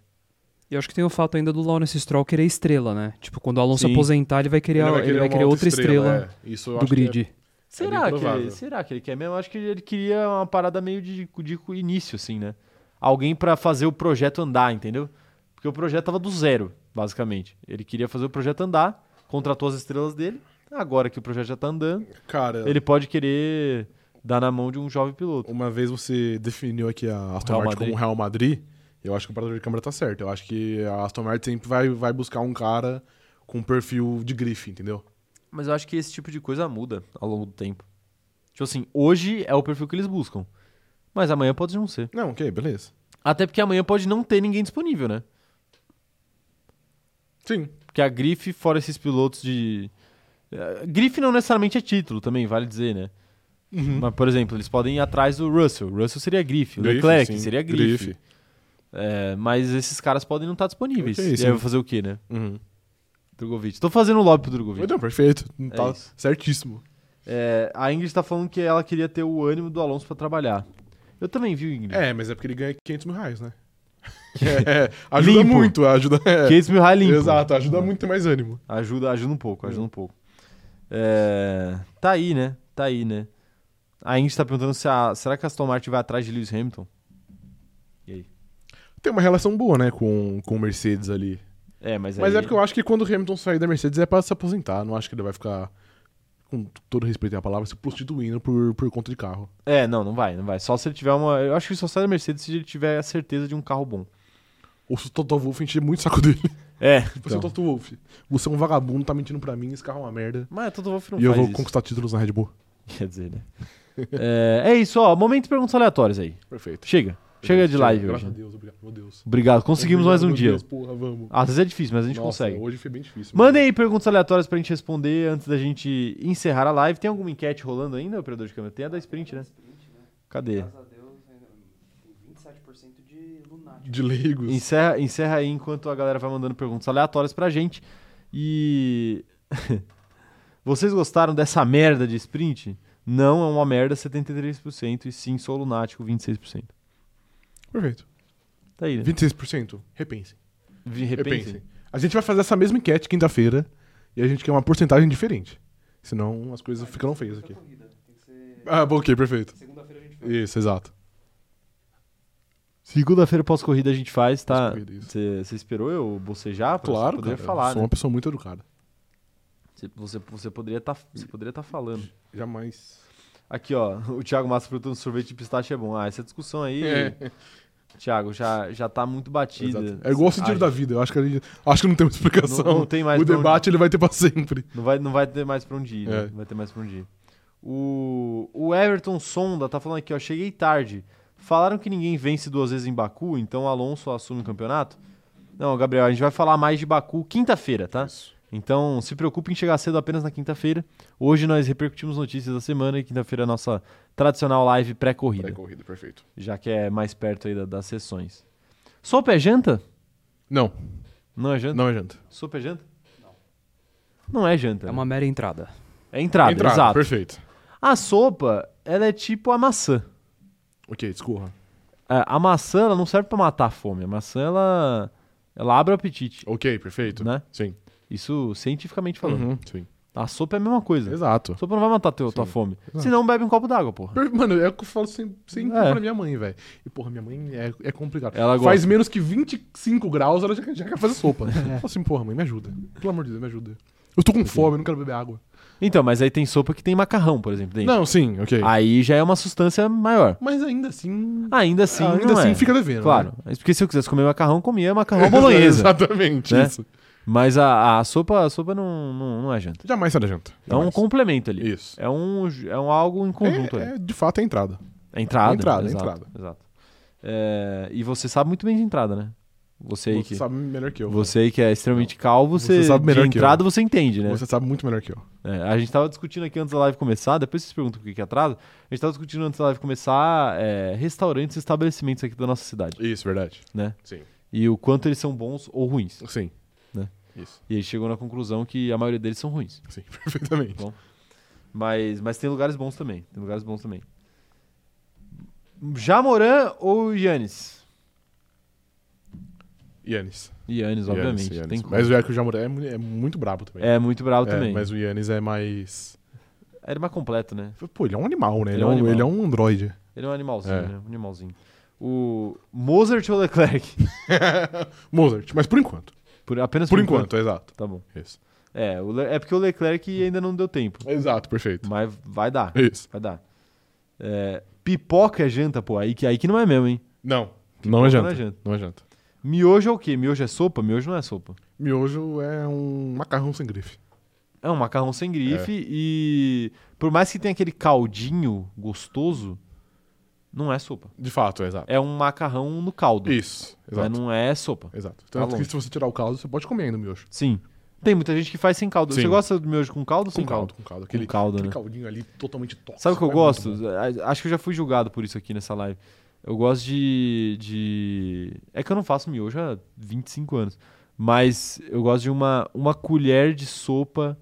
E eu acho que tem o fato ainda do Lawrence Stroll querer estrela, né? Tipo, quando o Alonso Sim. aposentar, ele vai querer, ele vai querer, uma outra estrela, é. Isso eu do acho que é- grid. Será, bem que ele, provável. será que ele quer mesmo? Eu acho que ele queria uma parada meio de, de início, assim, né? Alguém pra fazer o projeto andar, entendeu? Porque o projeto tava do zero, basicamente. Ele queria fazer o projeto andar, contratou as estrelas dele. Agora que o projeto já tá andando, Cara, ele pode querer dar na mão de um jovem piloto. uma vez você definiu aqui a Aston Real Martin como Madrid. Real Madrid, eu acho que o operador de câmera tá certo. Eu acho que a Aston Martin sempre vai, vai buscar um cara com perfil de grife, entendeu? Mas eu acho que esse tipo de coisa muda ao longo do tempo. Tipo assim, hoje é o perfil que eles buscam. Mas amanhã pode não ser. Não, ok, beleza. Até porque amanhã pode não ter ninguém disponível, né? Sim. Porque a grife, fora esses pilotos de. Eh, Grife não necessariamente é título também, vale dizer, né? Mas, por exemplo, eles podem ir atrás do Russell. Russell seria grife. O Uhum. Grife, Leclerc sim. seria grife. Eh, mas esses caras podem não estar disponíveis. Ok, e sim. aí eu vou fazer o quê, né? Uhum. Drogovic. Tô fazendo lobby pro Drogovic. Não, perfeito. tá É isso. certíssimo. É, a Ingrid tá falando que ela queria ter o ânimo do Alonso pra trabalhar. Eu também, viu, Ingrid? É, mas é porque ele ganha 500 mil reais, né? É, ajuda Limpo. muito, ajuda. é. 500 mil reais limpo. Exato, ajuda muito ter mais ânimo. Ajuda, ajuda um pouco, ajuda um pouco. É, tá aí, né? Tá aí, né? A Indy tá perguntando se a, será que a Aston Martin vai atrás de Lewis Hamilton? Tem uma relação boa, né, com, com o Mercedes ali. É, mas aí... Mas é porque eu acho que quando o Hamilton sair da Mercedes é pra se aposentar. Não acho que ele vai ficar, com todo respeito à palavra, se prostituindo por, por conta de carro. É, não, não vai, não vai. Só se ele tiver uma... Eu acho que só sai da Mercedes se ele tiver a certeza de um carro bom. Ou se o Toto Wolff encher muito o saco dele. É, Você é o Toto Wolff. Você é um vagabundo, tá mentindo pra mim, esse carro é uma merda. Mas Toto Wolff não e eu faz vou isso. conquistar títulos na Red Bull. Quer dizer, né? é, é isso, ó. Momento de perguntas aleatórias aí. Perfeito. Chega. Chega de live Graças a hoje. Deus, obrigado. Meu Deus. Obrigado, conseguimos mais Obrigado, um dia. meu Deus, porra, vamos. Às vezes é difícil, mas a gente Nossa, consegue. Hoje foi bem difícil. Mandem aí perguntas aleatórias pra gente responder antes da gente encerrar a live. Tem alguma enquete rolando ainda, operador de câmera? Tem a da Sprint, né? Cadê? Graças a Deus, ainda tem 27% de lunático. De leigos. Encerra, encerra aí enquanto a galera vai mandando perguntas aleatórias pra gente. E. Vocês gostaram dessa merda de Sprint? Não, é uma merda 73%. E sim, sou lunático 26%. Perfeito. Tá aí, né? 26%? Repensem. Vi- Repensem. Repensem. A gente vai fazer essa mesma enquete quinta-feira e a gente quer uma porcentagem diferente. Senão as coisas ficam feias aqui. Ah, Tem que ser. Ah, bom, ok, perfeito. Segunda-feira a gente faz. Isso, exato. Segunda-feira pós-corrida a gente faz, tá? Pós-corrida, isso. Você você esperou eu bocejar? Pra Claro, você poder cara. falar, sou né? uma pessoa muito educada. Você, você, você poderia estar você poderia tá falando. Jamais. Aqui, ó, o Thiago Massa perguntando se sorvete de pistache é bom. Ah, essa discussão aí, É, Thiago, já, já tá muito batida. exato. É igual o sentido Ah, da vida. Eu acho que, a gente, acho que não tem uma explicação. Não- não tem mais o pra debate ele vai ter pra sempre. Não vai, não vai ter mais pra onde ir, né? É. Não vai ter mais pra onde ir. O, o Everton Sonda tá falando aqui, ó, cheguei tarde. Falaram que ninguém vence duas vezes em Baku, então Alonso assume o campeonato? Não, Gabriel, a gente vai falar mais de Baku quinta-feira, tá? Isso. Então, se preocupe em chegar cedo apenas na quinta-feira. Hoje nós repercutimos notícias da semana e quinta-feira é a nossa tradicional live pré-corrida, Pré-corrida, perfeito. já que é mais perto aí da- das sessões. Sopa é janta? Não, Não é janta? não é janta. Sopa é janta? Não. Não é janta. É né? uma mera entrada. É entrada, Entrada, exato. perfeito. A sopa, ela é tipo a maçã. Ok, discorra. É, A maçã, ela não serve pra matar a fome. A maçã, ela, ela abre o apetite, Ok, perfeito. né? Sim. Isso cientificamente falando. Uhum, sim. A sopa é a mesma coisa. Exato. A sopa não vai matar teu, tua fome. exato. Senão bebe um copo d'água, porra. Per- Mano, é o que eu falo sempre, sempre É. pra minha mãe, velho. E, porra, minha mãe é, é complicada. Ela Faz gosta. menos que 25 graus, ela já, já quer fazer sopa. Eu É. falo assim, porra, mãe, me ajuda. Pelo amor de Deus, me ajuda. Eu tô com fome, eu não quero beber água. Então, mas aí tem sopa que tem macarrão, por exemplo, dentro. Não, sim, ok. Aí já é uma sustância maior. Mas ainda assim. Ainda assim, ainda não assim é. fica devendo. Claro. Mas Porque se eu quisesse comer macarrão, comia macarrão bolonhesa. Exatamente. né? Isso. mas a, a sopa, a sopa não, não, não é janta. Jamais sai da janta. É um Jamais. complemento ali. Isso. É um, é um algo em conjunto ali. É, é, de fato é a entrada. É entrada. Entrada, exato, entrada. Exato. É, e você sabe muito bem de entrada, né? Você aí Você que, sabe melhor que eu. né? você aí que é extremamente calvo, Você você, sabe melhor de que entrada você entende, né? Você sabe muito melhor que eu. É, a gente tava discutindo aqui antes da live começar, depois vocês perguntam por que que atrasa. A gente tava discutindo antes da live começar é, restaurantes e estabelecimentos aqui da nossa cidade, Isso, verdade. né? Sim. E o quanto eles são bons ou ruins. Sim. Isso. E ele chegou na conclusão que a maioria deles são ruins. Sim, perfeitamente. Mas, mas tem lugares bons também. Tem lugares bons também. Jamoran ou Yannis? Yannis. Yannis, obviamente. Tem Yannis, Yannis. como. Mas o Erco Jamoran é mu- é muito brabo também. É muito bravo É, também. Mas o Yannis é mais. Ele é mais completo, né? Pô, ele é um animal, né? Ele é Ele, é, um um, animal. ele é um androide. Ele é um animalzinho, É. né? Um animalzinho. O Mozart ou Leclerc? Mozart, mas por enquanto. Por, apenas Por enquanto, exato. Tá bom. Isso. É, o Le- é porque o Leclerc ainda não deu tempo. Exato, perfeito. Mas vai dar. Isso. Vai dar. É, pipoca é janta, pô. Aí que, aí que não é mesmo, hein? Não. Não adianta. não é janta. Não adianta. Miojo é o quê? Miojo é sopa? Miojo não é sopa. Miojo é um macarrão sem grife. É um macarrão sem grife É. e. Por mais que tenha aquele caldinho gostoso, não é sopa. De fato, exato. É um macarrão no caldo. Isso, exato. Mas não é sopa. Exato. Tá Tanto que longe. se você tirar o caldo, você pode comer ainda o miojo. Sim. Tem muita gente que faz sem caldo. Sim. Você gosta do miojo com caldo ou Com sem caldo? caldo, com caldo. Aquele, caldo, aquele né? caldinho ali totalmente tóxico. Sabe o que eu é gosto? muito bom. A- Acho que eu já fui julgado por isso aqui nessa live. Eu gosto de. de... É que eu não faço miojo há 25 anos. Mas eu gosto de uma, uma colher de sopa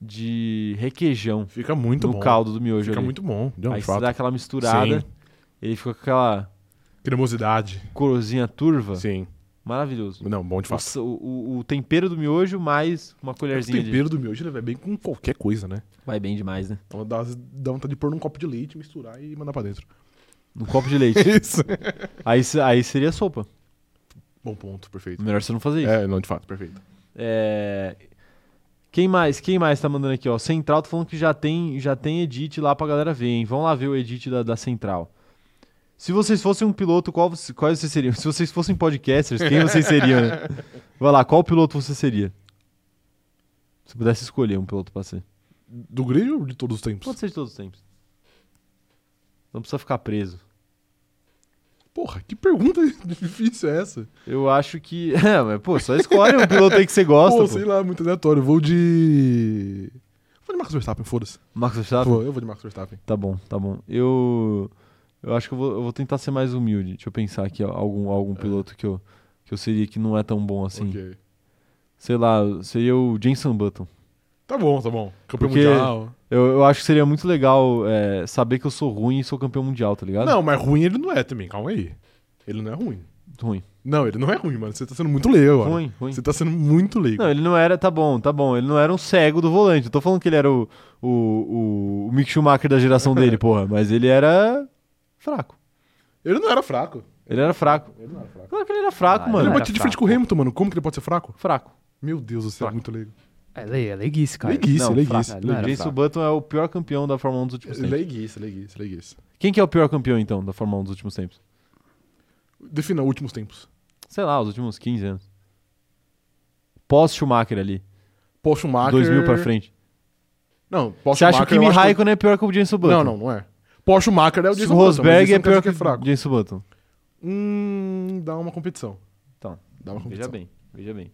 de requeijão Fica muito no bom. caldo do miojo. Fica ali. muito bom. Não, Aí de você fato. dá aquela misturada, Sim. ele fica com aquela Cremosidade. corzinha turva. Sim. Maravilhoso. Não, bom de O, fato. É s- o- o- o tempero do miojo mais uma O colherzinha de. um tempero do miojo ele vai bem com qualquer coisa, né? Vai bem demais, né? Então dá, dá vontade de pôr num copo de leite, misturar e mandar pra dentro. Um copo de leite. Isso. aí, se- aí seria sopa. Bom ponto, perfeito. Melhor você não fazer isso. É, não, de fato, perfeito. É, Quem mais? Quem mais tá mandando aqui, ó? Central tá falando que já tem, já tem edit lá pra galera ver, hein? Vão lá ver o edit da, da Central. Se vocês fossem um piloto, qual, você- quais vocês seriam? Se vocês fossem podcasters, quem vocês seriam, né? Vai lá, qual piloto você seria? Se pudesse escolher um piloto pra ser. Do grego ou de todos os tempos? Pode ser de todos os tempos. Não precisa ficar preso. Porra, que pergunta difícil é essa? Eu acho que. É, mas, pô, só escolhe um piloto aí que você gosta. Pô, Pô, sei lá, muito aleatório. Eu vou de. Vou de Max Verstappen, foda-se. Max Verstappen? Vou, eu vou de Max Verstappen. Tá bom, tá bom. Eu. Eu acho que eu vou, eu vou tentar ser mais humilde. Deixa eu pensar aqui, ó, algum, algum piloto que eu, que eu seria que não é tão bom assim. Ok. Sei lá, seria o Jenson Button. Tá bom, tá bom. Campeão Porque- mundial. Eu, eu acho que seria muito legal é, saber que eu sou ruim e sou campeão mundial, tá ligado? Não, mas ruim ele não é também, calma aí. Ele não é ruim. Ruim. Não, ele não é ruim, mano. Você tá sendo muito leigo agora. Ruim, ruim. Você tá sendo muito leigo. Não, ele não era. Tá bom, tá bom. Ele não era um cego do volante. Eu tô falando que ele era o, o, o, o Mick Schumacher da geração dele, porra. Mas ele era fraco. Ele não era fraco. Ele era fraco. Ele não era fraco. Claro que ele era fraco, Ah, mano. ele era batia de frente fraco. com o Hamilton, mano. Como que ele pode ser fraco? Fraco. Meu Deus do céu, Fraco. muito leigo. É, le- é leiguice, cara. Leiguice, Não, leiguice. fraco. Ele não O era Jenson fraco. Button é o pior campeão da Fórmula 1 dos últimos tempos. Leiguice, leiguice, leiguice. Quem que é o pior campeão, então, da Fórmula 1 dos últimos tempos? Defina últimos tempos. Sei lá, os últimos 15 anos. Pós-Schumacher ali. Paul Schumacher... 2000 pra frente. Não, Paul Você acha que o eu Kimi acho Raikkonen é pior que o Jenson Button? Não, não, não é. Paul Schumacher é o Se Jason o Rosberg é pior que que é o fraco. Jenson Button. Hum, dá uma competição. Então, Dá uma veja competição. bem, veja bem.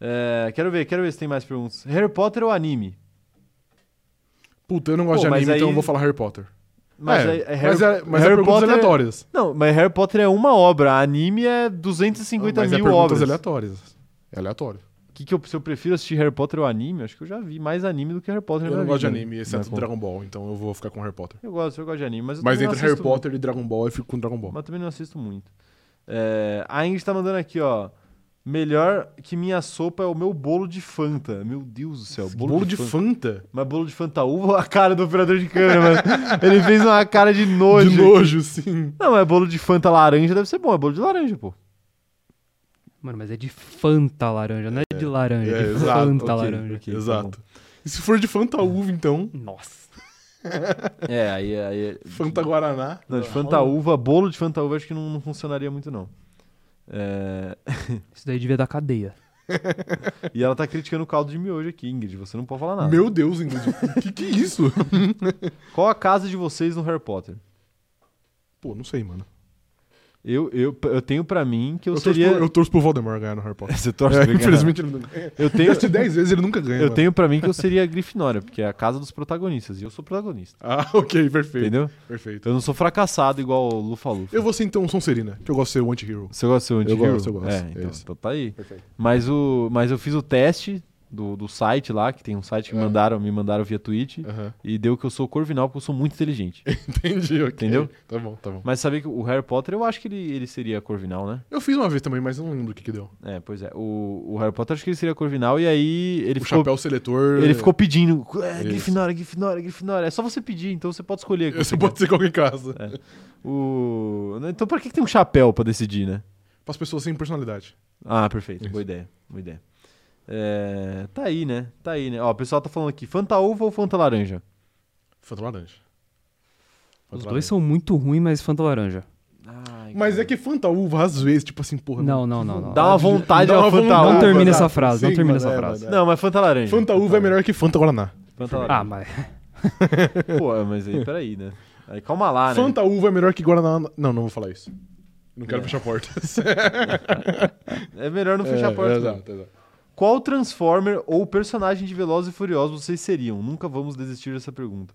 É, quero ver, quero ver se tem mais perguntas. Harry Potter ou anime? Puta, eu não gosto Pô, de mas anime, aí- então eu vou falar Harry Potter. Mas é, é- é mas é, mas é Harry perguntas Potter é- aleatórias. Não, mas Harry Potter é uma obra, anime é 250 mas é mil perguntas obras. aleatórias. É aleatório. Que que eu, se eu prefiro assistir Harry Potter ou anime, acho que eu já vi mais anime do que Harry Potter. Eu na não minha gosto de vida, anime, né? exceto Na Dragon Ball, então eu vou ficar com Harry Potter. Eu gosto, eu gosto de anime, mas eu Mas também não entre Harry assisto muito. Potter e Dragon Ball, eu fico com Dragon Ball. Mas também não assisto muito. É, a Ingrid tá mandando aqui, ó. Melhor que minha sopa é o meu bolo de Fanta. Meu Deus do céu, é bolo, de, Fanta. Fanta? Mas bolo de Fanta uva, a cara do operador de câmera, mano. Ele fez uma cara de nojo. De nojo, sim. Não, é bolo de Fanta laranja, deve ser bom. É bolo de laranja, pô. Mano, mas é de Fanta laranja, não é de laranja, é, é, de exato, Fanta ok. laranja. Ok, tá Exato. e se for de Fanta Uva, então? Nossa. É, aí... aí Fanta Guaraná? Não, de Fanta uva, bolo de Fanta uva, acho que não, não funcionaria muito, não. É, Isso daí devia dar cadeia. E ela tá criticando o caldo de miojo aqui, Ingrid. Você não pode falar nada. Meu Deus, Ingrid. que que é isso? Qual a casa de vocês no Harry Potter? Pô, não sei, mano. Eu, eu, eu tenho pra mim que eu, Eu, seria. torço pro, eu torço pro Voldemort ganhar no Harry Potter. Você É, torce pra ele ganhar. infelizmente ele não ganha. Eu Eu tenho, assisti 10 vezes ele nunca ganha. eu mano. tenho pra mim que eu seria a Grifinória, porque é a casa dos protagonistas. E eu sou protagonista. Ah, ok, perfeito. Entendeu? Então Perfeito. Eu não sou fracassado igual o Lufa Lufa. Eu vou ser então um Sonserina, que eu gosto de ser o anti-hero. Você gosta de ser um anti-hero? gosto, eu gosto. É, então, Esse. então tá aí. Perfeito. Mas, o, mas eu fiz o teste do, do site lá, que tem um site que É. mandaram, me mandaram via tweet. Aham. E deu que eu sou corvinal porque eu sou muito inteligente. Entendi, ok. Entendeu? Tá bom, tá bom. mas sabia que o Harry Potter, eu acho que ele, ele seria corvinal, né? Eu fiz uma vez também, mas eu não lembro o que que deu. É, pois é. O, o Harry Potter acho que ele seria corvinal e aí ele o ficou. chapéu seletor. Ele ficou pedindo, é, Isso. Grifinória, Grifinória, Grifinória. É só você pedir, então você pode escolher. Você pode ser qualquer casa. É. O... Então pra que que tem um chapéu pra decidir, né? Para as pessoas sem personalidade. Ah, perfeito. Isso. Boa ideia, boa ideia. É, Tá aí, né? Tá aí, né? Ó, o pessoal tá falando aqui, Fanta Uva ou Fanta Laranja? Fanta laranja. Os dois são muito ruins, mas Fanta Laranja. Ai, Mas cara. é que Fanta Uva, às vezes, tipo assim, porra. Não, não, não. não. Dá uma vontade Dá a uma Fanta vontade. Uva. Não termina essa exato. frase, não Sim, termina mano, essa é, frase. mano, é. Não, então. mas Fanta Laranja. Fanta Uva é melhor que Fanta Guaraná. Fanta Ah, Laranja. mas. Pô, mas aí, peraí, né? Aí calma lá, né? Fanta Uva é melhor que Guaraná. Não, não vou falar isso. Não quero É. fechar portas. É melhor não fechar a porta. É, não. exato, exato. Qual Transformer ou personagem de Velozes e Furiosos vocês seriam? Nunca vamos desistir dessa pergunta.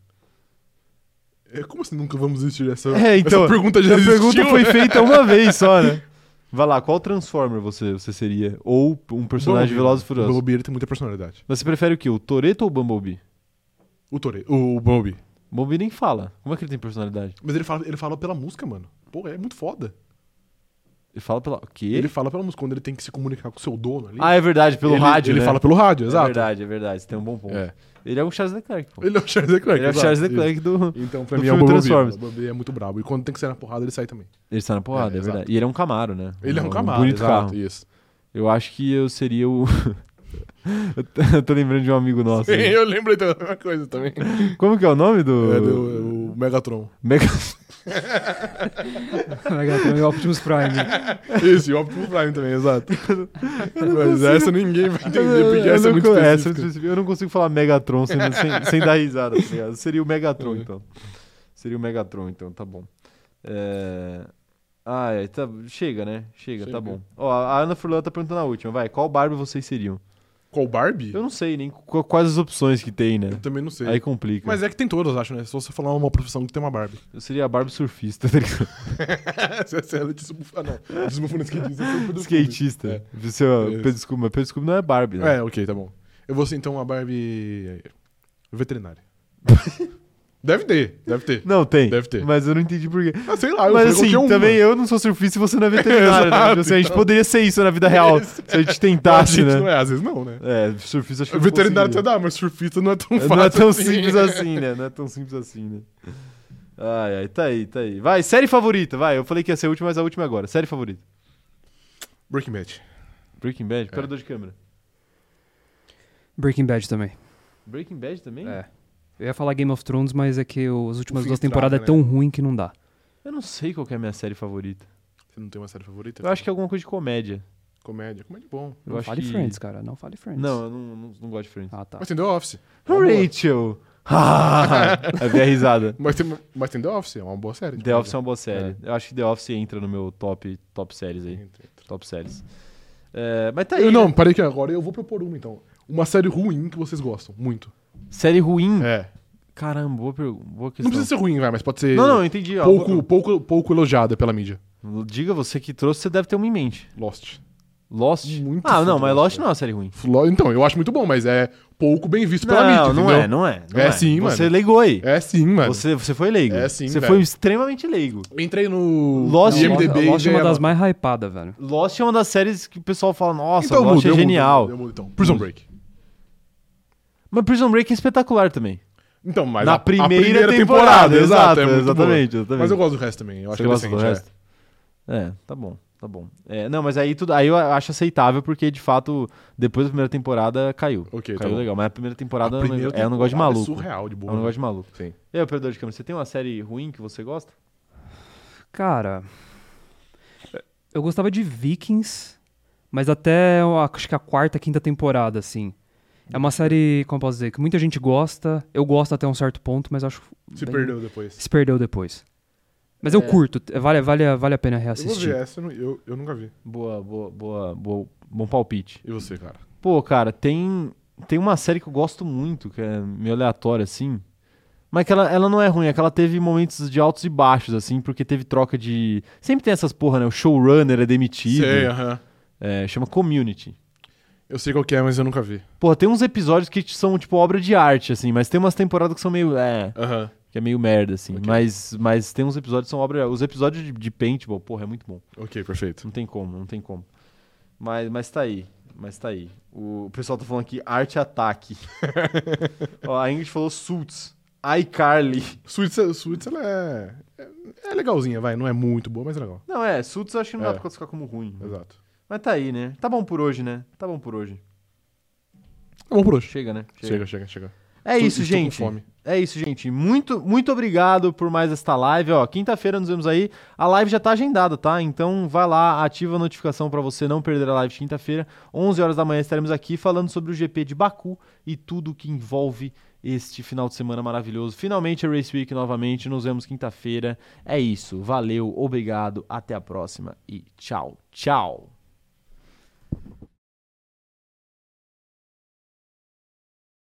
É, Como assim nunca vamos existir essa, É, então, essa pergunta já A existiu? né? pergunta foi feita uma vez só, né? Vai lá, qual Transformer você, você seria? Ou um personagem de Velozes e O Furiosos? Bumblebee ele tem muita personalidade. Mas você prefere o quê? O Toreto ou o Bumblebee? O Tore, o Bumblebee. O Bumblebee nem fala. Como é que ele tem personalidade? Mas ele fala, ele fala pela música, mano. Pô, é muito foda. Ele fala pela... O quê? Ele, fala pela música quando ele tem que se comunicar com o seu dono ali. Ah, é verdade, pelo ele, rádio, Ele né? fala pelo rádio, É exato. verdade, é verdade. Você tem um bom ponto. É. Ele é um Charles Leclerc, pô. Ele é o Charles Leclerc. Ele é o exato, Charles isso. Leclerc do... Então, pra do mim, é o filme Bumblebee. Transformers. O Bumblebee é muito brabo. E quando tem que sair na porrada, ele sai também. Ele está na porrada, É, é, exato. verdade. E ele é um Camaro, né? Ele é um Camaro, bonito exato, carro. isso. Eu acho que eu seria o... eu tô- eu tô lembrando de um amigo nosso. né? Eu lembro então da mesma coisa também. Como que é o nome do... É do, o Megatron. Mega- Megatron e Optimus Prime. Isso, e o Optimus Prime também, exato. Mas essa ninguém vai entender, Eu- porque eu essa é não muito co- essa é específica. muito específica. Eu não consigo falar Megatron sem, sem- sem dar risada, tá ligado? Seria o Megatron, É. então. Seria o Megatron, então, tá bom. É... Ah, é, tá- chega, né? Chega, Chega. tá bom. Ó, a Ana Furlan tá perguntando a última, vai. Qual Barbie vocês seriam? Qual Barbie? Eu não sei nem qu- quais as opções que tem, né? Eu também não sei. Aí complica. Mas é que tem todas, acho, né? Só você falar uma profissão que tem uma Barbie. Eu seria a Barbie surfista, tá ligado? Essa é a Letícia Buf- Ah, não. Desmufando skatista. skatista. É. Seu, Isso. Pedro Scooby, mas Pedro Scooby não é Barbie, né? É, ok, tá bom. Eu vou ser então a Barbie veterinária. deve ter, deve ter. Não, tem. Deve ter. Mas eu não entendi por quê. Ah, sei lá, eu Mas sei assim, qualquer uma. também eu não sou surfista e você não é veterinário, né? Exato, Assim, a gente então. poderia ser isso na vida real, se a gente Mas tentasse, a gente né? não é, às vezes não, né? É, surfista acho que eu não veterinário até conseguiria. dá, mas surfista não é tão fácil assim, Não é tão assim. simples assim, né? Não é tão simples assim, né? Ai, ai, tá aí, tá aí. Vai, série favorita, vai. Eu falei que ia ser a última, mas a última é agora. Série favorita. Breaking Bad. Breaking É. Bad, operador de câmera. Breaking Bad também. Breaking Bad também? É. Eu ia falar Game of Thrones, mas é que o- as últimas fim duas estraga, temporadas né? é tão ruim que não dá. Eu não sei qual que é a minha série favorita. Você não tem uma série favorita? Eu acho que é alguma coisa de comédia. Comédia. Comédia é bom. Eu não acho fale que... Friends, cara. Não fale É Friends. Não, eu não, não, não gosto de Friends. Ah, tá. Mas tem The Office. É uma boa. Rachel! Aí vem Ah, a risada. Mas tem, mas tem The Office, é uma boa série. de The comédia. Office é uma boa série. Eu acho que The Office entra no meu top, top séries aí. Entra, entra. Top séries. É, mas tá aí. Eu, né? não, parei que agora eu vou propor uma então. Uma série ruim que vocês gostam, muito. Série ruim? É. Caramba, boa, pergu- boa Não questão. precisa ser ruim, vai, mas pode ser Não, não, eu entendi. ó. pouco, pouco, pouco elogiada pela mídia. Diga você que trouxe, você deve ter uma em mente. Lost. Lost? Muito ah, não, foda, mas Lost Lost, não é uma série ruim. Lo- Então, eu acho muito bom, mas é pouco bem visto pela Não, mídia. não entendeu? é, não é. não É sim, Você mano. leigou aí. É sim, mano. Você, você foi leigo. É sim, Você velho. foi extremamente leigo. Entrei no Lost- Não, IMDB e Lost é já uma era- das mais hypadas, velho. Lost é uma das séries que o pessoal fala, nossa, eu Lost mudo, eu é mudo, genial. Hum. eu mudo, então. Prison Break. Mas Prison Break é espetacular também. Então, mas Na a- a primeira temporada, exato, é muito boa. exatamente, exatamente. Mas eu gosto do resto também. Eu acho Você que é gosta do decente, é. resto? É, tá bom, tá bom. É, não, mas aí tudo, aí eu acho aceitável porque de fato depois da primeira temporada caiu. Ok, tá caiu bom. legal, mas a primeira temporada é A um neg- primeira é um negócio de temporada maluco. É surreal de É boa. um negócio de maluco. Sim. E aí, operador de câmera, você tem uma série ruim que você gosta? Cara, eu gostava de Vikings, mas até a- acho que a quarta, quinta temporada, assim. É uma série, como eu posso dizer, que muita gente gosta. Eu gosto até um certo ponto, mas acho. Se bem- perdeu depois. Se perdeu depois. Mas eu É. curto, vale, vale, vale a pena Eu vou ver reassistir. essa, eu, não- eu, eu nunca vi. Boa, boa, boa, boa, bom palpite. E você, cara? Pô, cara, tem, tem uma série que eu gosto muito, que é meio aleatória, assim. Mas que ela, ela não é ruim, é que ela teve momentos de altos e baixos, assim, porque teve troca de. Sempre tem essas porra, né? O showrunner é demitido. Sei, aham. É, chama Community. Eu sei qual que é, mas eu nunca vi. Porra, tem uns episódios que são, tipo, obra de arte, assim, mas tem umas temporadas que são meio. É, Aham. que é meio merda, assim. Ok. Mas, mas tem uns episódios que são obra. Os episódios de, de paintball, porra, é muito bom. Ok, perfeito. Não tem como, não tem como. Mas, mas tá aí. Mas tá aí. O pessoal tá falando aqui arte ataque. Ó, a Ingrid falou Suits. iCarly. Suits, eh, Suits ela é, é. É legalzinha, vai. Não é muito boa, mas é legal. Não, é, Suits eu acho que não É. dá pra classificar como ruim. Exato. Mas tá aí, né? Tá bom por hoje, né? Tá bom por hoje. Tá bom por hoje. Chega, né? Chega, chega, chega. É Estou- isso, estou com gente. fome. É isso, gente. Muito, muito obrigado por mais esta live. Ó, quinta-feira nos vemos aí. A live já tá agendada, tá? Então vai lá, ativa a notificação pra você não perder a live de quinta-feira. 11 horas da manhã estaremos aqui falando sobre o GP de Baku e tudo que envolve este final de semana maravilhoso. Finalmente a Race Week novamente. Nos vemos quinta-feira. É isso. Valeu, obrigado. Até a próxima e tchau, tchau.